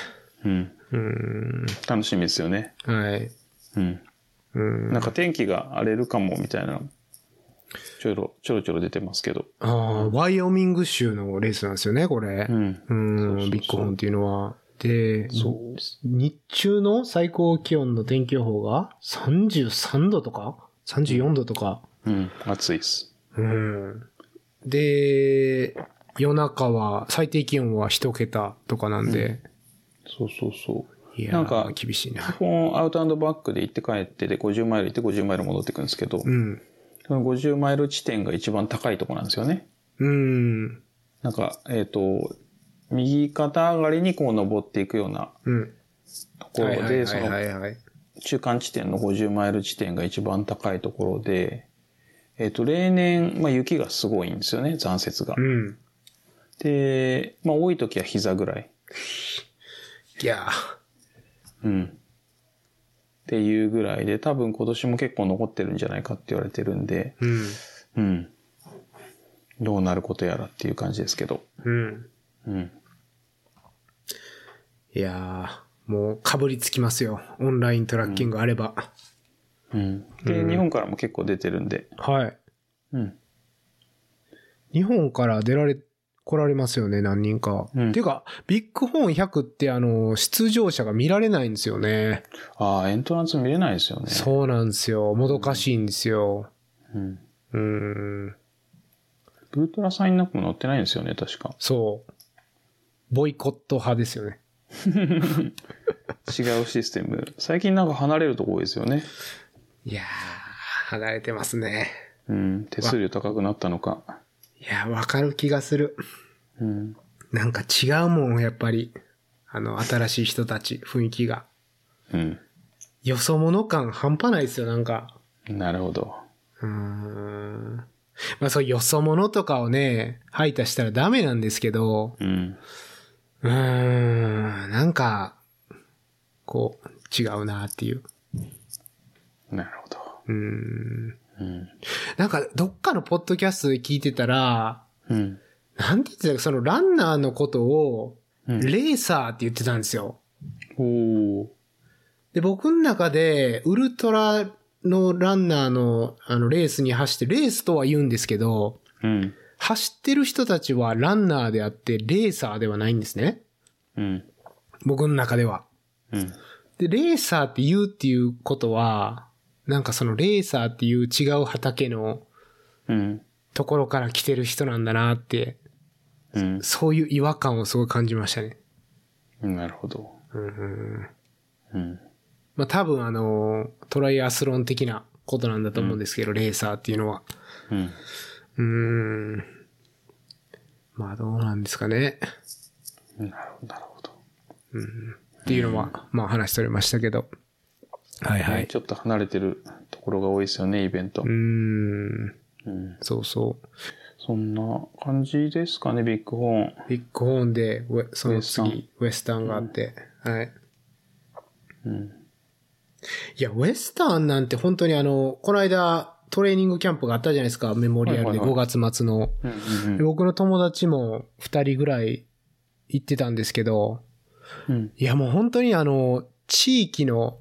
うん。
うん。
楽しみですよね。
はい。
うん。
うん。
なんか天気が荒れるかも、みたいな、ちょろ、ちょろちょろ出てますけど。
ああ、ワイオミング州のレースなんですよね、これ。
うん。
うん、
そうそうそう
ビッグホーンっていうのは。で、
そう
日中の最高気温の天気予報が33度とか ?34 度とか。
うん。暑いです。
うん。で、夜中は最低気温は一桁とかなんで、
そうそうそう。
いや
なん
ー
か
厳しい
基
な。
本アウトバックで行って帰ってで50マイル行って50マイル戻ってくるんですけど、
うん。
その50マイル地点が一番高いとこなんですよね。
うん。
なんか、えっ、と、右肩上がりにこう登っていくような
うん。
ところ
はい
で、
は
そ
いは
の
いはいはい。
中間地点の50マイル地点が一番高いところで、えっ、と、例年、まあ雪がすごいんですよね、残雪が
う。ん。
で、まあ多い時は膝ぐらい。
いや
うん。っていうぐらいで、多分今年も結構残ってるんじゃないかって言われてるんで、
ーうん。
うん。どうなることやらっていう感じですけど。
うん。
うん。
いやーもうかぶりつきますよ。オンライントラッキングあれば。
うん。で、日本からも結構出てるんで。
はい。
うん。
日本から出られ、来られますよね、何人か。
うん
ていうか、ビッグホーン100ってあの、出場者が見られないんですよね。
ああ、エントランス見れないですよね。
そうなんですよ。もどかしいんですよ。
うん。
うーん。
ブートラサインナップも載ってないんですよね、確か。
そう。ボイコット派ですよね。
違うシステム。最近なんか離れるとこ多いですよね。
いやー、離れてますね。
うん。手数料高くなったのか。
いやー、わかる気がする。
うん。
なんか違うもん、やっぱり。あの、新しい人たち、雰囲気が。
うん。
よそ者感半端ないですよ、なんか。
なるほど。
うーん。まあそう、よそ者とかをね、排他したらダメなんですけど、
うん。
うーん、なんか、こう、違うなっていう。
なるほど。
うーん。
うん。
なんか、どっかのポッドキャストで聞いてたら、
うん。
なんて言ってたか、そのランナーのことを、
うん
レーサーって言ってたんですよ。
おー。
で、僕の中で、ウルトラのランナーの、あの、レースに走って、レースとは言うんですけど、
うん。
走ってる人たちはランナーであって、レーサーではないんですね。
うん。
僕の中では。
うん。
で、レーサーって言うっていうことは、なんかそのレーサーっていう違う畑の
うん。
ところから来てる人なんだなって、
うん。
そういう違和感をすごい感じましたね。
なるほど。
うんうん
うん。
まあ多分あの、トライアスロン的なことなんだと思うんですけど、レーサーっていうのは。
うん。
うーん。まあどうなんですかね。
なるほど。なるほど。
っていうのは、まあ話しとれましたけど。はいは
ね
い。
ちょっと離れてるところが多いですよね、イベント
うー。ん。
うん。
そうそう。
そんな感じですかね、ビッグホーン。
ビッグホーンで、ウェその
ウエス
次、ウエスタンがあって。はい。
うん。
いや、ウエスタンなんて本当にあの、この間トレーニングキャンプがあったじゃないですか、メモリアル
はい
で
はいはい
5月末の。
うんうん
で僕の友達も2人ぐらい行ってたんですけど、
うん。
いやもう本当にあの、地域の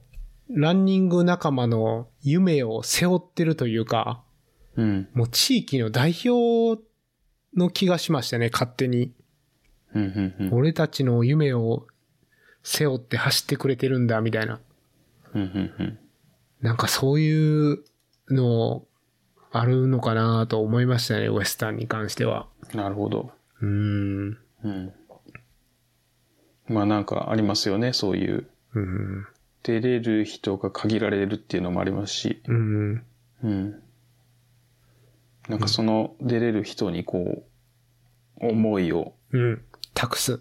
ランニング仲間の夢を背負ってるというか、
うん。
もう地域の代表の気がしましたね、勝手に。
うん。うん。
俺たちの夢を背負って走ってくれてるんだ、みたいな。
うん。うん。
なんかそういうのあるのかなと思いましたね、ウエスタンに関しては。
うん。なるほど。
うーん。う
うん。まあなんかありますよね、そういう。
ーん。
出れる人が限られるっていうのもありますし。
うーん。
うん。なんかその出れる人にこう、思いを、
うん。託す。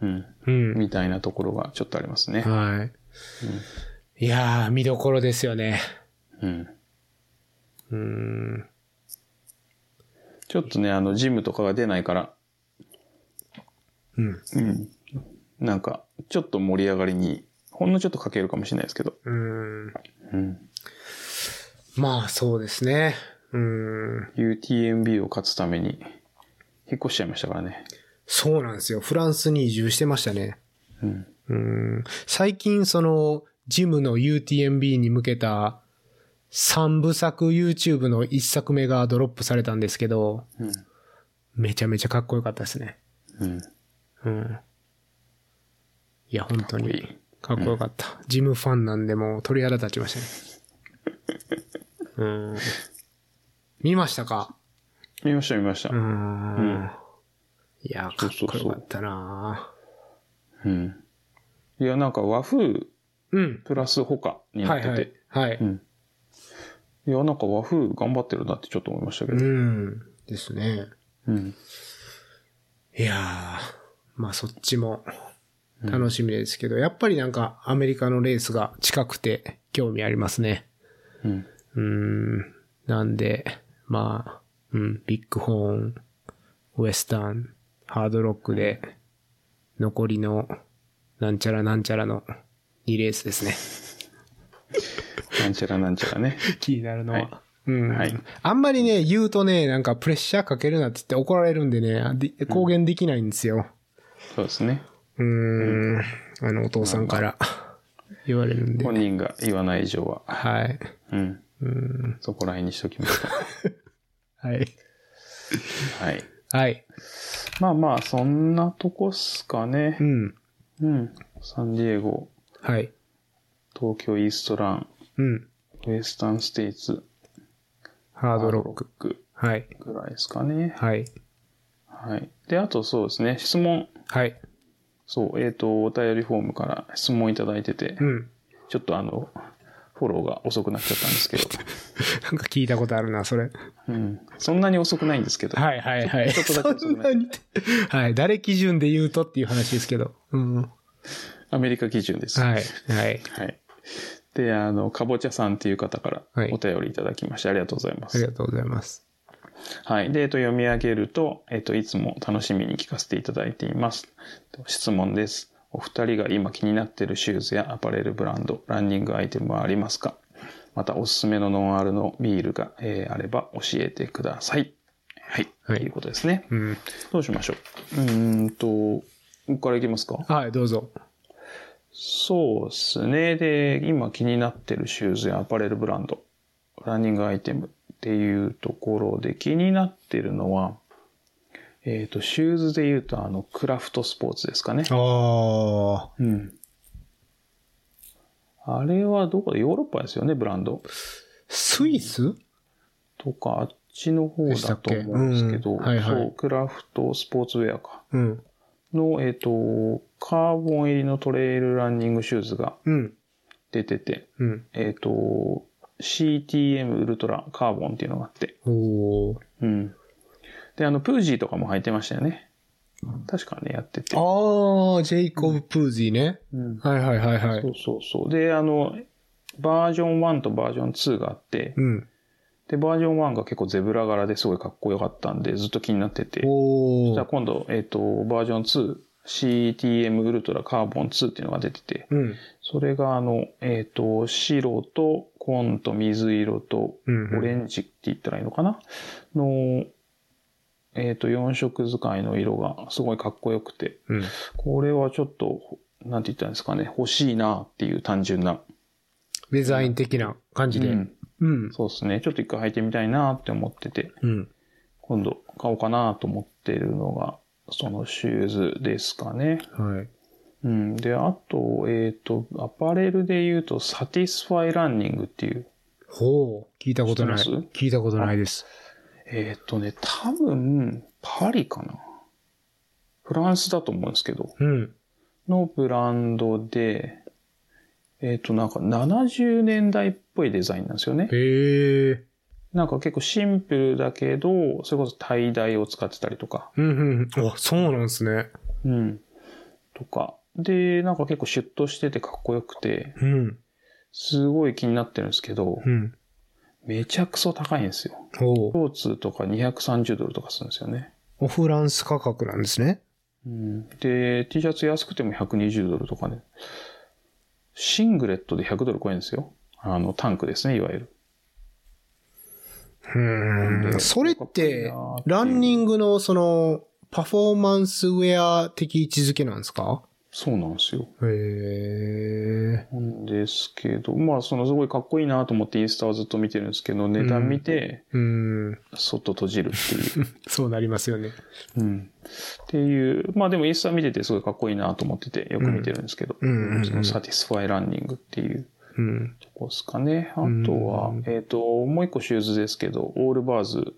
うん、
うん。
みたいなところがちょっとありますね。
はい。いやー、見どころですよね。
うん。
うーん。
ちょっとね、あの、ジムとかが出ないから、
うん。
うん。なんか、ちょっと盛り上がりに、ほんのちょっと欠けるかもしれないですけど。
うーん。
うん。
まあ、そうですね。うーん。
UTMB を勝つために、引っ越しちゃいましたからね。
そうなんですよ。フランスに移住してましたね。
うん。
うーん。最近、その、ジムの UTMB に向けた3部作 YouTube の1作目がドロップされたんですけど、
うん。
めちゃめちゃかっこよかったですね。
うん。
うん。いや、本当
かっこい
に
い。
かっこよかった。ジムファンなんで、もう鳥肌立ちましたね。うん。見ましたか
見ました、見ました
う。ん,、
うん
いや、か
そ
っ
うそう
こ
そう
よかったな
うん。いや、なんか和風
うん。
プラス他にな
は
っ
い
てて、
はい。はい。
うん。いや、なんか和風頑張ってるなってちょっと思いましたけ
う
ど。
ん。ですね。
うん。
いやー、まあそっちも楽しみですけど、やっぱりなんかアメリカのレースが近くて興味ありますね。
うん。
うーん。なんで、まあ、うん、ビッグホーン、ウエスタン、ハードロックで、残りの、なんちゃらなんちゃらの2レースですね。
なんちゃらなんちゃら ね。
気になるのは。
はい
うん、
はい
あんまりね、言うとね、なんかプレッシャーかけるなって言って怒られるんでね、あで公言できないんですよ。
そうですね。
うーん。あの、お父さんから言われるんで。
本人が言わない以上は。
はい。
うん。そこら辺にしときました。
はい。
はい。
はい。
まあまあ、そんなとこっすかね
う。ん。
うん。サンディエゴ、
はい。
東京イーストラン、
うん。
ウエスタンステイツ、
ハードロック。
ック
はい。
ぐらいですかね。
はい。
はい。で、あとそうですね、質問。
はい。
そう、えっ、と、お便りフォームから質問いただいてて
う、ん。
ちょっとあの、フォローが遅くなっちゃったんです けど。
なんか聞いたことあるな、それ。
うん。そんなに遅くないんですけど。
はいはいはい。
ちょっとだけ 遅
そん
く
な
なっ
に。はい。誰基準で言うとっていう話ですけど。うん。は
アメリカ基準です。
い。はい。
はい。で、あの、かぼちゃさんっていう方から
はい
お便りいただきまして、ありがとうございま
あり
す。
がとうございます。
はい。で、えっと、読み上げると、えっと、いつも楽しみに聞かせていただいています。えっと質問です。お二人が今気になっているシューズやアパレルブランド、ランニングアイテムはありますかまた、おすすめのノンアルのビールが、えーあれば教えてください。はい。
はい
ということですね。
うん。
どうしましょう。うーんと、ここからいきますか
はい、どうぞ。
そうですね。で、今気になってるシューズやアパレルブランド、ランニングアイテムっていうところで気になってるのは、えっ、と、シューズで言うとあの、クラフトスポーツですかね。
ああ、
うん。あれはどこだヨーロッパですよね、ブランド。
スイス
とか、あっちの方だと思うんですけど、
でしたっけうんはいはい
そう、クラフトスポーツウェアか。
うん。
の、えっ、と、カーボン入りのトレイルランニングシューズが
うん。
出てて、
うん。
えっ、と、CTM ウルトラカーボンっていうのがあって。
おー
うん。で、あの、プージーとかも履いてましたよね。確かね、やってて。
ああ、ジェイコブ・プージーね。
うん。
はいはいはいは
そ
い。
うそうそう。で、あの、バージョン1とバージョン2があって、
うん。
で、バージョン1が結構ゼブラ柄ですごいかっこよかったんで、ずっと気になってて。
お
じゃあ
お。
今度、えっ、と、バージョン2、CTM ウルトラカーボン2っていうのが出てて、
うん。
それがあの、えっ、と、白と紺と水色と
うんうん
オレンジって言ったらいいのかな、の、えっ、と、4色使いの色がすごいかっこよくて、
うん。
これはちょっと、なんて言ったらいいんですかね、欲しいなっていう単純な。
デザイン的な感じで。
うん
うん。
そうですね。ちょっと一回履いてみたいなって思ってて、
うん。
今度買おうかなと思ってるのが、そのシューズですかね。
はい。
うん。で、あと、えっ、と、アパレルで言うと、サティスファイランニングっていう、
ほう。聞いたことない。
知ってます
聞いたことないです。
えーっとね、多分、パリかな。フランスだと思うんですけど、
うん。
のブランドで、えーっと、なんか70年代っぽいデザインなんですよね。
へえ。
なんか結構シンプルだけど、それこそtie d y を使ってたりとか、
うんうん。あ、そうなんですね。
うん。とか。で、なんか結構シュッとしててかっこよくて、
うん。
すごい気になってるんですけど、
うん。
めちゃくそ高いんですよ。
ほう。
ショーツとか230ドルとかするんですよね。
オフランス価格なんですね。
うんで、T シャツ安くても120ドルとかね。シングレットで100ドル超えるんですよ。あの、タンクですね、いわゆる。
うーん。それって、ランニングのその、パフォーマンスウェア的位置づけなんですか
そうなんですよ。
へえ。
なんですけど、まあ、そのすごいかっこいいなと思ってインスタはずっと見てるんですけど、値段見て、
うん。
そっと閉じるって いう。
そうなりますよね。
うん。っていう、まあでもインスタ見ててすごいかっこいいなと思ってて、よく見てるんですけど、
うんうんうんうん
そのサティスファイランニングっていう
うん。
とこですかね。あとは
うん、
えっ、と、もう一個シューズですけど、オールバーズ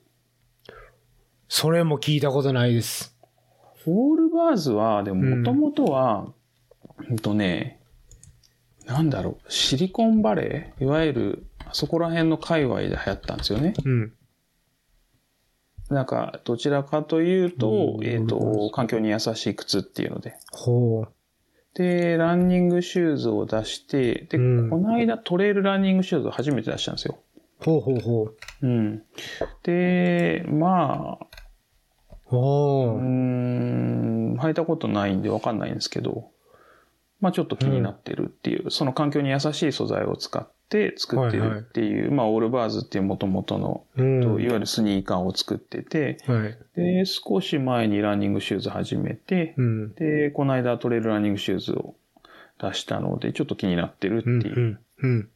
それも聞いたことないです。
オールバーズは、でも
うん
元々は、うんとね、なんだろう、シリコンバレーいわゆる、あそこら辺の界隈で流行ったんですよね。
うん。
なんか、どちらかというと
う、ん
えっ、
オールバー
と、
ズ
環境に優しい靴っていうので。
ほう。
で、ランニングシューズを出して、で、
うん
この間トレイルランニングシューズを初めて出したんですよ。
ほうほうほう。
うん。で、まあ、
お
うー
ー
ん、履いたことないんでわかんないんですけど、まあちょっと気になってるっていう、その環境に優しい素材を使って作ってるっていう、まあオールバーズっていう元々の、
うん。
といわゆるスニーカーを作ってて、
はい。
で、少し前にランニングシューズ始めて、
うん。
で、この間トレイルランニングシューズを出したので、ちょっと気になってるって
うん。
いう、
うん。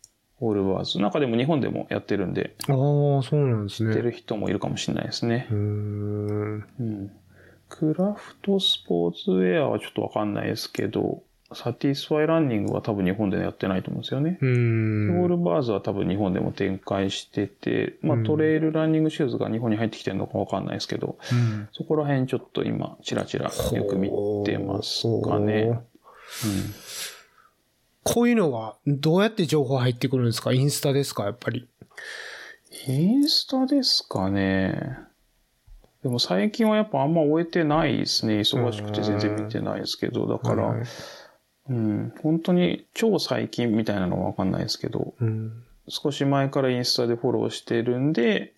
オールバーズ。中でも日本でもやってるんで、
うん。ああ、そうなんです
やって
ね。
る人もいるかもしれないですね
う。ーん。
うんクラフトスポーツウェアはちょっとわかんないですけど、サティスファイランニングは多分日本ではやってないと思うんですよね。
う
オー
ーん。
ルバーズは多分日本でも展開してて、まあ
うん
トレイルランニングシューズが日本に入ってきてるのかわかんないですけど、
うん
そこら辺ちょっと今、チラチラよく見てますか
ほ
ね
う。。こういうのはどうやって情報入ってくるんですかインスタですかやっぱり。
うんインスタですかね。でも最近はやっぱあんま終えてないですね。忙しくて全然見てないですけど、だから、
はいはい
うん、本当に超最近みたいなのはわかんないですけど、
うん。
少し前からインスタでフォローしてるんで、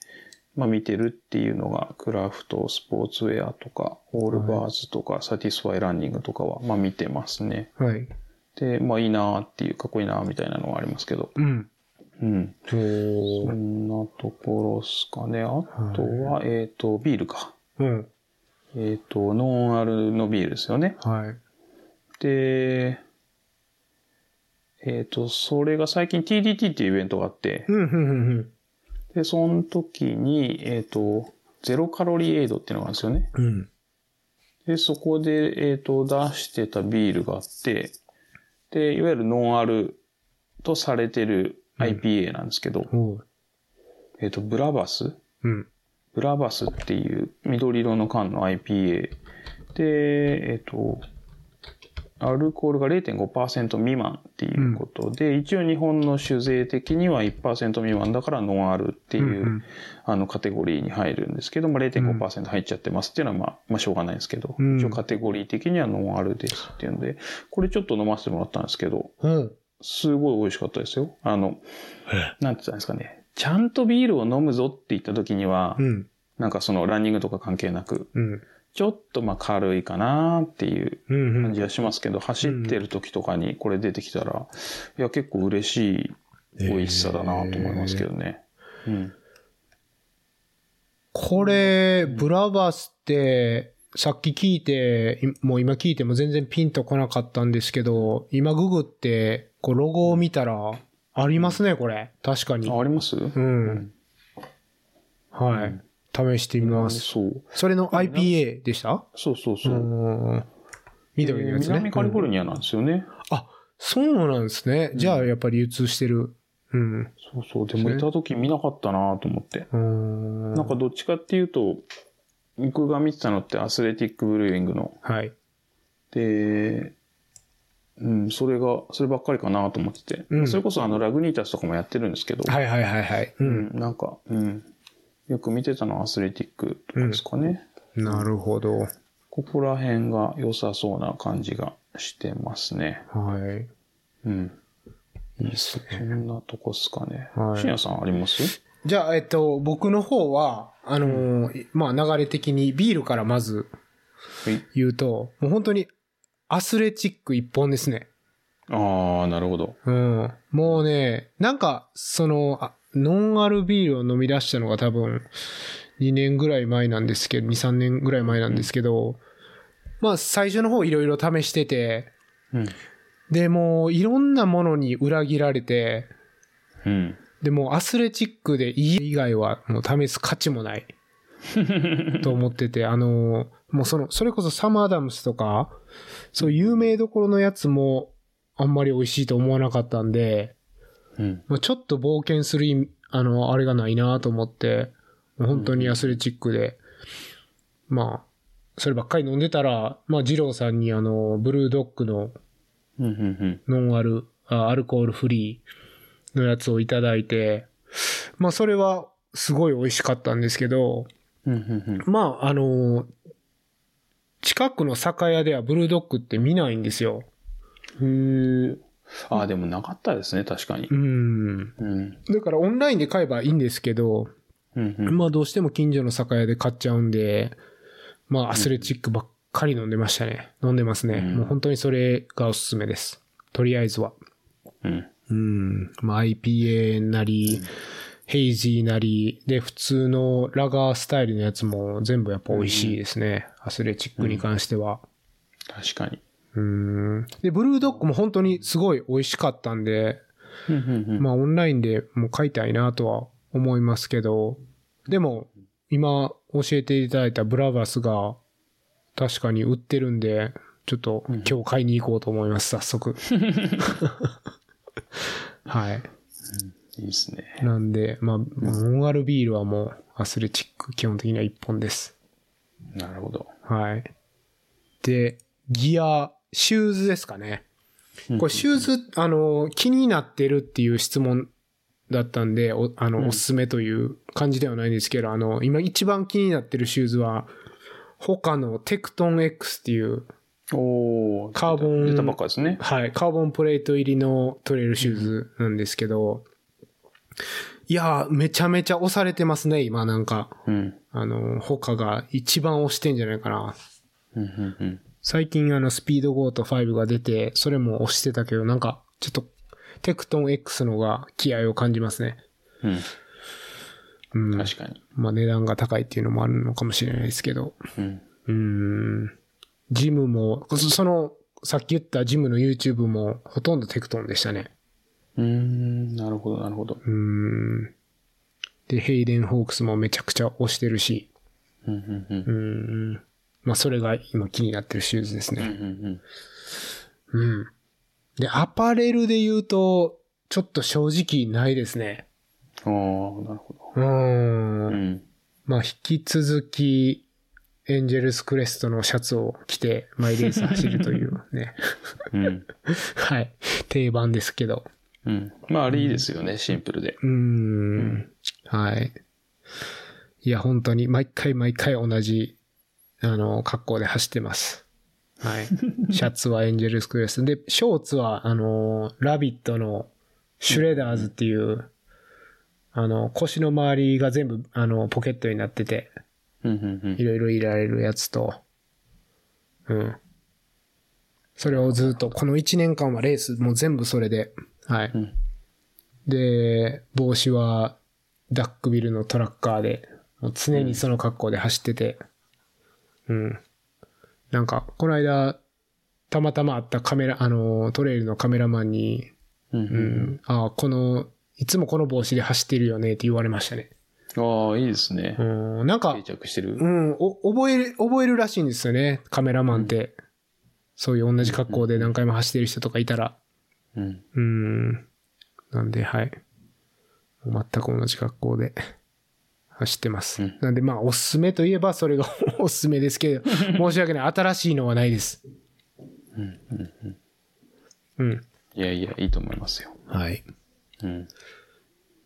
まあ、見てるっていうのが、クラフト、スポーツウェアとか、オールバーズとか、サティスファイランニングとかは、まあ、見てますね。
はい。
で、まあ、いいなーっていう、かっこいいなーみたいなのはありますけど。
うん。
うん。
お
そ
ー
んなところっすかね。あとは、えっ、と、ビールか。
うん。
えっ、と、ノンアルのビールですよね。
はい。
で、えっ、と、それが最近 TDT っていうイベントがあって、
うん、うん、うん、
で、その時に、えっ、と、ゼロカロリーエイドっていうのがあるんですよね。
うん。うん。
で、そこで、えっ、と、出してたビールがあって、で、いわゆるノンアルとされてる IPA なんですけど、
おう。
えっ、と、ブラバス
うん。
ブラバスっていう緑色の缶の IPA で、えっ、と、アルコールが0.5%未満っていうことで、一応日本の酒税的には1%未満だからノンアルっていう、
うんうん
あのカテゴリーに入るんですけど、まあ、0.5%入っちゃってますっていうのはまあ、まあしょうがないんですけど、
うん
一応カテゴリー的にはノンアルですっていうので、これちょっと飲ませてもらったんですけど、
うん。
すごい美味しかったですよ。あの、なんて言ったんですかね。ちゃんとビールを飲むぞって言った時には、
うん。
なんかそのランニングとか関係なく、
うん。
ちょっとまあ軽いかなっていう
うん。う
感
ん
じ。はしますけど、走ってる時とかにこれ出てきたら、いや結構嬉しい美味しさだなと思いますけどね。うん。
これ、ブラバスって、さっき聞いて、いもう今聞いても全然ピンとこなかったんですけど、今ググって、こうロゴを見たら、ありますね、これ。確かに。
あ、あります
うん。はい。試してみます。
そう。
それの IPA でした
そうそうそうう。
ん。緑のやつね。
南カリフォルニアなんですよね。
あ、そうなんですね。じゃあ、やっぱり流通してる。うん。
そうそう。でもいた時見なかったなと思って。
うん。
なんかどっちかっていうと、僕が見てたのってアスレティックブルーイングの
はい。
で、うん、それが、そればっかりかなと思ってて、
うん
それこそあのラグニータスとかもやってるんですけど、
はいはいはいはい。う。
うんん、なんか、うん、よく見てたのはアスレティックとかですかね。
なるほど。
ここら辺が良さそうな感じがしてますね。
はい。
うん。
いいですね。
そんなとこっすかね。
はい
深夜さんあります
じゃあ、えっと、僕の方は、あのーまあ、流れ的にビールからまず
はい。
言うと、もう本当にアスレチック一本ですね。
ああ、なるほど。
うん。もうね、なんか、その、あノンアルビールを飲み出したのが多分、2年ぐらい前なんですけど、2、3年ぐらい前なんですけど、まあ、最初の方いろいろ試してて、
うん。
で、もういろんなものに裏切られて、
うん。
でもアスレチックでいい以外はもう試す価値もないと思ってて、あの、もうその、それこそサマーダムスとか、そういう有名どころのやつもあんまり美味しいと思わなかったんで、
うん。
もうちょっと冒険する意味、あの、あれがないなと思って、もう本当にアスレチックで、まあ、そればっかり飲んでたら、まあ、二郎さんにあの、ブルードッグの
うん。うん。
ノンアル、あアルコールフリーのやつをいただいて、まあそれはすごい美味しかったんですけど、
うん。うん。
まああの、近くの酒屋ではブルードッグって見ないんですよ。
うん。へえ。ああ、でもなかったですね、確かに
う。ん。
うん。
だからオンラインで買えばいいんですけど、
うん。うん。
まあどうしても近所の酒屋で買っちゃうんで、まあアスレチックばっかり飲んでましたね。飲んでますね。
うん
もう本当にそれがおすすめです。とりあえずは。
うん。
うん。まあ、IPA なり、ヘイジーなり、で、普通のラガースタイルのやつも全部やっぱ美味しいですね。アスレチックに関しては。
確かに。
うん。で、ブルードッグも本当にすごい美味しかったんで、
うんうんうん
まあ、オンラインでも買いたいなとは思いますけど、でも、今教えていただいたブラバスが確かに売ってるんで、ちょっと今日買いに行こうと思います、早 速。はい。
いいですね。
なんで、まあ、ノンアルビールはもうアスレチック基本的には一本です。
なるほど。
はい。で、ギア、シューズですかね。これシューズ、あの、気になってるっていう質問だったんで、おあの、おすすめという感じではないんですけど、あの、今一番気になってるシューズは、他のテクトン X っていう、
おー
カーボン
出たばっかですね。
はい、カーボンプレート入りのトレイルシューズなんですけど、いやー、めちゃめちゃ押されてますね、今なんか。
うん。
あの、他が一番押してんじゃないかな。
うん、うん、うん。
最近あの、スピード5と5が出て、それも押してたけど、なんか、ちょっと、テクトン X の方が気合を感じますね。
うん、
うん。
確かに。
まあ値段が高いっていうのもあるのかもしれないですけど。
うん。
うーん。ジムも、そその、さっき言ったジムの YouTube もほとんどテクトンでしたね。
うーん、なるほど、なるほど。
うーん。で、ヘイデン・ホークスもめちゃくちゃ推してるし、
うん、うん、うん
うーん。まあ、それが今気になってるシューズです
うん。
ね。
うん、うん。
うん。で、アパレルで言うと、ちょっと正直ないですね。
ああ、なるほ
うー。
ど。うんん。
まあ、引き続き、エンジェルスクレストのシャツを着て、マイレース走るという ね。
うん。
はい。定番ですけど。
うん。まあ、あれいいですよね、シンプルで。
うーん
ん。
はい。いや、本当に、毎回毎回同じ、あの、格好で走ってます。はい。シャツはエンジェルスクエスト。で、ショーツは、あの、ラビットのシュレダーズっていう、あの、腰の周りが全部、あの、ポケットになってて、
うん、うん、うん
い。ろいろ入れられるやつと、うん。それをずっと、この1年間はレース、もう全部それで、はい。
うん
で、帽子はダックビルのトラッカーで、もう常にその格好で走ってて、うん。なんか、この間、たまたま会ったカメラ、あの、トレイルのカメラマンに、
うん
う、
うんん
あこの、いつもこの帽子で走ってるよねって言われましたね。
うん。ああ、いいですね
う。ん、なんか
定、着してる
う。ん、お覚える、覚えるらしいんですよね、カメラマンって。そういう同じ格好で何回も走ってる人とかいたら。
うん。
うん。なんで、はい。もう全く同じ格好で走ってます。
うん
なんで、まあ、おすすめといえばそれが おすすめです けど、申し訳ない。新しいのはないです。
うん。うん。うん。
うん。
いやいや、いいと思いますよ。
はい。
うん。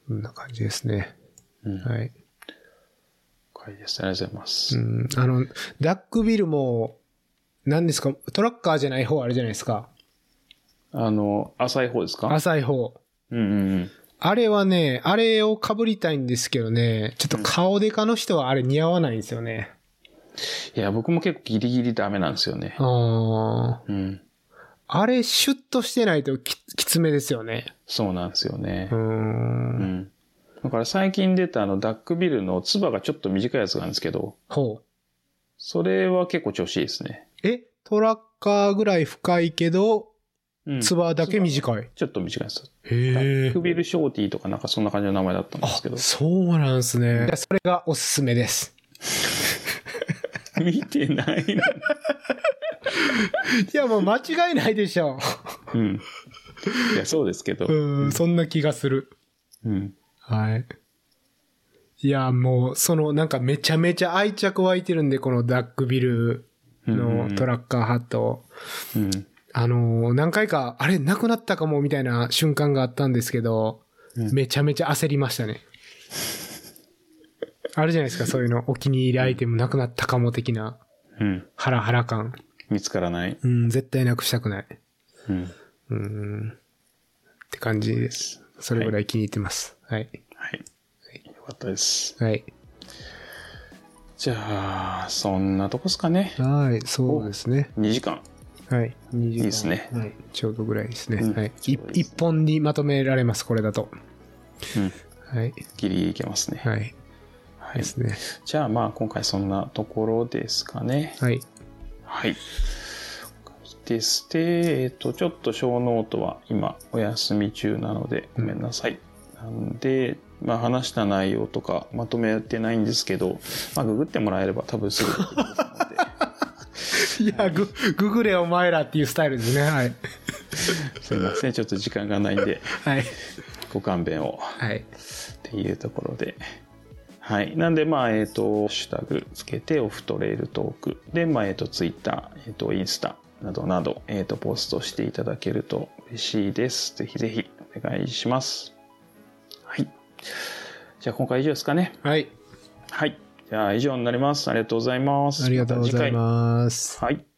こんな感じですね。
うん。
はい。
深いです。ありがとうございま
う
す。
ん。あの、ダックビルも、何ですか、トラッカーじゃない方あるじゃないですか。
あの、浅い方ですか
浅い方。
うんうんうん。
あれはね、あれを被りたいんですけどね、ちょっと顔デカの人はあれ似合わないんですよね。
いや、僕も結構ギリギリダメなんですよね。
あー
うん。
あれ、シュッとしてないとききつめですよね。
そうなんですよね
うー。。
うんん。だから最近出たあの、ダックビルのツバがちょっと短いやつがあるんですけど、
ほ
それは結構調子いいですね。
う。え、トラッカーぐらい深いけど、
うん。
ツバだけ短い。
ちょっと短いやつ。ダ
へ
ックビルショーティーとかなんかそんな感じの名前だったんで
あ
すけど、。
そうなんですね。いやそれがおすすめです。
見てないの。
いや、もう間違いないでしょ
うん。いや、そうですけど
う。。うん、そんな気がする。
うん。
はい。いや、もう、その、なんかめちゃめちゃ愛着湧いてるんで、このダックビルのトラッカーハット。
うん。
あのー、何回か、あれ、なくなったかも、みたいな瞬間があったんですけど、
うん
めちゃめちゃ焦りましたね。あるじゃないですか、そういうの。お気に入りアイテムなくなったかも的な、
うん。
ハラハラ感。
見つからない。
うん、絶対なくしたくない。
うん。
うん。って感じです。それぐらい気に入ってます。はい。
はい。よかったです。
はい。
じゃあ、そんなとこですかね。
はい、そうですね。
2時間。
はい。い
いいですね
はい。ちょうどぐらいですね。
うん
はい。
ち
い
ょうどいいですね
一本にまとめられます、これだと。
うん。
はい。
ギリギリいけますね。
はい。
はい
で。すね。
じゃあ、まあ、今回そんなところですかね。
はい。
はい。です。で、えっ、と、ちょっと小ノートは今お休み中なのでごめんなさい。なんで、まあ話した内容とかまとめてないんですけど、まあググってもらえれば多分すぐ出てくると思うので。
いや、グ、ググれお前らっていうスタイルですね。はい。
すいません。ちょっと時間がないんで、
はい。
ご勘弁を。
はい。
っていうところで。はい。なんで、まあ、えっ、と、ハッシュタグつけて、オフトレイルトーク。で、まあ、えっ、と、ツイッター、えっ、と、インスタなどなど、えっ、と、ポストしていただけると嬉しいです。ぜひぜひお願いします。はい。じゃあ、今回以上ですかね。
はい。
はい。じゃあ、以上になります。ありがとうございます。
ありがとうござい
ま
ます。
た次回はい。